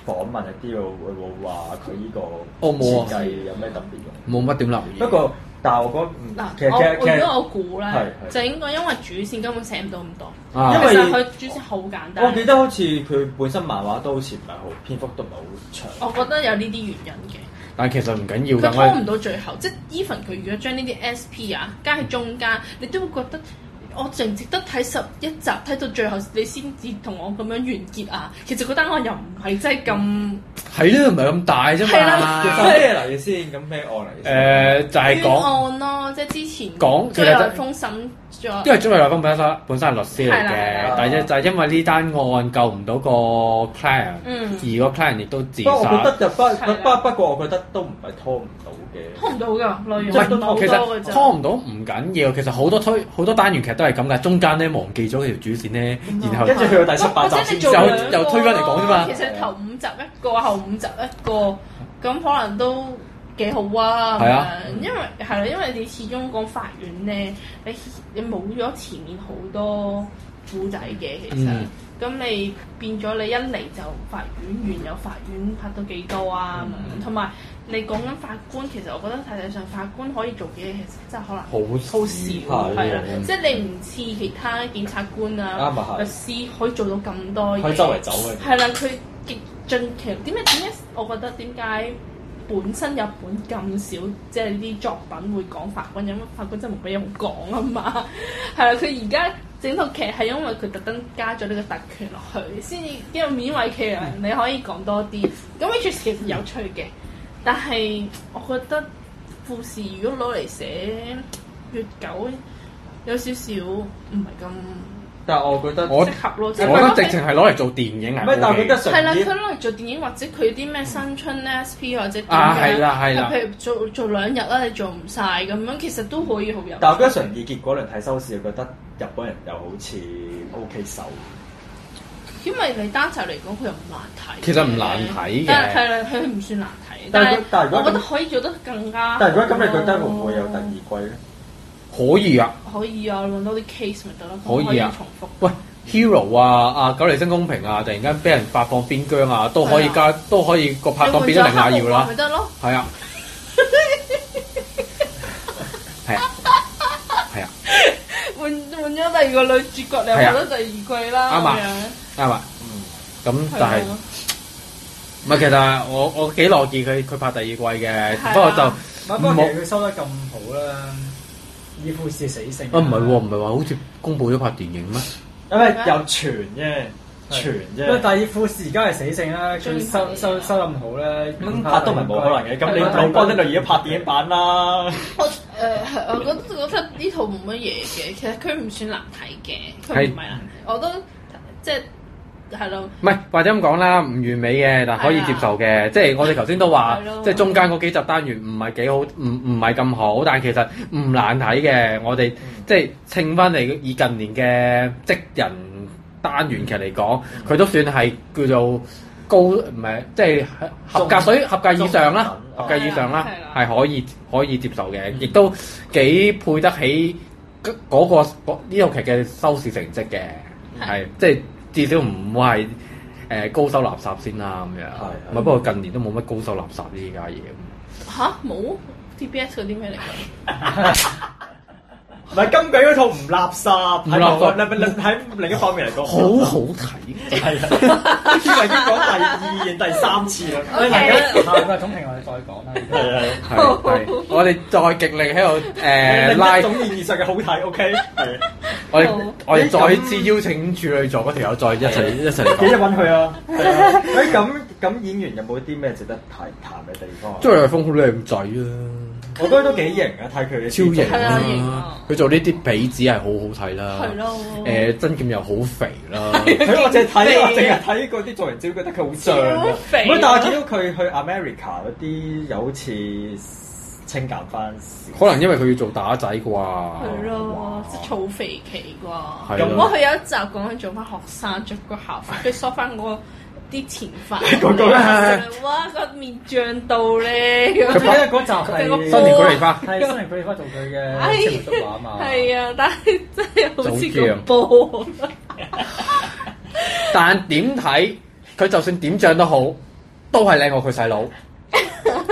[SPEAKER 6] 訪啊問一啲會會話佢呢個
[SPEAKER 5] 我冇啊
[SPEAKER 6] 設計有咩特別嘅？
[SPEAKER 5] 冇乜點留意。
[SPEAKER 6] 不過但係我覺得
[SPEAKER 10] 嗱
[SPEAKER 6] 嗯，其實其實
[SPEAKER 10] 我
[SPEAKER 6] 其
[SPEAKER 10] 我如
[SPEAKER 6] 實
[SPEAKER 10] 果我估咧
[SPEAKER 6] 係，係
[SPEAKER 10] 就應該因為主線根本寫唔到咁多，
[SPEAKER 5] 啊
[SPEAKER 6] 因
[SPEAKER 10] 其
[SPEAKER 6] 為
[SPEAKER 10] 實佢主線好簡單
[SPEAKER 6] 我。記得好似佢本身漫畫都好似唔係好篇幅都唔係好長。
[SPEAKER 10] 我覺得有呢啲原因嘅。
[SPEAKER 5] 但其實唔緊要
[SPEAKER 10] 佢
[SPEAKER 5] 㗎，
[SPEAKER 10] 拖唔
[SPEAKER 5] 我
[SPEAKER 10] 到最後，即係 even 佢如果將呢啲 SP 啊加喺中間，你都會覺得我值唔值得睇十一集睇到最後，你先至同我咁樣完結啊？其實嗰單案又唔係真係咁
[SPEAKER 5] 係呢度唔係咁大啫
[SPEAKER 10] 係
[SPEAKER 6] 咁
[SPEAKER 5] 嘛。
[SPEAKER 6] 咩嚟嘅先？咁咩案嚟嘅先？
[SPEAKER 5] 誒就係
[SPEAKER 10] 冤
[SPEAKER 5] 講，
[SPEAKER 10] 案咯，即係之前
[SPEAKER 5] 講其實
[SPEAKER 10] 最後
[SPEAKER 5] 就
[SPEAKER 10] 封審
[SPEAKER 5] 因
[SPEAKER 10] 咗，
[SPEAKER 5] 為張偉樂峰本身本身係律師嚟
[SPEAKER 10] 係啦係
[SPEAKER 5] 嘅
[SPEAKER 10] 啦，
[SPEAKER 5] 但係就係因為呢單案救唔到個 client，
[SPEAKER 10] 嗯
[SPEAKER 5] 而個 client 亦都自
[SPEAKER 6] 不過我覺
[SPEAKER 5] 殺。
[SPEAKER 6] 得就不
[SPEAKER 10] 係啊
[SPEAKER 6] 不
[SPEAKER 10] 啦
[SPEAKER 6] 不不過，我覺得都唔係拖唔到嘅。
[SPEAKER 10] 拖唔到㗎，內
[SPEAKER 5] 唔
[SPEAKER 10] 容
[SPEAKER 5] 係
[SPEAKER 10] 唔到好
[SPEAKER 5] 其
[SPEAKER 10] 多㗎
[SPEAKER 5] 實
[SPEAKER 10] 咋。
[SPEAKER 5] 拖唔到唔緊要，其實好多推好多單元劇都係咁噶，中間咧忘記咗條主線咧，然後
[SPEAKER 6] 跟住去到第十八
[SPEAKER 10] 或
[SPEAKER 6] 集
[SPEAKER 10] 者
[SPEAKER 6] 先至
[SPEAKER 10] 你做
[SPEAKER 5] 又
[SPEAKER 10] 兩個
[SPEAKER 5] 又推返嚟講啫嘛
[SPEAKER 10] 其實頭五集一個，後五集一個，咁可能都幾好啊。
[SPEAKER 5] 係啊
[SPEAKER 10] 咁樣，因為係啦，因為你始終講法院咧，你你冇咗前面好多古仔嘅，其實。
[SPEAKER 5] 嗯
[SPEAKER 10] 咁你變咗你一嚟就法院原有法院拍到幾多啊
[SPEAKER 5] 嗯
[SPEAKER 10] 咁樣，同埋你講緊法官，其實我覺得實際上法官可以做嘅嘢其實真係可能
[SPEAKER 5] 好
[SPEAKER 10] 好少，
[SPEAKER 6] 係
[SPEAKER 10] 係啦，
[SPEAKER 5] 嗯
[SPEAKER 10] 即係你唔似其他檢察官啊
[SPEAKER 6] 啱啊、係
[SPEAKER 10] 律師可以做到咁多嘢，
[SPEAKER 6] 可以周圍走嘅
[SPEAKER 10] 係啦，佢極盡其點解點解？我覺得點解本身日本咁少即係呢啲作品會講法官，因為法官真係冇乜嘢好講啊嘛， *laughs* 係啦，佢而家。整套劇係因為佢特登加咗呢個特權落去，先至因為勉為其難，你可以講多啲。咁 which is 其實有趣嘅，但係我覺得故事如果攞嚟寫月九，有少少唔係咁
[SPEAKER 6] 但係我覺得，
[SPEAKER 5] 我
[SPEAKER 10] 適合咯。即係
[SPEAKER 5] 我覺得直情係攞嚟做電影啊！
[SPEAKER 6] 咩？但係我覺得
[SPEAKER 10] 係啦，
[SPEAKER 6] 純以
[SPEAKER 10] 佢攞嚟做電影或者佢啲咩新春 SP 或者點
[SPEAKER 5] 啊
[SPEAKER 10] 樣
[SPEAKER 5] 係啦係啦
[SPEAKER 10] 譬如做做兩日啦，你做唔晒咁樣，其實都可以好有。
[SPEAKER 6] 但係我覺得純以結果論睇收視，我覺得日本人又好似 O K 手。
[SPEAKER 10] 因為你單集嚟講，佢又唔難睇嘅。
[SPEAKER 5] 其實唔難睇嘅
[SPEAKER 10] 但係啦，佢唔算難睇。
[SPEAKER 6] 但
[SPEAKER 10] 但
[SPEAKER 6] 係
[SPEAKER 10] 係
[SPEAKER 6] 佢，但係如果
[SPEAKER 10] 我覺得
[SPEAKER 6] 咁
[SPEAKER 10] 可以做得更加。啊
[SPEAKER 6] 但係如果咁，你覺得會唔會有第二季咧？
[SPEAKER 5] 可以啊，
[SPEAKER 10] 可以啊，揾多啲 case 咪得咯。
[SPEAKER 5] 可以啊
[SPEAKER 10] 重複。
[SPEAKER 5] 喂，Hero 啊，啊九厘真公平啊，突然間俾人發放邊疆啊，都可以加，都可以個拍檔變咗
[SPEAKER 10] 你
[SPEAKER 5] 另
[SPEAKER 10] 換咗
[SPEAKER 5] 外
[SPEAKER 10] 黑
[SPEAKER 5] 要
[SPEAKER 10] 木
[SPEAKER 5] 啦
[SPEAKER 10] 咪，得咯。
[SPEAKER 5] 係啊，
[SPEAKER 10] *laughs*
[SPEAKER 5] 係啊，係啊，
[SPEAKER 10] 換換咗第二個女主角，你又
[SPEAKER 5] 係啊
[SPEAKER 10] 揾得第二季啦。
[SPEAKER 5] 啱啊
[SPEAKER 10] 咁樣
[SPEAKER 5] 啱啊，咁
[SPEAKER 10] 嗯係
[SPEAKER 5] 但係。
[SPEAKER 10] 啊
[SPEAKER 5] 唔係，其實我我幾樂意佢佢拍第二季嘅，
[SPEAKER 10] 係啊
[SPEAKER 5] 不過就
[SPEAKER 4] 唔係不過其實佢收得咁好啦，依副是死性。
[SPEAKER 5] 啊唔係喎，唔係話好似公佈咗拍電影咩？
[SPEAKER 6] 因為
[SPEAKER 10] 咩
[SPEAKER 6] 有傳啫，傳
[SPEAKER 4] 因為
[SPEAKER 6] 啫。
[SPEAKER 4] 第二副是而家係死性啦，佢收
[SPEAKER 10] 啊
[SPEAKER 4] 收收咁好咧，
[SPEAKER 6] 咁拍都唔係冇可能嘅，咁你
[SPEAKER 4] 拍
[SPEAKER 6] 老哥呢度而家拍電影版啦，
[SPEAKER 10] 我誒、係呃我覺得覺得呢套冇乜嘢嘅，其實佢唔算難睇嘅，佢
[SPEAKER 5] 係
[SPEAKER 10] 唔係難睇，我都即係係咯，
[SPEAKER 5] 唔係或者咁講啦，唔完美嘅，但可以接受嘅。即係我哋頭先都話
[SPEAKER 10] 啊係咯，
[SPEAKER 5] 即係中間嗰幾集單元唔係幾好，唔唔係咁好，但係其實唔難睇嘅。我
[SPEAKER 10] 嗯
[SPEAKER 5] 哋即係稱翻嚟以近年嘅職人單元劇嚟講，
[SPEAKER 10] 嗯
[SPEAKER 5] 佢都算係叫做高唔係即係合格，
[SPEAKER 6] 中
[SPEAKER 5] 所以合格以上啦，合
[SPEAKER 6] 中
[SPEAKER 5] 格以上啦，
[SPEAKER 10] 哦係嗯
[SPEAKER 5] 係可以可以接受嘅，亦都幾配得起嗰嗰個嗰呢套劇嘅收視成績嘅，係即係至少唔會係誒高手垃圾先啦咁樣。
[SPEAKER 6] 係
[SPEAKER 5] 唔係不過近年都冇乜高手垃圾呢家嘢。
[SPEAKER 10] 吓冇 TBS 嗰啲咩嚟㗎？
[SPEAKER 6] 唔係金舉嗰套唔垃圾，
[SPEAKER 5] 唔
[SPEAKER 6] 喺
[SPEAKER 5] 垃圾
[SPEAKER 6] 某個喺另一方面嚟講，
[SPEAKER 5] 好好睇，
[SPEAKER 6] 係啊， *laughs* 呢個已經講第二然第三次啦。
[SPEAKER 4] 唔係咁，咁咁，另外再講啦。
[SPEAKER 6] 係啊，
[SPEAKER 5] 係係，我哋再極力喺
[SPEAKER 10] *laughs*
[SPEAKER 5] 度誒
[SPEAKER 6] 另一
[SPEAKER 5] 拉，
[SPEAKER 6] 種意義上嘅好睇，OK，係啊。
[SPEAKER 5] 我哋
[SPEAKER 10] 好
[SPEAKER 5] 我哋再次邀請處女座嗰條友再一
[SPEAKER 10] 啊
[SPEAKER 5] 齊一齊嚟
[SPEAKER 6] 記得
[SPEAKER 5] 講。
[SPEAKER 6] 揾佢啊！誒咁咁演員有冇啲咩值得談談嘅地方啊？
[SPEAKER 5] 張瑞峰好靚仔啊，
[SPEAKER 6] 我覺得都幾型啊，睇佢嘅
[SPEAKER 5] 超型
[SPEAKER 10] 係啊型
[SPEAKER 5] 啊
[SPEAKER 10] 啊！
[SPEAKER 5] 佢做呢啲比子係好好睇啦，
[SPEAKER 10] 係咯
[SPEAKER 5] 誒曾劍又好肥
[SPEAKER 10] *laughs*
[SPEAKER 5] 啦，
[SPEAKER 6] 佢我淨係睇，我淨係睇嗰啲做人照，覺得佢好正啊！
[SPEAKER 10] 超肥啊
[SPEAKER 6] 唔係，但係見到佢去 America 嗰啲，又好似清減翻少。
[SPEAKER 5] 可能因為佢要做打仔啩。
[SPEAKER 10] 係
[SPEAKER 5] 係
[SPEAKER 10] 咯，即係草肥期啩。
[SPEAKER 5] 係啊
[SPEAKER 10] 咁
[SPEAKER 5] 咯
[SPEAKER 10] 我佢有一集講緊做翻學生，着個校服，跟住梳翻我啲前髮，
[SPEAKER 5] *laughs*
[SPEAKER 6] 嗰個
[SPEAKER 10] 咧，哇個面漲到咧
[SPEAKER 4] 我記
[SPEAKER 10] 咁。
[SPEAKER 4] 得嗰集係
[SPEAKER 5] 新年佢嚟翻，
[SPEAKER 4] 係新年佢哋花做佢
[SPEAKER 10] 哎
[SPEAKER 4] 嘅青梅竹馬啊嘛。
[SPEAKER 10] 係啊，但係 *laughs* 真係好似
[SPEAKER 5] 早
[SPEAKER 10] 個
[SPEAKER 5] 知
[SPEAKER 10] 波。
[SPEAKER 5] 但點睇佢就算點漲都好，都係靚過佢細佬。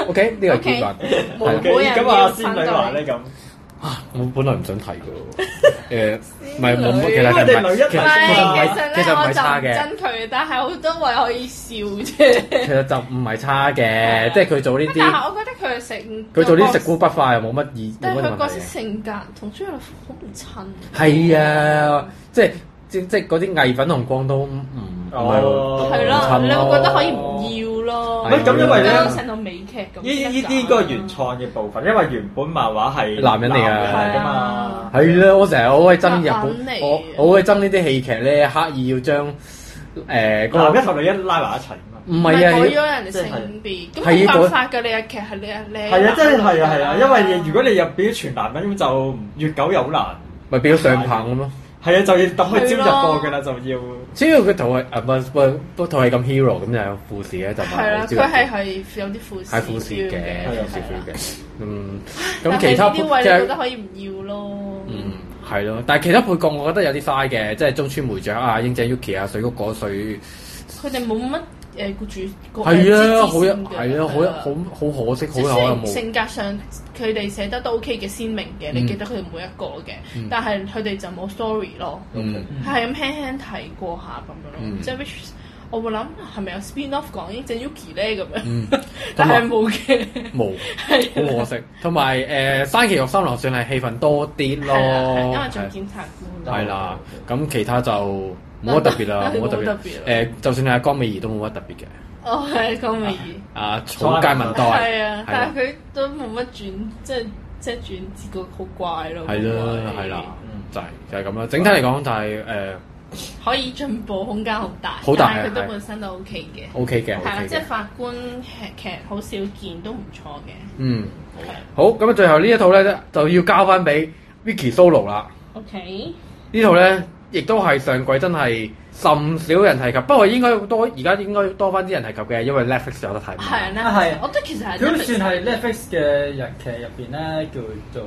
[SPEAKER 5] OK，呢個係
[SPEAKER 10] OK
[SPEAKER 5] 叫法。
[SPEAKER 10] 每每人
[SPEAKER 6] 咁啊，
[SPEAKER 10] 要
[SPEAKER 6] 仙
[SPEAKER 10] 分
[SPEAKER 6] 女話
[SPEAKER 10] 到
[SPEAKER 6] 咧咁，
[SPEAKER 5] 我本來唔想睇嘅喎，誒，唔係冇乜，其實
[SPEAKER 6] 因為
[SPEAKER 5] 係
[SPEAKER 6] 你
[SPEAKER 5] 唔
[SPEAKER 6] 女一
[SPEAKER 5] 係，其
[SPEAKER 10] 唔
[SPEAKER 5] 實
[SPEAKER 10] 係，
[SPEAKER 5] 唔
[SPEAKER 10] 其
[SPEAKER 5] 係，
[SPEAKER 10] 實
[SPEAKER 5] 其
[SPEAKER 10] 咧
[SPEAKER 5] 實唔
[SPEAKER 10] 我
[SPEAKER 5] 係
[SPEAKER 10] 就
[SPEAKER 5] 差
[SPEAKER 10] 唔
[SPEAKER 5] 嘅，
[SPEAKER 10] 憎佢，但係好多位可以笑啫。
[SPEAKER 5] 其實就唔係差嘅，即係佢做呢
[SPEAKER 10] 但係
[SPEAKER 5] 啲，
[SPEAKER 10] 我覺得佢嘅性，
[SPEAKER 5] 佢做呢啲食古不化又冇乜意，冇
[SPEAKER 10] 但係
[SPEAKER 5] 乜
[SPEAKER 10] 佢角
[SPEAKER 5] 問題啊
[SPEAKER 10] 色
[SPEAKER 5] 嘅。
[SPEAKER 10] 性格同朱麗葉好唔襯。
[SPEAKER 5] 係啊，即係即即係嗰啲藝粉同廣東唔唔係喎
[SPEAKER 6] 哦
[SPEAKER 10] 係
[SPEAKER 5] 唔
[SPEAKER 10] 咯，
[SPEAKER 5] 襯
[SPEAKER 10] 你會覺得可以
[SPEAKER 6] 哦
[SPEAKER 10] 唔要咯。
[SPEAKER 5] 係啊咁因為咧
[SPEAKER 10] 成套美劇咁。
[SPEAKER 6] 依依啲個原創嘅部分，因為原本漫畫係
[SPEAKER 5] 男人嚟㗎
[SPEAKER 6] 㗎嘛，
[SPEAKER 5] 係啊啦，我成日好鬼憎日
[SPEAKER 10] 日
[SPEAKER 5] 本，
[SPEAKER 10] 本嚟
[SPEAKER 5] 我我好鬼憎呢啲戲劇咧，刻意要將誒嗰
[SPEAKER 6] 男
[SPEAKER 5] 個
[SPEAKER 6] 一同女一拉埋一齊㗎嘛。
[SPEAKER 5] 唔
[SPEAKER 10] 唔係改咗
[SPEAKER 5] 係啊，
[SPEAKER 10] 人哋性別，咁
[SPEAKER 5] 係
[SPEAKER 10] 冇
[SPEAKER 5] 啊
[SPEAKER 10] 辦法㗎。你嘅劇係你係你
[SPEAKER 6] 係啊，真係係啊係啊，因為如果你入邊全男人咁就越久又好難，
[SPEAKER 5] 咪變咗上棒咁咯。
[SPEAKER 6] 係啊就要抌去招入播㗎啦，就要
[SPEAKER 5] 只要佢套係啊唔唔不套係咁 hero 咁就有故事嘅，就唔
[SPEAKER 10] 係啦，
[SPEAKER 5] 係
[SPEAKER 10] 佢係係有啲副
[SPEAKER 5] 係故事嘅，
[SPEAKER 10] 嘅。
[SPEAKER 5] 故事
[SPEAKER 10] 係啦
[SPEAKER 5] feel 嘅。嗯，
[SPEAKER 10] 但
[SPEAKER 5] 咁
[SPEAKER 10] 係
[SPEAKER 5] 其他
[SPEAKER 10] 呢啲位你覺得可以唔要咯？
[SPEAKER 5] 嗯，係咯，但係其他配角我覺得有啲嘥嘅，即係中村梅雀啊、英井 Yuki 啊、水谷果穗，
[SPEAKER 10] 佢哋冇乜誒個主個
[SPEAKER 5] 係啊，
[SPEAKER 10] 誒
[SPEAKER 5] 好有
[SPEAKER 10] 知知
[SPEAKER 5] 係
[SPEAKER 10] 性
[SPEAKER 5] 啊，
[SPEAKER 10] 嘅
[SPEAKER 5] 好有好好可惜，好
[SPEAKER 10] 即係
[SPEAKER 5] 有
[SPEAKER 10] 雖
[SPEAKER 5] 有
[SPEAKER 10] 然
[SPEAKER 5] 冇
[SPEAKER 10] 性格上佢哋寫得都 OK 嘅鮮明嘅，
[SPEAKER 5] 嗯
[SPEAKER 10] 你記得佢哋每一個嘅，但係佢哋就冇 story 咯，
[SPEAKER 5] 嗯
[SPEAKER 10] 係咁輕輕提過下咁樣咯
[SPEAKER 5] 嗯，
[SPEAKER 10] 即係 which is- 我會諗係咪有 spin off 講英正 Yuki 咧咁 *laughs*
[SPEAKER 5] 嗯
[SPEAKER 10] 樣，但係冇嘅，
[SPEAKER 5] 冇，
[SPEAKER 10] 係
[SPEAKER 5] 好可惜。同埋誒山崎育三郎算係戲份多啲
[SPEAKER 10] 係
[SPEAKER 5] 咯，
[SPEAKER 10] 啦係啊因為做
[SPEAKER 5] 哦係
[SPEAKER 10] 檢察官
[SPEAKER 5] 係啦，咁其他就冇乜特別 *laughs* 啦，
[SPEAKER 10] 冇
[SPEAKER 5] 冇乜特
[SPEAKER 10] 特
[SPEAKER 5] 別
[SPEAKER 10] 別啦。
[SPEAKER 5] 誒，就算係江美儀都冇乜特別嘅。
[SPEAKER 10] 哦係江美儀，
[SPEAKER 5] 啊，草芥文代
[SPEAKER 10] 係啊，
[SPEAKER 5] 係啦
[SPEAKER 10] 但係佢都冇乜轉，即係即係轉折個好怪咯，
[SPEAKER 5] 係啦，
[SPEAKER 10] 個位
[SPEAKER 5] 係啦，就係就係咁啦。整體嚟講就係誒
[SPEAKER 10] 可以進步空間好大，
[SPEAKER 5] 好大
[SPEAKER 10] 但係佢
[SPEAKER 5] 係
[SPEAKER 10] 都本身都 OK 嘅。
[SPEAKER 5] OK 嘅
[SPEAKER 10] 係啦，
[SPEAKER 5] ，OK
[SPEAKER 10] 即係
[SPEAKER 5] 嘅，
[SPEAKER 10] 法官劇劇好少見，都唔錯嘅。
[SPEAKER 5] 嗯，好咁啊，最後呢一套咧就要交翻俾 Vicky Solo 啦。
[SPEAKER 10] OK，
[SPEAKER 5] 呢套咧亦都係上季真係甚少人提及，不過應該多而家應該多翻啲人提及嘅，因為 Netflix 有得睇嘛。
[SPEAKER 10] 係啦，
[SPEAKER 4] 啊係
[SPEAKER 10] 我覺得其實係
[SPEAKER 4] 佢都算係 Netflix 嘅日劇入邊咧，叫做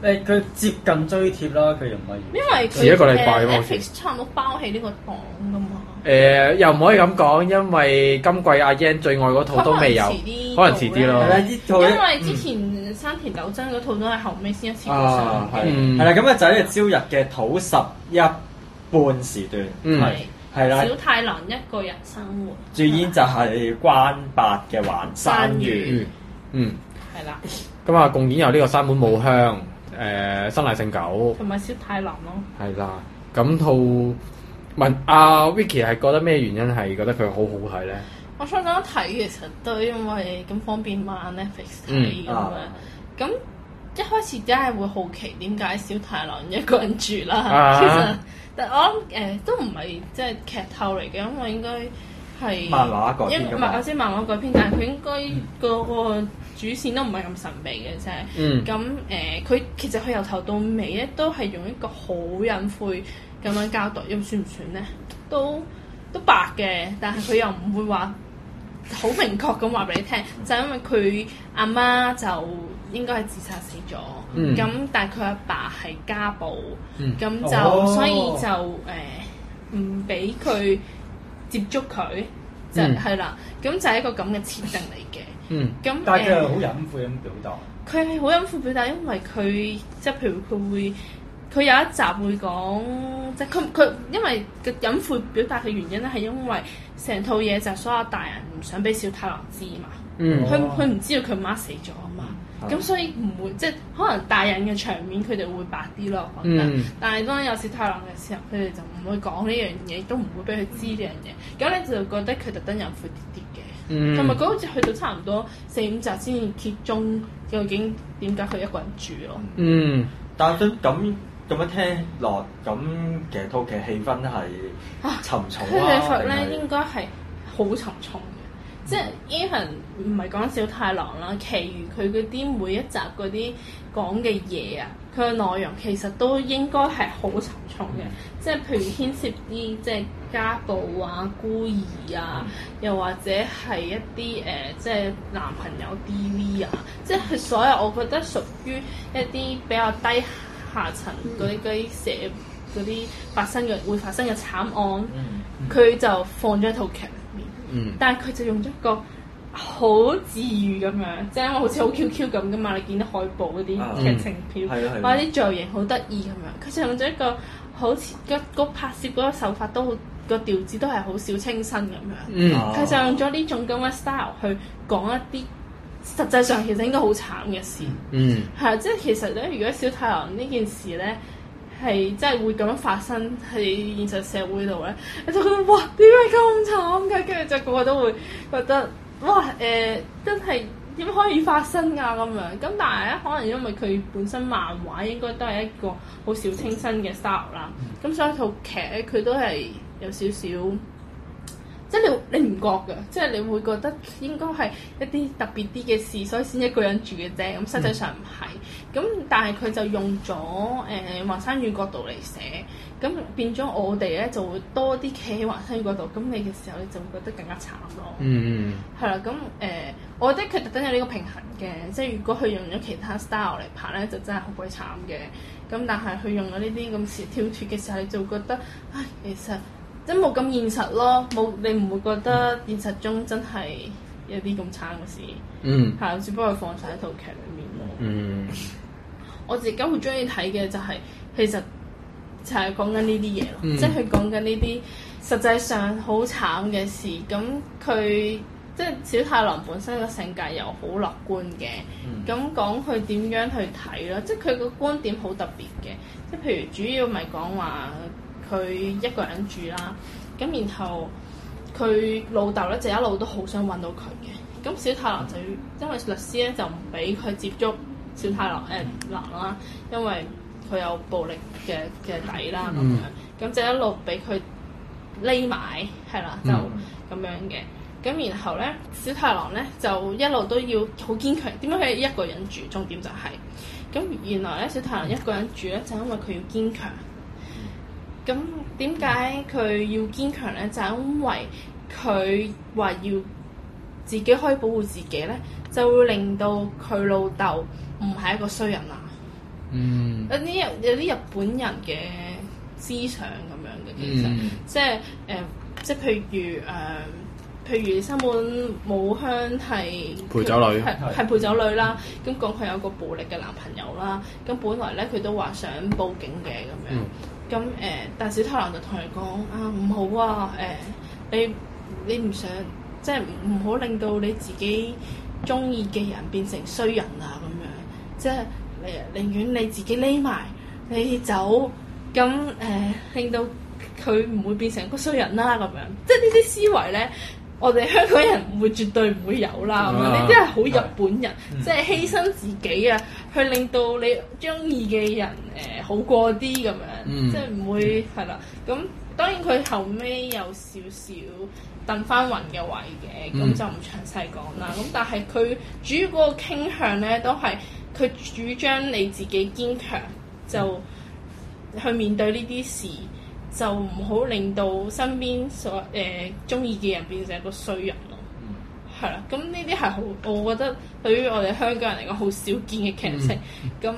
[SPEAKER 4] 誒佢接近追貼啦，佢又唔係。
[SPEAKER 10] 因為佢
[SPEAKER 5] 遲一個禮拜喎
[SPEAKER 10] 誒
[SPEAKER 5] 好似
[SPEAKER 10] Netflix 差唔多包起呢個檔噶嘛。
[SPEAKER 5] 誒、又唔可以咁講，因為今季阿 Yan 最愛嗰套都未有，可
[SPEAKER 10] 可
[SPEAKER 5] 能
[SPEAKER 10] 能
[SPEAKER 5] 遲
[SPEAKER 10] 遲啲
[SPEAKER 5] 啲
[SPEAKER 10] 做
[SPEAKER 5] 咯
[SPEAKER 10] 咧。
[SPEAKER 6] 係啦，呢套
[SPEAKER 10] 啊因
[SPEAKER 6] 咧啊
[SPEAKER 10] 為之前山田斗真嗰套都係後尾先一次過上
[SPEAKER 6] 啊
[SPEAKER 10] 嘅。
[SPEAKER 6] 係
[SPEAKER 5] 嗯
[SPEAKER 6] 係啦，咁啊就係呢個朝日嘅土十一半時段，
[SPEAKER 5] 嗯
[SPEAKER 6] 係係啦，
[SPEAKER 10] 小太郎一個人生活，
[SPEAKER 6] 主演就係關八嘅環山
[SPEAKER 5] 嗯
[SPEAKER 6] 月，
[SPEAKER 5] 嗯，
[SPEAKER 10] 係啦，
[SPEAKER 5] 咁啊，共演有呢個山本武香，誒、新瀨聖久，
[SPEAKER 10] 同埋小太郎咯。
[SPEAKER 5] 係啦。咁套問阿 ờ, Vicky 係覺得咩原因係覺得佢好好睇咧？
[SPEAKER 10] 我初初睇其實都因為咁方便嘛 Netflix
[SPEAKER 5] 嗯
[SPEAKER 10] 睇咁樣，
[SPEAKER 6] 啊
[SPEAKER 10] 咁、一開始梗係會好奇點解小太郎一個人住啦。
[SPEAKER 5] 啊
[SPEAKER 10] 其實，但我諗誒、都唔係即係劇透嚟嘅，因為應該係
[SPEAKER 6] 漫畫改編
[SPEAKER 10] 因
[SPEAKER 6] 㗎
[SPEAKER 10] 唔
[SPEAKER 6] 嘛
[SPEAKER 10] 係我知漫畫改編，但係佢應該個個主線都唔係咁神秘嘅啫。
[SPEAKER 5] 嗯
[SPEAKER 10] 咁誒，佢、其實佢由頭到尾咧都係用一個好隱晦咁樣交代，咁算唔算咧？都都白嘅，但係佢又唔會話好明確咁話俾你聽，就係因為佢阿媽就應該係自殺死咗，
[SPEAKER 5] 嗯
[SPEAKER 10] 咁、但係佢阿爸係家暴，
[SPEAKER 5] 嗯
[SPEAKER 10] 咁、就、
[SPEAKER 6] 哦
[SPEAKER 10] 所以就誒唔俾佢接觸佢，就
[SPEAKER 5] 嗯
[SPEAKER 10] 係啦，咁、就係一個咁嘅設定嚟嘅。
[SPEAKER 5] 嗯
[SPEAKER 10] 咁
[SPEAKER 4] 但係
[SPEAKER 10] 誒
[SPEAKER 4] 佢係好隱晦咁表達。
[SPEAKER 10] 佢係好隱晦表達，因為佢即係譬如佢會，佢有一集會講，即係佢佢因為個隱晦表達嘅原因咧，係因為成套嘢就係所有大人唔想俾小太郎知嘛，
[SPEAKER 5] 嗯
[SPEAKER 10] 佢佢唔知道佢媽死咗啊嘛，咁所以唔會即係可能大人嘅場面佢哋會白啲咯，我覺得。
[SPEAKER 5] 嗯
[SPEAKER 10] 但係當有小太郎嘅時候，佢哋就唔會講呢樣嘢，亦都唔會俾佢知呢樣嘢，咁你就覺得佢特登隱晦啲啲嘅。
[SPEAKER 5] 嗯，
[SPEAKER 10] 同埋嗰好似去到差唔多四五集先至揭盅，究竟點解佢一個人住咯？
[SPEAKER 5] 嗯
[SPEAKER 6] 但係都咁咁樣聽落，咁其實套劇氣氛係沉重
[SPEAKER 10] 佢哋
[SPEAKER 6] 啊，
[SPEAKER 10] 佛
[SPEAKER 6] 定係
[SPEAKER 10] 咧應該係好沉重嘅，即係 even 唔係講小太郎啦，其餘佢嗰啲每一集嗰啲講嘅嘢啊，佢嘅內容其實都應該係好沉重嘅，
[SPEAKER 6] 嗯
[SPEAKER 10] 即係譬如牽涉啲即係家暴啊、孤兒啊，
[SPEAKER 6] 嗯
[SPEAKER 10] 又或者係一啲誒、呃即係男朋友 DV 啊，即係佢所有我覺得屬於一啲比較低下層嗰啲嗰啲社嗰啲發生嘅會發生
[SPEAKER 6] 嗯
[SPEAKER 10] 嘅慘案。佢就放咗喺套劇入面，
[SPEAKER 5] 嗯
[SPEAKER 10] 但係佢就用咗一個好治愈咁樣，即係因為好似好 Q Q 咁噶嘛，你見到海報嗰
[SPEAKER 6] 啊
[SPEAKER 5] Ừ.
[SPEAKER 10] 啲劇情片，
[SPEAKER 6] 係啊係啊
[SPEAKER 10] 或者啲造型好得意咁樣，佢就用咗一個好似個個拍攝嗰個手法都好，個調子都係好小清新咁樣，
[SPEAKER 5] Ừ.
[SPEAKER 11] 嗯，
[SPEAKER 6] 啊
[SPEAKER 10] 佢就用咗呢種咁嘅 style 去講一啲實際上其實應該好慘嘅事。
[SPEAKER 5] Ừ.
[SPEAKER 11] 嗯，
[SPEAKER 10] 係，即係其實咧，如果小太陽呢件事咧係真係會咁樣發生喺現實社會度咧，你就覺得哇點解咁慘嘅？跟住就個個都會 *laughs* 覺得哇誒、呃真係點可以發生啊咁樣。咁但係咧，可能因為佢本身漫畫應該都係一個好小清新嘅 style 啦，咁所以套劇咧佢都係有少少。即係你你唔覺㗎，即係你會覺得應該係一啲特別啲嘅事，所以先一個人住嘅啫。咁實際上唔係，咁、但係佢就用咗誒、呃、華山院角度嚟寫，咁變咗我哋咧就會多啲企喺華山院角度，咁你嘅時候你就會覺得更加慘咯。
[SPEAKER 5] Ừ.
[SPEAKER 11] 嗯，
[SPEAKER 10] 係啦，咁誒、呃我覺得佢特登有呢個平衡嘅，即係如果佢用咗其他 style 嚟拍咧，就真係好鬼慘嘅。咁但係佢用咗呢啲咁事跳脱嘅時候，你就會覺得，唉，其實即係冇咁現實咯，冇你唔會覺得現實中真係有啲咁慘嘅事，
[SPEAKER 5] Ừ.
[SPEAKER 11] 嗯，
[SPEAKER 10] 係啊啦只不過放晒喺套劇裡面咯。
[SPEAKER 11] 嗯，
[SPEAKER 10] 我自己好中意睇嘅就係、其實就係講緊呢啲嘢咯，
[SPEAKER 11] 嗯
[SPEAKER 10] 即係佢講緊呢啲實際上好慘嘅事。咁佢即係小太郎本身個性格又好樂觀嘅，咁講佢點樣去睇咯，即係佢個觀點好特別嘅。即係譬如主要咪講話佢一個人住啦，咁然後佢老豆咧就一路都好想揾到佢嘅。咁小太郎就要因為律師咧就唔俾佢接觸小太郎誒、呃男啦，因為佢有暴力嘅嘅底啦咁樣，咁、就一路俾佢匿埋係啦，就咁樣嘅。咁然後咧，小太郎咧就一路都要好堅強。點解佢一個人住？重點就係、咁原來咧，小太陽一個人住咧，就因為佢要堅強。咁點解佢要堅強咧？就係因為佢話要自己可以保護自己咧，就會令到佢老豆唔係一個衰人啦。啊
[SPEAKER 5] Ừ.
[SPEAKER 11] 嗯，
[SPEAKER 10] 有啲日有啲日本人嘅思想咁樣嘅，
[SPEAKER 5] Ừ.
[SPEAKER 10] 其實、
[SPEAKER 11] 嗯
[SPEAKER 10] 即係誒、呃即係譬如誒、呃譬如三本武香係
[SPEAKER 11] 陪酒女
[SPEAKER 10] 係係陪酒女啦。咁講佢有個暴力嘅男朋友啦，咁本來咧佢都話想報警嘅咁樣。
[SPEAKER 11] 嗯
[SPEAKER 10] 咁誒、呃但小太郎就同佢講啊，唔好啊，誒、你你唔想即係唔唔好令到你自己中意嘅人變成衰人啊咁樣，即係你寧願你自己匿埋，你走，咁誒、呃令到佢唔會變成一個衰人啦咁樣，即係呢啲思維咧。我哋香港人唔會絕對唔會有
[SPEAKER 5] Ờ.
[SPEAKER 10] 啦，咁樣呢啲係好日本人，即係犧牲自己啊，去令到你中意嘅人誒、呃好過啲咁樣，
[SPEAKER 11] 嗯
[SPEAKER 5] Ừ.
[SPEAKER 10] 即係唔會係啦。咁當然佢後尾有少少掟翻雲嘅位嘅，咁、
[SPEAKER 11] 嗯
[SPEAKER 10] 就唔詳細講啦。咁但係佢主要嗰個傾向咧，都係佢主張你自己堅強，
[SPEAKER 4] 嗯
[SPEAKER 10] 就去面對呢啲事。就唔好令到身邊所誒中意嘅人變成一個衰人咯。
[SPEAKER 4] 嗯
[SPEAKER 10] 係啦，咁呢啲係好，我覺得對於我哋香港人嚟講好少見嘅劇情，
[SPEAKER 4] 嗯
[SPEAKER 10] 咁、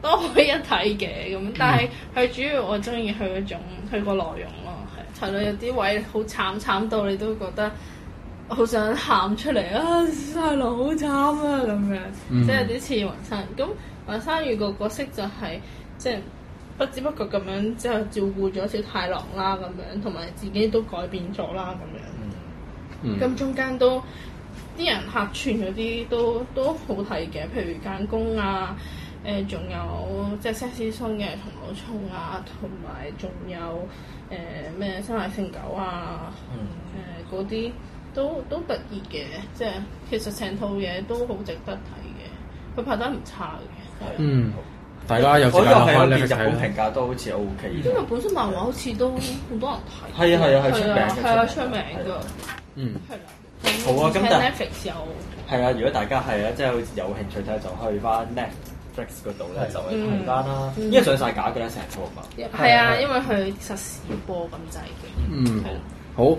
[SPEAKER 10] 都可以一睇嘅咁。但係佢主要我中意佢嗰種佢個內容咯，係係咯，有啲位好慘慘到你都覺得好想喊出嚟啊！細佬好慘啊咁樣，即係有啲似雲生。咁雲生如個角色就係、即係。不知不覺咁樣之後照顧咗小太郎啦，咁樣同埋自己都改變咗啦，咁樣。咁中間都啲人客串嗰啲都都好睇嘅，譬如間工啊，誒、仲有即係 sexy 松嘅同老聰啊，同埋仲有誒咩、新奶聖狗啊，
[SPEAKER 6] 嗯
[SPEAKER 10] 誒嗰啲都都得意嘅，即係其實成套嘢都好值得睇嘅，佢拍得唔差嘅，係啊
[SPEAKER 11] 嗯，大家有時
[SPEAKER 6] 我
[SPEAKER 11] 間
[SPEAKER 6] 呢度
[SPEAKER 11] 開
[SPEAKER 6] 係有啲
[SPEAKER 11] 咧
[SPEAKER 6] 日
[SPEAKER 11] 睇
[SPEAKER 6] 本
[SPEAKER 11] 啦
[SPEAKER 6] 評價都好似 O K
[SPEAKER 10] 因為本身漫畫好似都好多人睇，
[SPEAKER 6] 係啊係啊係出名嘅
[SPEAKER 10] 係啊
[SPEAKER 6] 出
[SPEAKER 10] 出
[SPEAKER 6] 名係
[SPEAKER 10] 名
[SPEAKER 6] 啊
[SPEAKER 10] 㗎，
[SPEAKER 5] Ừ.
[SPEAKER 11] 嗯，
[SPEAKER 10] 係啦。
[SPEAKER 6] 好啊咁
[SPEAKER 10] 而且
[SPEAKER 6] 但
[SPEAKER 10] Netflix 有。
[SPEAKER 6] 係啊，如果大家係啊，即係有興趣睇就去翻 Netflix 嗰度咧，就去睇翻啦。因為上晒架嘅咧，成套啊嘛。
[SPEAKER 10] 係啊，因為佢實時播咁滯嘅。
[SPEAKER 11] 嗯
[SPEAKER 10] 係啦
[SPEAKER 11] 好。